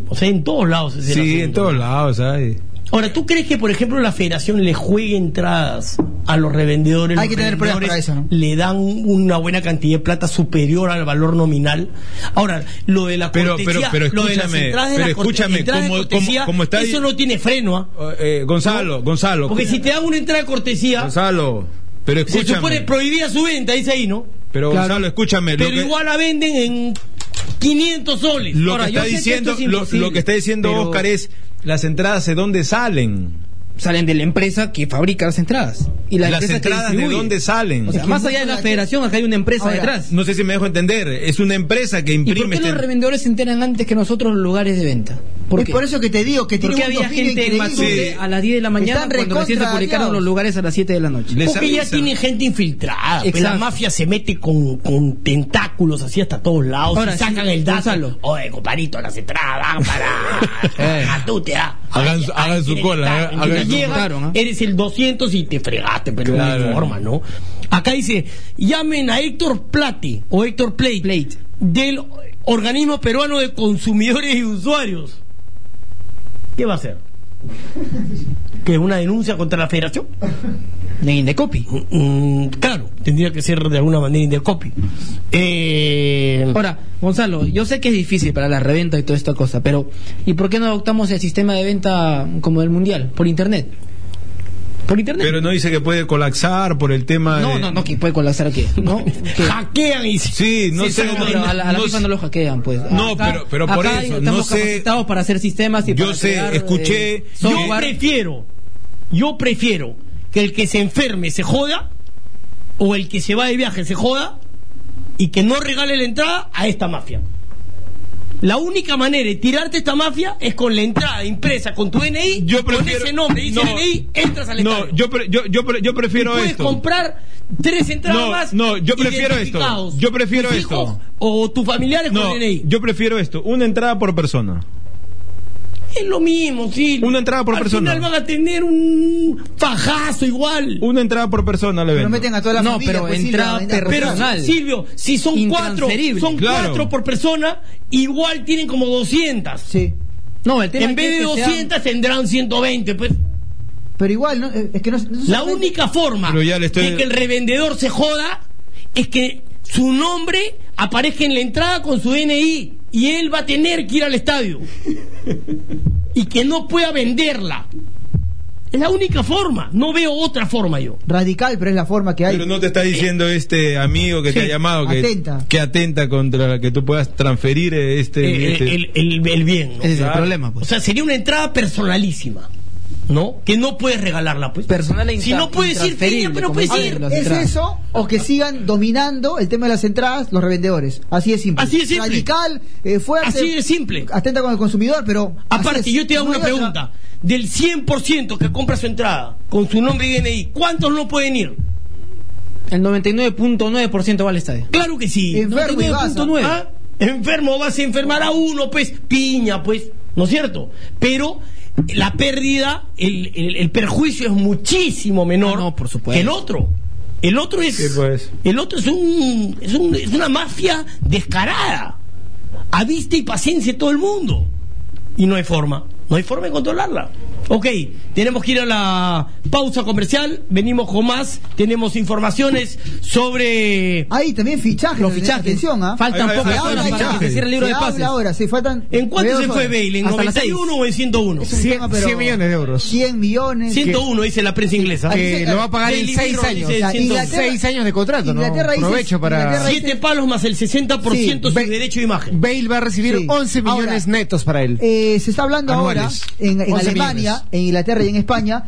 S7: O sea, en todos lados. es el
S1: Sí, en
S7: asunto.
S1: todos lados, ¿sabes?
S7: Ahora, ¿tú crees que, por ejemplo, la federación le juegue entradas a los revendedores?
S2: Hay
S7: Los
S2: que tener pruebas
S7: revendedores
S2: para eso, ¿no?
S7: Le dan una buena cantidad de plata superior al valor nominal. Ahora, lo de la
S1: Pero-
S7: cortesía,
S1: pero- pero
S7: lo de las
S1: escúchame,
S7: entradas de
S1: pero
S7: la corte-
S1: escúchame,
S7: entradas de
S1: como- como-
S7: cortesía,
S1: como está ahí-
S7: eso no tiene freno, ¿ah?
S1: Eh, Gonzalo, Gonzalo.
S7: Porque si te dan una entrada de cortesía,
S1: Gonzalo, pero
S7: se supone
S1: escúchame.
S7: prohibida su venta, dice ahí, ¿no?
S1: Pero
S3: Claro.
S1: Gonzalo, escúchame. lo
S7: Pero
S1: que-
S7: igual la venden en 500 soles.
S1: Lo
S7: Ahora,
S1: que
S7: yo
S1: está
S7: sé que esto
S1: diciendo,
S7: es
S1: lo,
S7: imposible,
S1: lo que está diciendo
S7: pero-
S1: Oscar es las entradas de dónde salen.
S6: salen de la empresa que fabrica las entradas. Y la
S1: Las
S6: empresa que
S1: entradas, ¿de
S6: distribuye.
S1: dónde salen?
S6: O sea,
S2: Es que
S6: más
S2: no
S6: allá de la
S2: la-
S6: federación, acá hay una empresa
S2: Ahora,
S6: detrás.
S1: No sé si me dejo entender. Es una empresa que
S6: ¿Y por
S1: imprime
S6: qué los
S1: este-
S6: revendedores se enteran antes que nosotros los lugares de venta? ¿Por
S2: es
S6: qué?
S2: por eso que te digo que tiene
S6: Porque
S2: un
S6: había
S2: dominio
S6: gente en
S2: increíble.
S6: Matute a las 10 de la mañana
S2: Están
S6: cuando recién se
S2: recontra
S6: publicaron
S2: aliados.
S6: los lugares a las 7 de la noche.
S1: Les
S7: Porque ya
S1: avisan.
S7: tiene gente infiltrada. pues, la
S6: Exacto.
S7: mafia se mete con, con tentáculos así hasta todos lados.
S6: Ahora,
S7: y sacan
S6: sí,
S7: el dato.
S6: Gonzalo.
S7: Oye, comparito, las entradas van
S6: Eh.
S7: para. Matute, ah.
S10: Hagan su- hagan su
S7: tienen
S10: cola,
S7: que estar.
S10: hagan-
S7: Entonces
S10: hagan su-
S7: llegas,
S6: Claro, ¿no?
S7: Eres el 200 y te fregaste, pero no
S10: Claro.
S7: hay forma, ¿no? Acá dice: llamen a Héctor Plate o Héctor Plate,
S6: Plate.
S7: del Organismo Peruano de Consumidores y Usuarios. ¿Qué va a hacer? ¿Que una denuncia contra la federación?
S6: De Indecopi.
S7: Mm, claro, tendría que ser de alguna manera Indecopy. Eh,
S6: Ahora, Gonzalo, yo sé que es difícil para la reventa y toda esta cosa, pero ¿y por qué no adoptamos el sistema de venta como el mundial? Por internet. Por internet.
S1: Pero no dice que puede colapsar por el tema
S6: no,
S1: de...
S6: no, no, que puede colapsar aquí. No, Que-
S7: hackean y se-
S1: Sí, no
S6: Sí,
S1: sé...
S6: pero
S1: no-
S6: a la, a la
S1: no
S6: FIFA
S1: sé-
S6: no lo hackean, pues.
S1: No, pero- pero por
S6: acá
S1: eso,
S6: estamos
S1: no sé-
S6: capacitados para hacer sistemas y
S1: Yo
S6: para
S1: sé,
S6: crear,
S1: escuché-
S6: eh,
S7: yo
S6: software.
S7: prefiero, yo prefiero que el que se enferme se joda o el que se va de viaje se joda y que no regale la entrada a esta mafia. La única manera de tirarte esta mafia es con la entrada impresa con tu DNI,
S1: Yo
S7: con
S1: prefiero-
S7: ese nombre, dice
S1: no.
S7: DNI, entras al
S1: No,
S7: estadio.
S1: yo, pre- yo, yo, pre- yo prefiero
S7: puedes
S1: esto.
S7: comprar tres entradas
S1: No,
S7: más.
S1: no, yo prefiero esto.
S7: identificados.
S1: Yo prefiero
S7: Tus
S1: esto.
S7: hijos O tus familiares
S1: No,
S7: con DNI.
S1: yo prefiero esto. Una entrada por persona.
S7: Es lo mismo, sí.
S1: Una entrada por
S7: Al
S1: persona.
S7: final van a tener un fajazo igual.
S1: Una entrada por persona le
S2: Pero
S1: vendo.
S2: meten a toda la
S6: No,
S2: familia.
S6: pero
S2: pues, sí,
S6: entrada
S2: la- la-
S6: per-
S7: Pero,
S6: personal.
S7: Silvio, si son cuatro,
S6: Intransferible.
S7: son
S1: Claro.
S7: cuatro por persona, igual tienen como 200.
S2: Sí.
S6: No, el tema
S7: En
S6: aquí
S7: vez
S6: es
S7: de
S6: que sean-
S7: 200 tendrán 120. Pues.
S2: Pero igual, ¿no? Eh, es que no, no
S7: La
S2: solamente-
S7: única forma
S1: Pero ya le estoy-
S7: de que el revendedor se joda es que su nombre aparezca en la entrada con su DNI y él va a tener que ir al estadio y que no pueda venderla. Es la única forma, no veo otra forma yo.
S2: Radical, pero es la forma que hay.
S1: Pero no te está diciendo este amigo que te
S7: Sí,
S1: ha llamado que
S2: atenta.
S1: que atenta contra la que tú puedas transferir eh, este,
S7: Eh,
S1: este-
S7: El, el- el bien, ¿no?
S6: Ese es el
S1: Claro.
S6: problema,
S7: O
S6: pues.
S7: sea, sería una entrada personalísima, ¿no? Que no puedes regalarla, pues.
S6: Personal e
S7: Si no
S6: intra-
S7: puedes ir,
S6: intransferible,
S7: tenía, pero
S6: como
S7: puedes
S6: dicen
S7: ir.
S6: los
S2: ¿Es
S6: entradas.
S2: eso o que sigan dominando el tema de las entradas los revendedores? Así es simple.
S7: Así de simple.
S2: Radical, eh, fuerte.
S7: Así de simple.
S2: Atenta con el consumidor, pero. así
S7: Aparte,
S2: es.
S7: yo te hago
S2: No
S7: una
S2: hay otra.
S7: pregunta. Del 100% que compra su entrada con su nombre y DNI, ¿cuántos no pueden ir?
S6: El 99.9% va al estadio.
S7: Claro que sí.
S2: Enfermo y Gaza.
S6: 99.9.
S7: ¿Ah? Enfermo vas a enfermar a uno, pues, piña, pues, ¿no es cierto? Pero la pérdida, el, el- el perjuicio es muchísimo menor
S6: Ah, no, por supuesto.
S7: que el otro. El otro es.
S1: Sí, pues.
S7: El otro es un, es un- es una mafia descarada. A vista y paciencia de todo el mundo. Y no hay forma. No hay forma de controlarla. Ok, tenemos que ir a la pausa comercial. Venimos con más. Tenemos informaciones sobre
S2: Ahí también fichajes.
S6: Los fichajes.
S2: Atención, ¿ah?
S1: Ahí-
S6: Faltan
S1: ahí-
S6: pocas
S1: ahí-
S6: horas
S1: ahí-
S6: para
S1: fichajes.
S6: que se cierre el libro
S2: Se
S6: de
S2: habla
S6: pases.
S2: ahora, sí, faltan.
S7: ¿En cuánto
S2: veo
S7: se fue
S2: sobre-
S7: Bale? ¿En
S6: Hasta las
S7: 91 o en 101?
S2: Es un tema, pero-
S3: 100 millones de euros.
S2: 100 millones.
S7: 101 dice la prensa inglesa.
S2: Ahí
S3: Que
S2: dice-
S3: lo va a pagar en
S7: Daily
S3: 6
S7: Mirror
S3: años.
S7: dice
S2: Ya,
S7: 101.
S2: Inglaterra-
S3: Seis años de contrato, ¿no?
S2: Inglaterra dice-
S3: Aprovecho
S2: Inglaterra
S3: para...
S2: dice-
S7: Siete palos más el 60%
S3: Ve-
S7: de derecho de imagen.
S3: Bale va a recibir
S2: Sí.
S3: 11 millones
S2: Ahora,
S3: netos para él.
S2: Eh, se está hablando
S3: Anuales.
S2: ahora en, en
S3: 11
S2: Alemania,
S3: millones.
S2: en Inglaterra y en España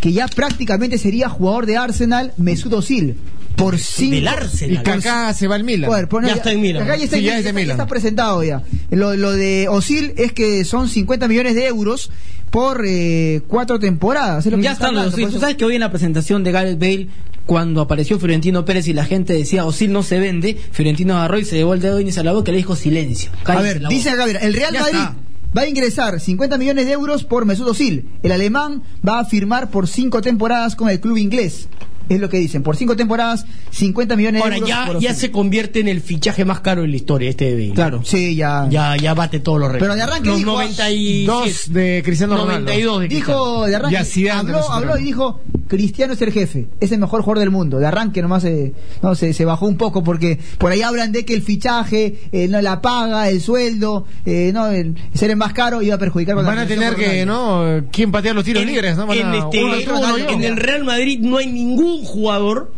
S2: que ya prácticamente sería jugador de Arsenal Mesut Özil por cinco.
S7: Del
S3: Y
S7: Arsenal.
S3: Kaká se va al Milan.
S2: Joder, pon-
S7: Ya está en Milan.
S2: acá ya está, en
S3: Sí, ya
S2: Milan,
S3: es de
S2: ya está- ya
S3: Milan.
S2: está presentado ya. Lo, lo de Osil es que son 50 millones de euros por eh, cuatro temporadas. es lo que
S6: Ya
S2: se está
S6: están los
S2: hablando, por
S6: Tú
S2: eso-
S6: sabes que hoy en la presentación de Gareth Bale, cuando apareció Fiorentino Pérez y la gente decía Osil no se vende, Fiorentino agarró y se llevó el dedo índice a la boca y le dijo silencio.
S2: A
S6: cállate
S2: ver,
S6: la
S2: dice
S6: boca".
S2: acá, mira, el Real
S6: Ya
S2: Madrid
S6: está.
S2: va a ingresar 50 millones de euros por Mesut Özil. El alemán va a firmar por cinco temporadas con el club inglés. Es lo que dicen, por cinco temporadas, 50 millones
S7: Ahora
S2: de euros.
S7: ya,
S2: por
S7: ya
S2: Özil.
S7: se convierte en el fichaje más caro de la historia este de Bale.
S6: Claro.
S2: Sí, ya.
S7: Ya, ya bate todos los récords.
S2: Pero de arranque
S7: Los
S2: dijo,
S7: 92
S3: Dos de Cristiano Ronaldo.
S7: 92 de Cristiano.
S2: Dijo de arranque,
S3: Ya, Zidane de los
S2: habló, habló y
S3: Supremos.
S2: dijo, Cristiano es el jefe, es el mejor jugador del mundo. De arranque nomás eh, no, se, se bajó un poco porque por ahí hablan de que el fichaje, eh, no la paga, el sueldo, eh, no, el ser el más caro iba a perjudicar con la
S3: Van a tener
S2: relación
S3: que,
S2: con Ronaldo.
S3: ¿no? ¿Quién patea los tiros
S7: en,
S3: libres? ¿no? Van
S7: en
S3: a-
S7: este-
S3: uno, tú, uno, yo.
S7: en el Real Madrid no hay ningún jugador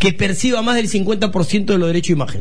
S7: que perciba más del 50% de los derechos de imagen.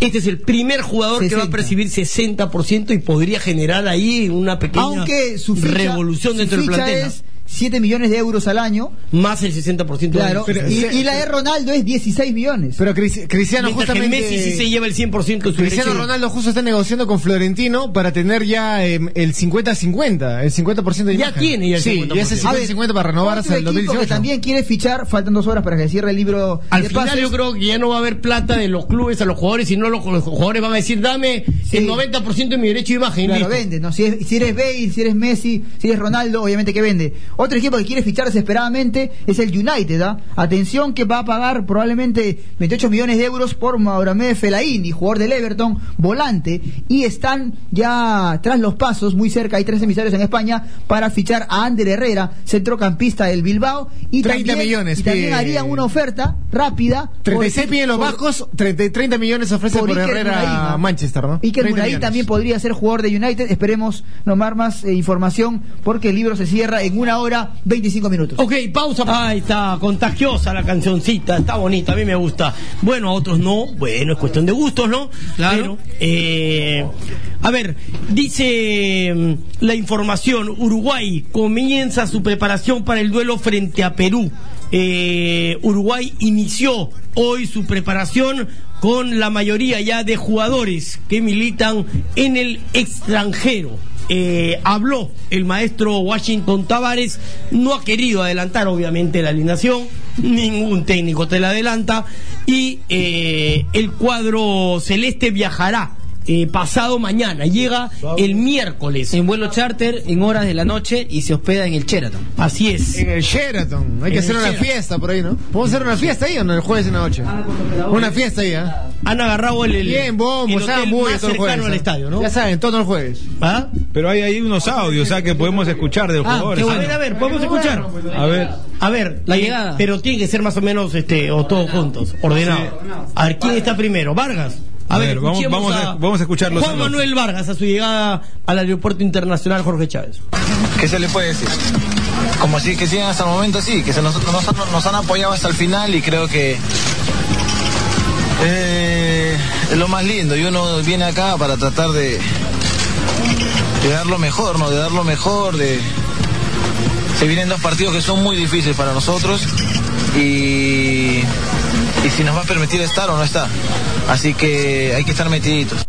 S7: Este es el primer jugador que va a
S2: 60.
S7: percibir 60% y podría generar ahí una pequeña
S2: Aunque su ficha,
S7: revolución
S2: su
S7: dentro del
S2: ficha
S7: plantel.
S2: es 7 millones de euros al año.
S7: Más el 60% de
S2: Claro.
S3: pero-
S2: y,
S3: pero-
S2: y la de Ronaldo es 16 millones.
S3: Pero Cris- Cristiano
S7: Mientras que
S3: justamente...
S7: Messi sí se lleva el 100% de su
S3: Cristiano
S7: derecho.
S3: Ronaldo justo está negociando con Florentino para tener ya eh, el 50-50, el 50% de
S7: Ya
S3: imagen.
S7: tiene ya el
S3: Sí, ya es el
S7: 50%.
S3: 50-50 para renovar hasta
S2: otro
S3: el
S2: equipo que
S3: 2018.
S2: también quiere fichar, faltan dos horas para que cierre el libro
S7: Al
S2: de
S7: final
S2: pases.
S7: yo creo que ya no va a haber plata de los clubes a los jugadores, sino los los jugadores van a decir, dame
S2: Sí.
S7: el 90% de mi derecho de imagen. y
S2: Claro,
S7: listo.
S2: vende, ¿no? Si, es- si eres Bale, si eres Messi, si eres Ronaldo, obviamente que vende. Otro equipo que quiere fichar desesperadamente es el United, ¿ah? Atención que va a pagar probablemente 28 millones de euros por Mauramed Fellaini, jugador del Everton, volante, y están ya tras los pasos, muy cerca, hay tres emisarios en España, para fichar a Ander Herrera, centrocampista del Bilbao, y
S3: 30
S2: también,
S3: millones,
S2: y también
S3: pide-
S2: harían una oferta rápida. por-
S3: 36 piden los
S2: por-
S3: vascos, 30, 30 millones ofrece por,
S2: Iker
S3: Herrera
S2: Munaí,
S3: a
S2: ¿no?
S3: Manchester, ¿no?
S2: Iker
S3: 30
S2: Munaí
S3: millones.
S2: también podría ser jugador de United. Esperemos nomar más eh, información porque el libro se cierra en una hora 25 minutos.
S7: Ok, pausa. Ah, está contagiosa la cancioncita, está bonita, a mí me gusta. Bueno, a otros no, bueno, es cuestión de gustos, ¿no?
S6: Claro.
S7: Pero, eh, a ver, dice mm, la información, Uruguay comienza su preparación para el duelo frente a Perú. Eh, Uruguay inició hoy su preparación con la mayoría ya de jugadores que militan en el extranjero. Eh, habló el maestro Washington Tavares, no ha querido adelantar obviamente la alineación, ningún técnico te la adelanta, y eh, el cuadro celeste viajará eh, pasado mañana, llega el miércoles.
S6: En vuelo charter, en horas de la noche y se hospeda en el Sheraton.
S7: Así es.
S3: En el Sheraton, hay que
S7: En
S3: hacer
S7: el
S3: una
S7: Sheraton.
S3: fiesta por ahí, ¿no? ¿Podemos hacer una fiesta ahí o no? El jueves en la noche. Una fiesta ahí, ¿ah?
S7: Han agarrado el, el-
S3: Bien, bombo,
S7: el hotel
S3: zambuyo,
S7: más
S3: todo el jueves,
S7: cercano al
S3: ¿ah?
S7: estadio, ¿no?
S3: Ya saben, todos los jueves.
S7: ¿Ah?
S1: Pero hay ahí unos audios, ¿sabes? Que podemos escuchar de los
S7: Ah,
S1: jugadores.
S7: qué bueno. A ver, a ver, podemos escuchar.
S1: A ver.
S7: A ver,
S6: La
S7: eh,
S6: llegada.
S7: Pero tiene que ser más o menos, este, o todos juntos, ordenado. A ver, ¿quién está primero? Vargas. A,
S1: A
S7: ver,
S1: ver, vamos-
S7: escuchemos
S1: vamos a- vamos a escucharlo,
S7: Juan
S1: Sandro.
S7: Manuel Vargas a su llegada al aeropuerto internacional Jorge Chávez.
S10: ¿Qué se le puede decir? Como si que sigan hasta el momento así, que se nos, nos han- nos han apoyado hasta el final y creo que eh, es lo más lindo. Y uno viene acá para tratar de, de dar lo mejor, ¿no? De dar lo mejor, de... Se vienen dos partidos que son muy difíciles para nosotros y, y si nos va a permitir estar o no estar. Así que hay que estar metiditos.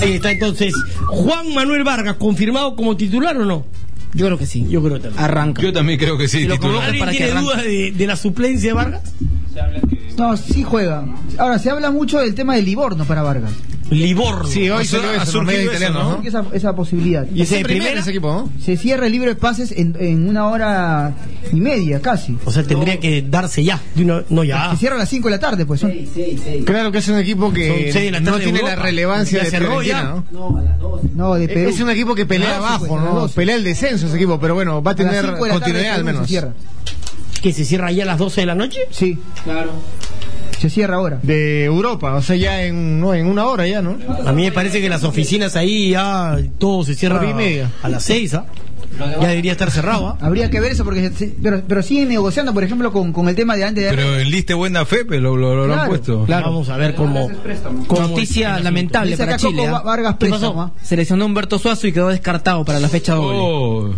S7: Ahí está entonces Juan Manuel Vargas, confirmado como titular o no?
S6: Yo creo que sí.
S7: Yo creo también.
S6: Arranca.
S1: Yo también creo que sí,
S6: Lo
S1: titular.
S6: conozco.
S7: ¿Alguien
S6: para que
S7: tiene
S6: arranque.
S7: dudas de, de la suplencia de Vargas?
S2: No, sí juega. Ahora, se habla mucho del tema del Livorno para Vargas.
S7: Livorno.
S3: Sí, hoy
S1: O sea,
S3: salió
S1: ha
S3: eso,
S1: surgido
S3: los medios
S1: eso,
S3: italianos,
S1: ¿no?
S3: ¿no?
S2: Esa, esa posibilidad.
S3: Y es
S7: ¿Es de
S3: el primero
S7: primera?
S3: ese equipo, ¿no?
S2: Se cierra el libro de pases en, en una hora y media casi.
S7: O sea, tendría que darse ya. de una- no ya.
S3: Ah.
S2: Se cierra a las 5 de la tarde, pues. son-
S3: Claro que es un equipo
S7: Son seis de
S3: que
S7: la
S3: no
S7: tarde
S3: tiene
S7: Europa.
S3: la relevancia
S7: Ya
S3: de
S7: cerró ya.
S3: Fiorentina, ¿no?
S2: No, de Perú.
S3: Es un equipo que pelea
S2: Ah, sí,
S3: abajo,
S2: pues, a las
S3: ¿no?
S2: 12.
S3: Pelea el descenso ese equipo, pero bueno, va a
S2: A las
S3: tener
S2: 5 de la tarde
S3: continuidad al
S2: Perú se
S3: menos.
S2: cierra.
S7: ¿Que se cierra ya a las 12 de la noche?
S2: Sí,
S6: Claro.
S2: se cierra ahora.
S3: De Europa, o sea, ya en, no, en una hora ya, ¿no?
S7: A mí me parece que las oficinas ahí ya todo se cierra
S3: Hora y media.
S7: a las 6, ¿ah? Ya debería estar cerrado, ¿ah?
S2: Habría que ver eso porque se- pero, pero siguen negociando, por ejemplo, con, con el tema de antes de
S1: Pero en lista de buena fe, pero lo, lo- lo han
S2: Claro.
S1: puesto.
S7: Claro. Vamos a ver cómo. cómo
S6: Noticia lamentable
S2: Dice
S6: para
S2: acá Coco
S6: Chile.
S2: Va-
S6: ¿ah?
S2: Vargas
S6: ¿Qué
S2: préstamo,
S6: pasó?
S2: ¿ah?
S6: Seleccionó Humberto Suazo y quedó descartado para la fecha doble.
S1: Oh.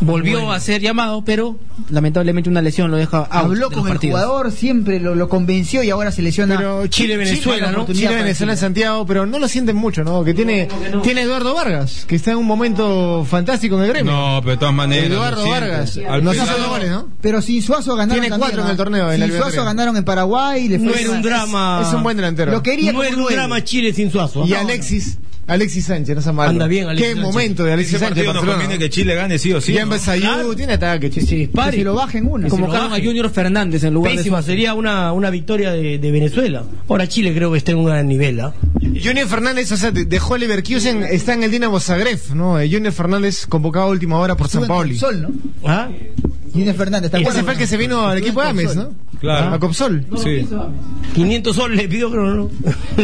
S6: Volvió a ser llamado, pero lamentablemente una lesión lo deja out
S2: habló
S6: de
S2: con
S6: los
S2: el
S6: partidos.
S2: jugador, siempre lo, lo convenció y ahora se lesiona.
S3: Pero
S7: Chile-Venezuela, ¿no?
S2: Oportunidad para
S3: Chile-Venezuela en
S2: Chile.
S3: Santiago, pero no lo sienten mucho, ¿no? Que tiene, tiene Eduardo Vargas, que está en un momento fantástico en el gremio.
S1: No, pero de todas maneras.
S3: Eduardo
S1: lo siento.
S3: Vargas.
S1: Al
S3: Nos
S1: final-
S3: hizo dos goles, ¿no?
S2: Pero sin Suazo ganaron
S3: Tiene
S2: también,
S3: cuatro en
S2: ¿ah?
S3: el torneo, en la
S2: Sin
S3: eliminatoria.
S2: Suazo ganaron en Paraguay. Le
S7: No
S2: fue
S7: era
S2: mal.
S7: un drama.
S3: Es un buen delantero.
S2: Lo quería
S7: No
S2: como
S7: era un
S2: dueño.
S7: drama Chile sin Suazo.
S3: Y
S7: ¿ah?
S3: Alexis, Alexis Sánchez, no se mal.
S7: Anda bien, Alexis
S3: Qué
S7: Sánchez.
S3: momento de Alexis
S1: Ese
S3: Sánchez.
S1: partido nos
S3: Barcelona,
S1: conviene
S3: ¿no?
S1: que Chile gane sí o sí.
S3: Ya
S1: ¿no?
S3: empezó Ayú, tiene ataque, che.
S7: Sí,
S2: Que
S7: pare.
S2: Si lo bajen una.
S7: Como-
S6: Convocaron a
S7: Baje.
S6: Junior Fernández en lugar
S7: Pésima
S6: de Suazo.
S7: sería una, una victoria de, de Venezuela. Ahora Chile creo que está en una nivela.
S3: Junior Fernández, o sea, de- dejó el Leverkusen, está en el Dinamo Zagreb, ¿no? Eh, Junior Fernández convocado a última hora por San Pauli. Ese
S2: Sol, ¿no?
S7: ¿Ah?
S2: Gine Fernández, ¿te acuerdas?
S3: fue el que se vino al equipo de Ames, ¿no?
S1: Claro.
S3: A Copsol.
S1: Sí.
S7: 500 soles le pido, creo, ¿no?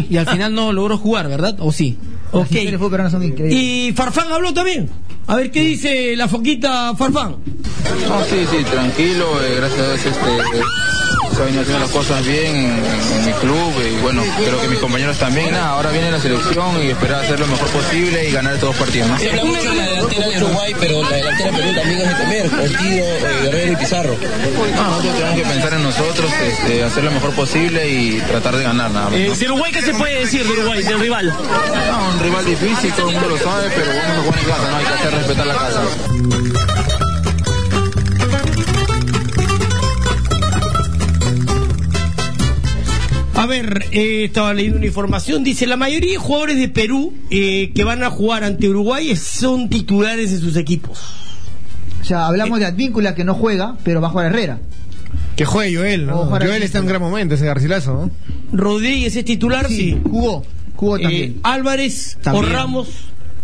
S6: Y al final no logró jugar, ¿verdad? ¿O sí?
S2: Las mujeres
S7: ok.
S2: fútbol peruanas son increíbles.
S7: Y Farfán habló también. A ver qué dice la foquita Farfán.
S10: No, sí, sí, tranquilo, eh, gracias a Dios, este, eh, se ha venido haciendo las cosas bien en, en mi club y bueno, creo que mis compañeros también. Nada, ahora viene la selección y esperar hacer lo mejor posible y ganar todos los partidos. ¿no?
S11: Se habla mucho de la delantera de Uruguay, pero la delantera de Perú también es de temer. Ortigo, eh, Guerrero y Pizarro.
S10: No, nosotros tenemos que pensar en nosotros, este, hacer lo mejor posible y tratar de ganar nada más.
S12: Eh,
S10: ¿no?
S12: ¿De Uruguay qué se puede decir de Uruguay, del rival?
S10: No, ah, un rival difícil, todo el mundo lo sabe, pero vamos a jugar en casa, ¿no? Hay que hacer respetar la casa.
S7: A ver, eh, estaba leyendo una información. Dice, la mayoría de jugadores de Perú eh, que van a jugar ante Uruguay es- son titulares de sus equipos.
S2: O sea, hablamos de Advíncula que no juega, pero va a jugar Herrera.
S3: Que juegue Joel, ¿no?
S2: Ojalá
S3: Joel
S2: que
S3: está en
S2: sí.
S3: gran momento, ese Garcilaso, ¿no?
S7: Rodríguez es titular, sí.
S2: Jugó, jugó
S7: Eh,
S2: también.
S7: Álvarez
S2: También.
S7: o Ramos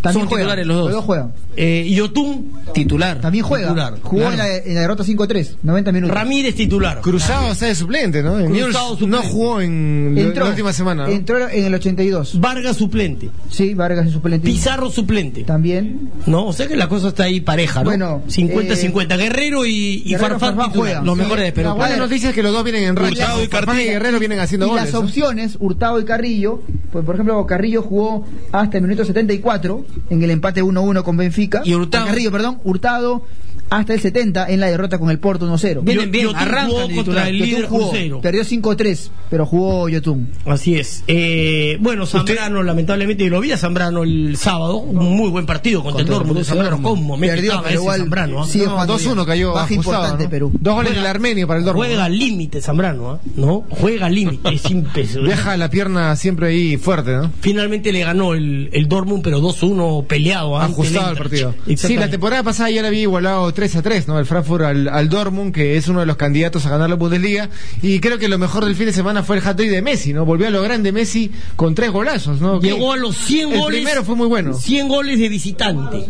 S2: También
S7: son
S2: juega.
S7: titulares los dos.
S2: juegan.
S7: Eh, Yotun, titular.
S2: También juega.
S7: Titular,
S2: Jugó
S7: claro.
S2: en, la, en la derrota 5-3, 90 minutos.
S7: Ramírez titular.
S3: Cruzado está de suplente, ¿no? En Newell's
S7: Cruzado suplente.
S3: no jugó en la-
S2: entró,
S3: la última semana. ¿no?
S2: Entró en el 82.
S7: Vargas suplente.
S2: Sí, Vargas en suplente.
S7: Pizarro suplente.
S2: También.
S7: No, o sea que la cosa está ahí pareja, ¿no?
S2: Bueno,
S7: 50-50. Guerrero y, y
S2: Guerrero,
S7: Farfán,
S2: Farfán
S7: titular.
S2: juegan.
S7: los
S2: Sí.
S7: mejores de Perú.
S3: La buena noticia es que los dos vienen en racha.
S1: Hurtado y
S3: Farfán y
S1: Cartilla.
S3: Guerrero vienen haciendo
S2: y
S3: goles.
S2: las
S3: ¿no?
S2: opciones, Hurtado y Carrillo, pues por ejemplo Carrillo jugó hasta el minuto 74 en el empate 1-1 con Benfica.
S7: Y Hurtado.
S2: Carrillo, perdón, Hurtado hasta el 70 en la derrota con el Porto 1-0.
S7: Bien,
S12: Vienen bien,
S7: Yotun
S12: arrancan
S7: jugó
S12: de
S7: contra
S12: titular.
S7: el
S2: Yotun
S7: líder
S2: jugó,
S7: crucero.
S2: perdió 5-3, pero jugó Yotun.
S7: Así es. Eh, bueno, Zambrano, lamentablemente, lo vi a Zambrano el sábado. Un muy buen partido contra, el Dortmund. de Zambrano, ¿cómo? Me
S2: Perdió,
S7: picaba
S2: pero
S7: ese
S2: igual
S7: Zambrano. ¿ah?
S2: sigue
S3: No,
S2: jugando
S3: 2-1
S2: bien.
S3: cayó
S2: Baja
S3: ajustado,
S2: importante
S3: ¿no?
S2: Perú.
S3: Dos goles del Armenio para el Dortmund.
S7: Juega al límite Zambrano, ¿ah? ¿no? Juega al límite, es impresionante.
S3: Deja la pierna siempre ahí fuerte, ¿no?
S7: Finalmente le ganó el, el Dortmund, pero 2-1 peleado. ¿ah? ante
S3: Ajustado el
S7: Eintracht.
S3: partido. Sí, la
S7: Exactamente.
S3: temporada pasada ya le había igualado 3 a 3, ¿no? El Frankfurt al, al Dortmund, que es uno de los candidatos a ganar la Bundesliga. Y creo que lo mejor del fin de semana fue el hat-trick de Messi, ¿no? Volvió a lo grande Messi con tres golazos, ¿no?
S7: Llegó a los 100
S3: El
S7: goles.
S3: primero fue muy bueno.
S7: 100 goles de visitante.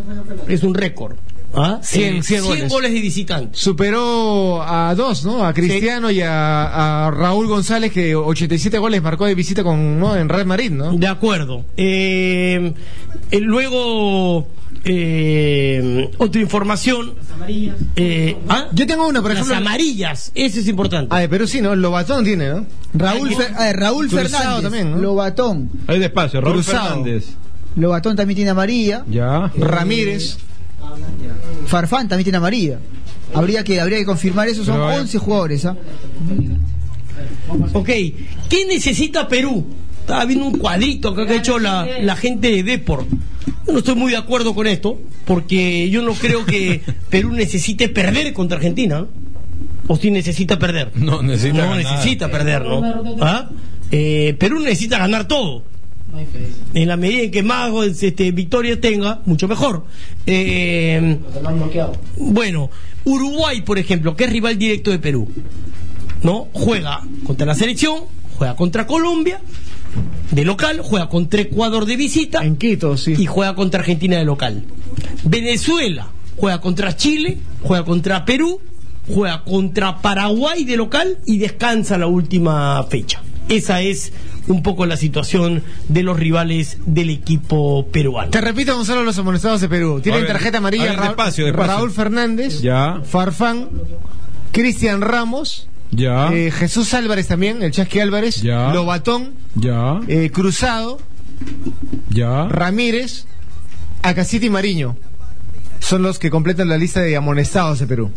S7: Es un récord. ¿Ah?
S3: 100, 100 goles.
S7: de visitante.
S3: Superó a dos, ¿no? A Cristiano y a, a Raúl González, que 87 goles marcó de visita con, ¿no? en Real Madrid, ¿no?
S7: De acuerdo. Eh, eh, luego, eh, otra información. Eh, ¿ah?
S3: Yo tengo una, por
S7: Las
S3: ejemplo.
S7: amarillas, eso es importante.
S3: Ah, de Perú sí, ¿no? Lobatón tiene, ¿no?
S2: Raúl, Fer- eh, Raúl
S3: Cruzado
S2: Fernández,
S3: también, ¿no?
S2: Lobatón.
S1: Ahí despacio, Raúl
S3: Cruzado.
S1: Fernández.
S2: Lobatón también tiene amarilla.
S1: Ya.
S3: Ramírez.
S2: Farfán también tiene amarilla. Habría que, habría que confirmar eso, son
S1: Pero vaya.
S2: 11 jugadores. ¿ah?
S7: Ok, ¿qué necesita Perú? Estaba viendo un cuadrito acá que ha hecho la, la gente de Deport. Yo no estoy muy de acuerdo con esto, porque yo no creo que Perú necesite perder contra Argentina. ¿no? ¿O si necesita perder?
S1: No, necesita
S7: No
S1: ganar.
S7: necesita perder, ¿no? ¿Ah? Eh, Perú necesita ganar todo. En la medida en que más goles, este, victorias tenga, mucho mejor. Eh, bueno, Uruguay, por ejemplo, que es rival directo de Perú, ¿no? Juega contra la selección, juega contra Colombia, de local, juega contra Ecuador de visita
S3: En Quito, sí.
S7: y juega contra Argentina de local. Venezuela juega contra Chile, juega contra Perú, juega contra Paraguay de local y descansa la última fecha. Esa es un poco la situación de los rivales del equipo peruano.
S3: Te repito, Gonzalo, los amonestados de Perú. Tienen
S1: A ver,
S3: tarjeta amarilla
S1: a ver,
S3: Ra-
S1: despacio, despacio.
S3: Raúl Fernández,
S1: Ya.
S3: Farfán, Cristian Ramos,
S1: Ya.
S3: eh, Jesús Álvarez también, el Chasqui Álvarez,
S1: Ah. Ya.
S3: Lobatón,
S1: Ya.
S3: eh, Cruzado,
S1: Ya.
S3: Ramírez, Acaciti y Mariño. Son los que completan la lista de amonestados de Perú.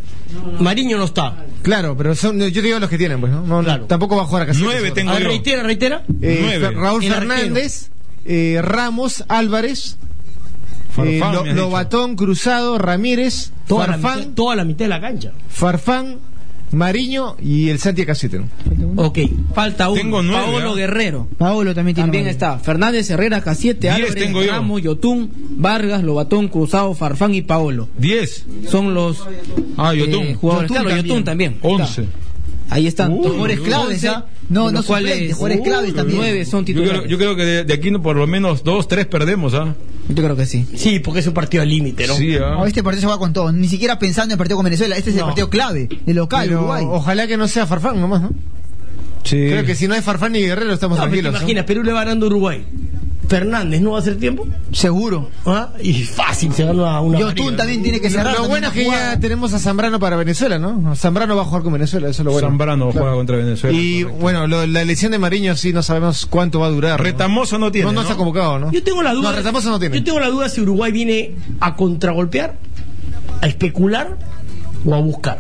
S7: Mariño no está.
S3: Claro, pero son, yo digo los que tienen, pues, ¿no? No, no,
S7: Claro.
S3: Tampoco va a jugar Acaciti.
S1: Nueve tengo
S7: A ver,
S1: yo.
S7: reitera, reitera.
S3: Eh,
S1: Nueve.
S3: Fer- Raúl
S7: El
S3: Fernández, eh, Ramos, Álvarez, eh,
S1: Farfán,
S3: Lo-
S1: me has dicho.
S3: Lobatón, Cruzado, Ramírez,
S7: Toda la,
S3: Farfán,
S7: mitad, toda la mitad de la cancha.
S3: Farfán, Mariño y el Santi Casete.
S7: Ok, falta uno.
S1: Tengo nueve.
S6: Paolo
S1: ¿ah?
S6: Guerrero.
S2: Paolo también tiene
S6: También
S2: amarilla.
S6: está Fernández, Herrera, Casiete,
S1: Diez
S6: Álvarez,
S1: tengo yo.
S6: Ramos, Yotún, Vargas, Lobatón, Cruzado, Farfán y Paolo.
S1: Diez.
S6: Son los
S1: Ah,
S7: Eh,
S1: Yotun. Oh.
S6: jugadores.
S2: Yotun
S6: claro,
S2: también.
S6: Yotun también.
S1: Once.
S6: Está. Ahí están.
S1: Uy,
S6: los
S2: Jugadores claves, ¿ah? No, no suplentes, jugadores claves también.
S6: Nueve son
S1: Yo
S6: titulares.
S1: creo, yo creo que de, de aquí no, por lo menos dos, tres perdemos, ¿ah?
S6: Yo creo que sí.
S7: Sí, porque es un partido al límite, ¿no?
S1: Sí, ¿ah?
S2: No, este partido se va con todo, ni siquiera pensando en el partido con Venezuela, este es el
S7: No.
S2: partido clave, el local,
S3: Pero
S2: Uruguay.
S3: ojalá que no sea Farfán nomás, ¿no?
S1: Sí.
S3: Creo que si no hay Farfán ni Guerrero estamos
S7: No, pero te
S3: tranquilos. ¿no?
S7: imaginas, Perú le va ganando a Uruguay. Fernández no va a hacer tiempo. ¿Ah?
S2: Seguro.
S7: Y fácil se gana una.
S2: Yotun también tiene que cerrar.
S3: Lo bueno es que ya tenemos a Zambrano para Venezuela, ¿no? Zambrano va a jugar con Venezuela, eso es lo bueno.
S1: Zambrano
S3: Claro.
S1: juega contra Venezuela.
S3: Y bueno, lo- la elección de Mariño sí no sabemos cuánto va a durar. ¿no?
S1: Retamoso no tiene.
S3: no, no
S1: ¿no?
S3: está convocado, ¿no?
S7: Yo tengo la duda.
S3: No, Retamoso no tiene.
S7: Yo tengo la duda si Uruguay viene a contragolpear, a especular o a buscar.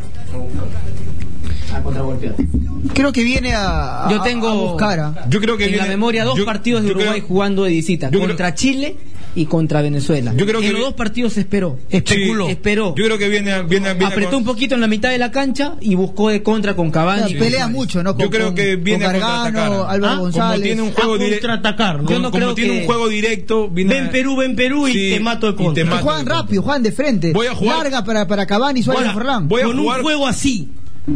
S2: Creo que viene a, a-
S6: Yo tengo
S2: a buscar. ah.
S1: Yo creo que
S6: en
S1: viene-
S6: la memoria dos
S1: yo-
S6: partidos de
S1: yo
S6: Uruguay
S1: creo-
S6: jugando de visita,
S1: yo creo-
S6: contra Chile y contra Venezuela.
S1: Yo creo que
S6: en los
S1: vi-
S6: dos partidos esperó,
S1: Sí,
S6: especuló, esperó.
S1: Yo creo que viene, a- viene, a- viene a
S6: apretó
S1: con-
S6: un poquito en la mitad de la cancha y buscó de contra con
S2: O sea,
S6: Cavani.
S2: pelea mucho, ¿no?
S1: Yo creo que viene a
S2: con Gargano,
S1: contraatacar.
S2: Álvaro
S1: Ah, como
S2: González.
S1: tiene un juego
S7: a
S1: dire-
S7: contraatacar, ¿no?
S1: Como,
S6: Yo no
S1: como
S6: creo
S1: tiene
S6: que-
S1: un juego directo, viene
S7: Ven
S1: a-
S7: Perú, ven Perú y
S1: Sí,
S7: te mato de
S1: y
S7: contra.
S1: te mato.
S2: Juegan rápido, juegan de frente.
S1: Voy a jugar-
S2: Larga para, para Cavani, Suárez,
S7: Ahora,
S2: Ferlán.
S1: voy a
S7: con
S1: jugar-
S7: un juego así,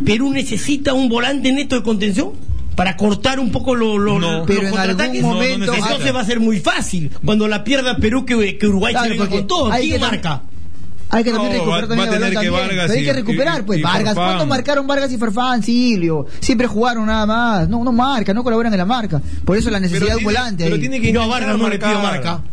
S7: Perú necesita un volante neto de contención para cortar un poco lo- lo-
S1: No.
S7: los
S2: Pero en
S7: contraataques.
S2: algún
S1: momento- No, no necesita.
S7: Entonces va a ser muy fácil. Cuando la pierda Perú, que, que Uruguay
S2: Claro,
S7: se venga
S2: porque
S7: con todo.
S2: hay
S7: ¿Quién
S2: que-
S7: marca?
S2: Hay que también
S1: No,
S2: recuperar
S1: va-
S2: también
S1: va a
S2: la
S1: tener
S2: pelota
S1: que
S2: también.
S1: Vargas
S2: Pero hay
S1: y-
S2: que recuperar,
S1: y-
S2: pues.
S1: y
S2: Vargas,
S1: Farfán.
S2: ¿cuánto marcaron Vargas y Farfán, Silvio? Siempre jugaron nada más. No, no marca, no colaboran en la marca. Por eso la
S1: Pero
S2: necesidad de un
S1: tiene-
S2: volante.
S1: pero
S2: ahí.
S1: tiene que
S7: Yo a
S1: intentar
S7: Vargas no le pido
S1: marcar.
S7: marca.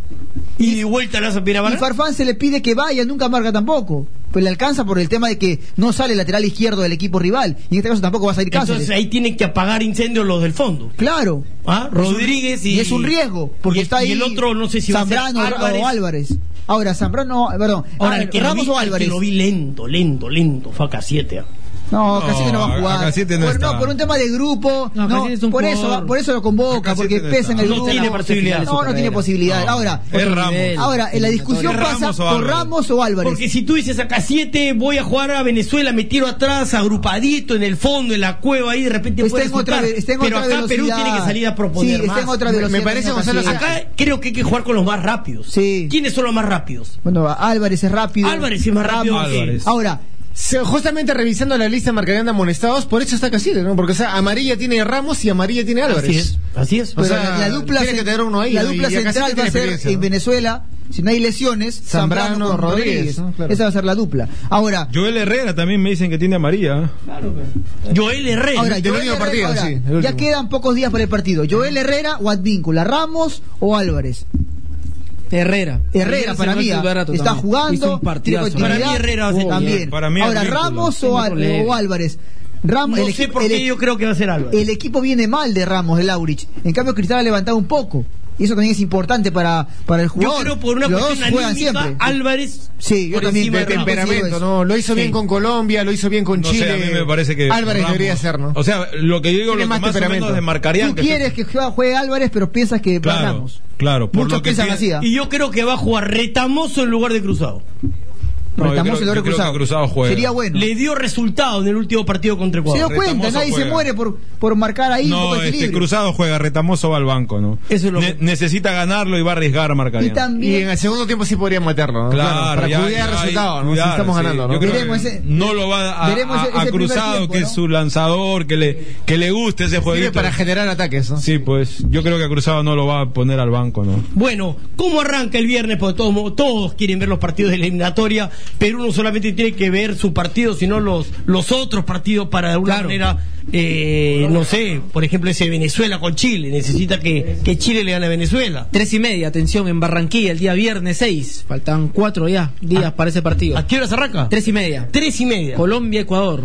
S7: Y de vuelta la vas a pedir a
S2: Y
S7: Vargas.
S2: Farfán se le pide que vaya, nunca marca tampoco. Pues le alcanza por el tema de que no sale el lateral izquierdo del equipo rival. Y en este caso tampoco va a salir Cáceres.
S7: Entonces ahí tienen que apagar incendios los del fondo.
S2: Claro.
S7: ¿Ah? Rodríguez y,
S2: Y es un riesgo, porque
S7: y-
S2: está ahí
S7: Y el otro no sé si
S2: Zambrano
S7: va a ser Álvarez.
S2: o Álvarez. Ahora, Zambrano, perdón,
S7: Ahora,
S2: ah,
S7: el que lo
S2: Ramos
S7: vi-
S2: o
S7: al que
S2: Álvarez.
S7: lo vi lento, lento, lento. Fue acá 7.
S2: No,
S1: No,
S2: Cacique no va a
S1: a
S2: jugar.
S1: Cacique no
S2: por,
S1: está.
S2: por un tema de grupo.
S6: No,
S2: no,
S6: Cacique es un
S2: por, eso,
S6: jugador.
S2: va- por eso lo
S1: A
S2: convoca, porque
S1: Cacique no
S2: pesa en
S1: está.
S2: el
S7: No
S2: grupo.
S7: tiene posibilidades.
S2: No, no tiene posibilidades. Ahora,
S1: Es Ramos.
S6: nivel.
S2: ahora, en la discusión
S1: Es
S2: pasa
S1: Ramos o
S2: por
S1: Álvarez.
S2: Ramos o Álvarez.
S7: Porque si tú dices acá 7, voy a jugar a Venezuela, me tiro atrás, agrupadito en el fondo, en la cueva ahí, de repente
S2: está,
S7: puede
S2: en otra,
S7: resultar.
S2: ve- está en
S7: Pero
S2: otra
S7: acá Perú
S2: velocidad.
S7: tiene que salir a proponer
S2: Sí, está
S7: más.
S2: en otra
S3: Me- me
S2: velocidad.
S3: parece,
S2: no
S3: Gonzalo,
S2: Cacique.
S7: Acá creo que hay que jugar con los más rápidos.
S2: Sí.
S7: ¿Quiénes son los más rápidos?
S2: Bueno, Álvarez es rápido.
S7: Álvarez es más rápido que-
S1: Álvarez.
S2: Ahora,
S3: Se- justamente revisando la lista marcarían de amonestados, por eso está Casillas, ¿no? Porque, o sea, amarilla tiene Ramos y amarilla tiene Álvarez.
S7: Así es. Así es.
S3: O
S2: Pero
S3: sea,
S2: la, la dupla,
S3: tiene
S2: cen-
S3: que tener uno ahí,
S2: la
S3: ¿no?
S2: dupla
S3: Y acá sí
S2: central
S3: tiene
S2: va a ser
S3: experiencia,
S2: en
S3: ¿no?
S2: Venezuela, si no hay lesiones,
S3: Zambrano
S2: Zambrano con
S3: Rodríguez,
S2: Rodríguez.
S3: ¿no? Claro.
S2: Esa va a ser la dupla. Ahora,
S1: Joel Herrera también me dicen que tiene amarilla. ¿ah?
S7: Joel Herrera.
S2: ahora
S3: del
S2: Joel
S3: último
S2: Herrera-
S3: partido,
S2: ahora,
S3: sí, el
S2: ya
S3: último.
S2: quedan pocos días para el partido. Joel Herrera o Advíncula, Ramos o Álvarez.
S6: Herrera.
S2: Herrera para
S6: se
S2: mí
S6: metió
S2: ah,
S6: hace rato
S2: está
S6: también. Hizo
S2: jugando,
S6: un
S2: tiene
S6: partidazo.
S2: continuidad, Oh,
S7: Para mí Herrera va a ser
S2: también.
S1: titular. Para mí
S2: ahora
S1: Advíncula.
S2: Ramos o, Al-
S6: Leve.
S2: o Álvarez. Ramos,
S7: No
S2: el
S7: sé
S2: equipo-
S7: por
S2: el e-,
S7: qué yo creo que va a ser Álvarez.
S2: El equipo viene mal de Ramos, de Laurich. En cambio, Cristal ha levantado un poco. Y eso también es importante para, para el
S7: Yo
S2: jugador.
S7: creo por una
S2: Los dos
S7: cuestión
S2: juegan
S7: anímica,
S2: siempre.
S7: Álvarez.
S2: Sí, yo
S7: por
S2: también,
S7: encima
S3: de
S7: de Ramos.
S3: temperamento, ¿no? Lo hizo bien con Colombia, lo hizo bien con
S1: No
S3: Chile.
S1: sé, a mí me parece que.
S3: Álvarez
S1: Ramos-
S3: debería ser, ¿no?
S1: O sea, lo que yo digo, lo que
S3: Tiene más
S1: más o
S3: temperamento.
S1: menos desmarcarían.
S2: Tú
S1: que-
S2: quieres que juegue- juegue Álvarez, pero piensas que va
S1: Claro,
S2: Ramos.
S1: claro. Por
S2: Muchos
S1: lo que
S2: piensan
S1: tiene-
S2: así. ¿ah?
S7: Y yo creo que va a jugar retamoso en lugar de cruzado.
S1: No, yo
S2: Retamoso
S1: creo-
S2: y Loro
S1: yo creo
S2: Cruzado.
S1: que Cruzado juega.
S2: Sería bueno.
S7: Le dio resultado en el último partido contra
S2: se dio
S7: Ecuador.
S2: cuenta,
S1: Retamoso
S2: nadie se
S1: juega.
S2: muere por, por marcar ahí un poco
S1: No,
S2: de
S1: este
S2: equilibrio.
S1: Cruzado juega, Retamoso va al banco, ¿no?
S7: Eso es lo que-
S1: necesita ganarlo y va a arriesgar
S2: y
S1: marcarían.
S3: Y en
S2: también
S3: el segundo tiempo sí podrían matarlo, ¿no?
S1: Claro,
S3: para
S1: ya,
S3: cuidar
S1: ya,
S3: resultados, ¿no?
S1: cuidar,
S3: si estamos
S1: sí.
S3: ganando, ¿no?
S1: Yo creo
S2: Veremos
S1: que
S2: ese-
S1: no lo va a, a-
S2: veremos ese-
S1: a
S2: ese primer
S1: Cruzado,
S2: tiempo,
S1: que
S2: ¿no?
S1: es su lanzador, que le, que le guste ese
S3: Sirve
S1: jueguito.
S3: para generar ataques, ¿no?
S1: Sí, pues yo creo que a Cruzado no lo va a poner al banco, ¿no?
S7: Bueno, ¿cómo arranca el viernes? Porque todos, mo- todos quieren ver los partidos de la eliminatoria. Perú no solamente tiene que ver su partido, sino los, los otros partidos para de alguna manera, eh, no sé, por ejemplo, ese Venezuela con Chile. Necesita que, que Chile le gane a Venezuela.
S6: Tres y media, atención, en Barranquilla, el día viernes 6. Faltan cuatro ya días para ese partido.
S7: ¿A qué hora se arranca?
S6: Tres y media.
S7: Tres y media.
S6: Colombia, Ecuador.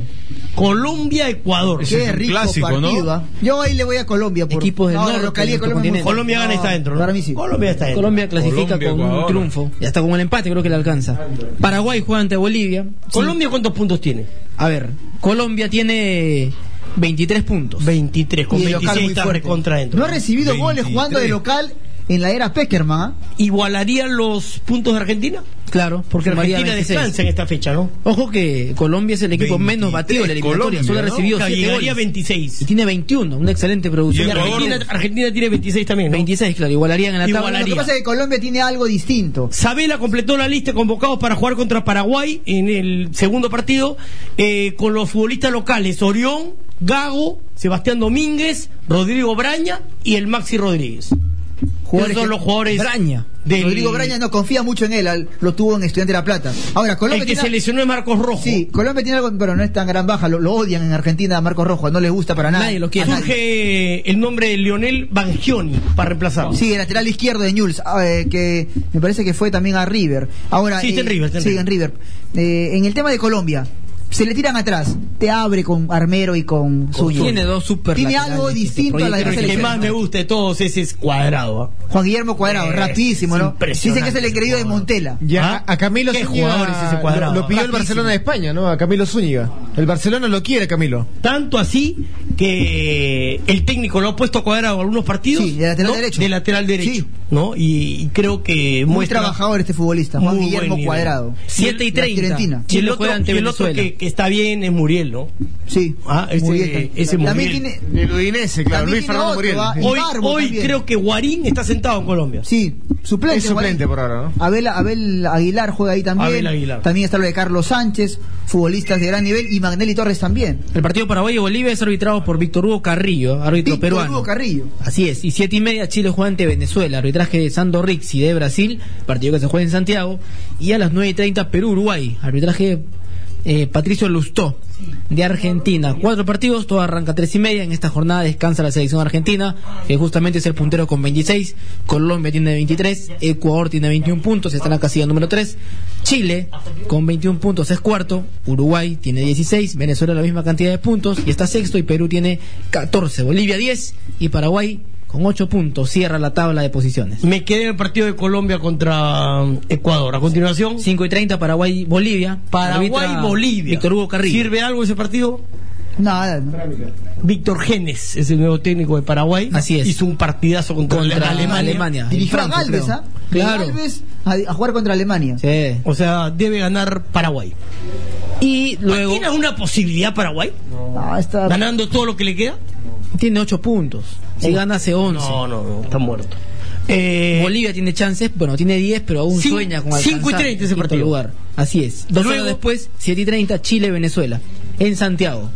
S7: Colombia, Ecuador.
S1: Ese es
S2: qué
S1: un
S2: rico
S1: clásico, ¿no?
S2: partido. ¿ah? Yo ahí le voy a Colombia por
S6: Equipos del
S2: ahora,
S6: norte,
S2: localía de Colombia es muy
S7: Colombia
S2: fuerte.
S7: gana y está dentro.
S2: Para mí sí.
S7: Colombia está dentro.
S6: Colombia clasifica
S1: Colombia,
S6: con un
S1: Ecuador.
S6: triunfo. Y hasta con el empate creo que le alcanza. Paraguay juega ante Bolivia.
S7: Colombia, ¿cuántos puntos tiene?
S6: A ver, Colombia tiene 23 puntos.
S7: 23, con
S2: Y el local
S7: 26
S2: muy
S7: está
S2: fuerte.
S7: recontra dentro.
S2: No ha recibido goles
S1: 23.
S2: jugando de local en la era Peckerman. ¿ah?
S7: ¿Igualaría los puntos de Argentina?
S6: Claro, porque
S7: Porque
S6: sumaría
S7: Argentina
S6: 26.
S7: descansa en esta fecha, ¿no?
S6: Ojo que Colombia es el equipo
S1: 23
S6: menos batido de la eliminatoria.
S1: Colombia,
S6: Solo ha
S1: ¿no?
S6: recibido
S7: Claro,
S6: 7
S7: llegaría
S6: goles.
S7: a 26.
S6: Y tiene 21, una excelente
S7: Y
S6: producción.
S1: Ecuador-
S7: Argentina, Argentina tiene 26 también, ¿no?
S6: 26, claro, igualarían en la tabla.
S2: Lo que
S7: Igualaría.
S2: pasa es que Colombia tiene algo distinto.
S7: Sabela completó la lista de convocados para jugar contra Paraguay en el segundo partido eh, con los futbolistas locales Orión, Gago, Sebastián Domínguez, Rodrigo Braña y el Maxi Rodríguez.
S2: Jugadores
S7: Esos son
S2: que-
S7: los jugadores
S6: Braña.
S7: del-
S2: Rodrigo Braña no confía mucho en él, al- lo tuvo en Estudiante de la Plata. Ahora, Colombia
S7: El que
S2: tiene-
S7: se lesionó es Marcos Rojo.
S2: Sí, Colombia tiene algo, pero no es tan gran baja, lo, lo odian en Argentina a Marcos Rojo, no le gusta para nada.
S6: Nadie lo quiere.
S2: A nadie.
S7: Surge el nombre de Lionel Bangioni para reemplazarlo.
S2: Sí, el lateral izquierdo de Newell's, ah, eh, que me parece que fue también a River. Ahora,
S7: Sí, está en River, está en
S2: sí, en River. Eh, en el tema de Colombia, se le tiran atrás, te abre con Armero y con Zúñiga.
S6: Tiene dos super
S2: Tiene
S6: laterales
S2: algo
S6: que te
S2: distinto a las
S7: Pero
S2: demás
S7: el este que
S2: selecciones.
S7: más me gusta de todos ese es Cuadrado. ¿ah?
S2: Juan Guillermo Cuadrado,
S7: Eh,
S2: rapidísimo, ¿no?
S7: impresionante
S2: Dice que es el engreído de Montela.
S3: Ya,
S7: ¿Ah?
S3: a Camilo
S7: ¿Qué
S3: Zúñiga
S7: jugador es ese
S3: lo-
S7: cuadrado?
S3: Lo, pidió el
S7: Rapidísimo.
S3: Barcelona de España, ¿no? A Camilo Zúñiga. El Barcelona lo quiere, Camilo.
S7: Tanto así que el técnico lo ha puesto a Cuadrado en algunos partidos.
S2: Sí, de lateral
S7: ¿no?
S2: derecho.
S7: De lateral derecho,
S2: Sí.
S7: ¿no? Y, y creo que
S2: Muy
S7: muestra
S2: trabajador este futbolista, Juan
S7: muy buen
S2: Guillermo
S7: nivel.
S2: Cuadrado.
S7: 7 y
S2: La
S7: 30.
S2: Fiorentina.
S7: Y el
S6: Chile
S7: otro,
S6: juega ante
S7: y el otro
S6: Venezuela.
S7: que, que está bien es Muriel, ¿no?
S2: Sí,
S7: Ah, ese-
S2: Muriel.
S7: ese
S2: también
S7: Muriel.
S2: tiene,
S3: El Udinese,
S2: claro, También Luis tiene Fernando otro, Muriel. ¿ah?
S7: Hoy,
S2: Barbo
S7: hoy
S2: también.
S7: creo que Guarín está sentado en Colombia.
S2: Sí, suplente.
S3: Es suplente
S2: Guarín.
S3: por ahora, ¿no?
S2: Abel, Abel Aguilar juega ahí también.
S7: Abel Aguilar.
S2: También está lo de Carlos Sánchez, futbolistas de gran nivel, y Magnelli Torres también.
S6: El partido Paraguay-Bolivia es arbitrado por Víctor Hugo Carrillo, árbitro
S2: Víctor
S6: peruano.
S2: Hugo Carrillo.
S6: Así es, y siete y media Chile juega ante Venezuela, arbitraje de Sando Rixi de Brasil, partido que se juega en Santiago, y a las 9 y 30 Perú-Uruguay, arbitraje eh, Patricio Lustó de Argentina. Cuatro partidos, todo arranca a tres y media, en esta jornada descansa la selección argentina, que justamente es el puntero con 26, Colombia tiene 23, Ecuador tiene 21 puntos, está en la casilla número 3, Chile con 21 puntos es cuarto, Uruguay tiene 16, Venezuela la misma cantidad de puntos y está sexto y Perú tiene 14, Bolivia 10 y Paraguay con 8 puntos cierra la tabla de posiciones.
S7: Me quedé en el partido de Colombia contra um, Ecuador. A continuación,
S6: 5 y 30 Paraguay Bolivia, Arbitra
S7: Paraguay-Bolivia.
S6: Víctor Hugo Carrillo.
S7: ¿Sirve algo ese partido?
S2: Nada, no.
S7: Víctor Genes es el nuevo técnico de Paraguay.
S6: Así es.
S7: Hizo un partidazo contra,
S6: Contra
S7: Alemania.
S6: Alemania.
S2: Dirigió a
S6: En Francia,
S2: Galvez,
S6: creo.
S2: ¿ah?
S6: Claro.
S2: Galvez a, a jugar contra Alemania.
S6: Sí.
S7: O sea, debe ganar Paraguay.
S6: Y luego
S7: ¿Tiene alguna posibilidad Paraguay?
S2: No, Ah, está-
S7: ¿Ganando todo lo que le queda?
S6: tiene 8 puntos. Si gana hace 11.
S7: Oh. No, no, no, está muerto. Eh,
S6: Bolivia tiene chances, bueno, tiene 10, pero aún
S7: Cin-
S6: sueña con alcanzar
S7: cinco y treinta ese
S6: el quinto
S7: partido.
S6: lugar. Así es. Dos
S7: Luego-
S6: horas después, 7 y 30, Chile-Venezuela, en Santiago.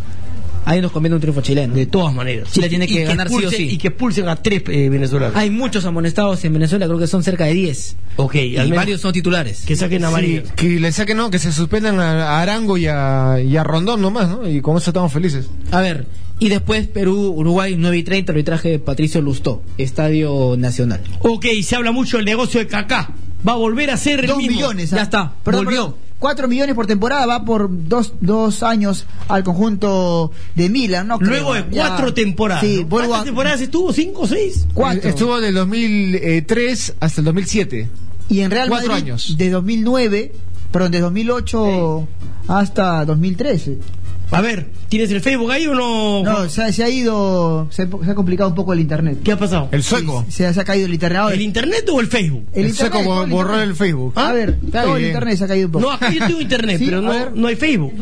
S6: Ahí nos conviene un triunfo chileno.
S7: de todas maneras.
S6: Chile tiene que ganar sí o
S7: expulsen-
S6: sí.
S7: Y que expulsen a tres eh, venezolanos.
S6: Hay muchos amonestados en Venezuela, creo que son cerca de 10.
S7: ok,
S6: Y
S7: al menos
S6: varios son titulares.
S7: que saquen a María.
S3: Que le saquen, no, que se suspendan a a Arango y a, y a Rondón nomás, ¿no? Y con eso estamos felices.
S6: A ver, y después Perú-Uruguay, 9 y 30, arbitraje de Patricio Lustó, Estadio Nacional.
S7: Ok, se habla mucho del negocio de Kaká. Va a volver a ser el
S2: Dos
S7: mismo.
S2: millones. ¿ah?
S6: Ya está,
S2: Perdón,
S6: volvió.
S2: perdón. Cuatro millones por temporada va por dos, dos años al conjunto de Milan. No
S7: Luego de
S2: creo, ya.
S7: cuatro temporadas.
S2: Sí,
S7: ¿no?
S2: vuelvo
S7: ¿Cuántas
S2: a-
S7: temporadas estuvo? ¿Cinco o seis?
S2: Cuatro.
S3: Estuvo del 2003 hasta el 2007.
S2: Y en Real
S3: Cuatro
S2: Madrid,
S3: años.
S2: de 2009, perdón, de 2008 hasta 2013.
S7: A ver, ¿tienes el Facebook ahí o no?
S2: No,
S7: Juan?
S2: se ha, se ha ido, se, ha- se ha complicado un poco el internet.
S7: ¿Qué ha pasado?
S3: El sueco.
S2: Se, ha- se ha caído el internet. Ahora,
S7: ¿El internet o el Facebook?
S3: El, sueco
S2: todo
S3: bo- borró el Facebook. Ah,
S2: A ver,
S3: Está
S2: todo el
S3: bien.
S2: internet se ha caído un poco.
S7: No, acá yo tengo internet,
S2: Sí,
S7: pero
S2: a
S7: no,
S2: ver.
S7: no hay Facebook.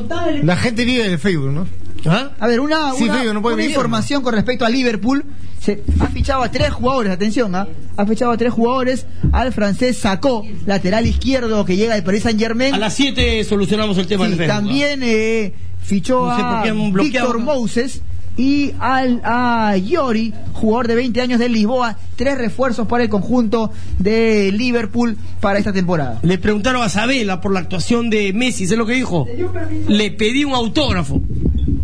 S3: La gente vive del Facebook, ¿no?
S7: ¿Ah?
S2: A ver, una,
S3: Sí,
S2: una-
S3: Fabio, no puede
S2: una
S3: venir.
S2: información con respecto a Liverpool. Se ha fichado a tres jugadores, atención, ¿ah? ha fichado a tres jugadores al francés Sacó, lateral izquierdo que llega de Paris Saint Germain.
S7: A las 7 solucionamos el tema del Facebook. ¿ah?
S2: también eh, fichó
S7: No sé por qué
S2: a
S7: han bloqueado
S2: Víctor
S7: acá.
S2: Moses y al, a Yori, jugador de 20 años de Lisboa, tres refuerzos para el conjunto de Liverpool para esta temporada.
S7: Le preguntaron a Sabela por la actuación de Messi, ¿sé lo que dijo? Le pedí un autógrafo.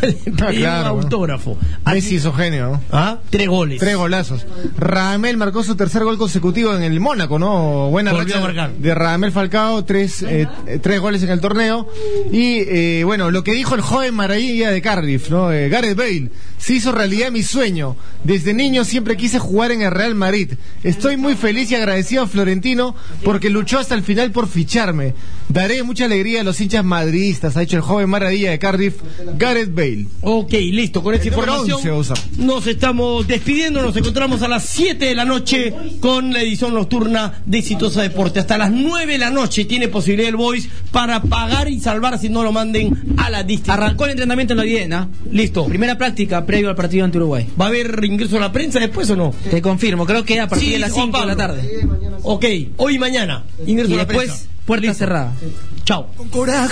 S7: Le pedí
S3: Ah, claro,
S7: un
S3: bueno.
S7: autógrafo.
S3: Messi hizo genio, ¿no?
S7: ¿Ah? Tres goles.
S3: Tres golazos. Ramel marcó su tercer gol consecutivo en el Mónaco, ¿no? Buena
S7: Volvió
S3: racha
S7: a marcar.
S3: de Ramel Falcao, tres, eh, eh, tres goles en el torneo. Y eh, bueno, lo que dijo el joven maravilla de Cardiff, ¿no? Eh, Gareth Bale, se hizo realidad mi sueño. Desde niño siempre quise jugar en el Real Madrid. Estoy muy feliz y agradecido a Florentino porque luchó hasta el final por ficharme. Daré mucha alegría a los hinchas madridistas, ha dicho el joven maravilla de Cardiff, Gareth Bale.
S7: Ok, listo, con esta
S3: El número
S7: información
S3: 11 usa.
S7: nos estamos despidiendo, nos encontramos a las 7 de la noche con la edición nocturna de Exitosa Deporte. Hasta las 9 de la noche tiene posibilidad el Boys para pagar y salvar si no lo manden a la distancia.
S6: Arrancó el entrenamiento en la Viena.
S7: Listo.
S6: Primera práctica previo al partido ante Uruguay.
S7: ¿Va a haber ingreso a la prensa después o no?
S6: Te confirmo, creo que a partir
S7: Sí,
S6: de las
S7: Juan
S6: 5 de la
S7: Pablo.
S6: tarde.
S7: Ok, hoy y mañana. Ingreso
S6: Y
S7: a la
S6: después,
S7: prensa.
S6: puerta cerrada.
S7: Chao.
S8: Con coraje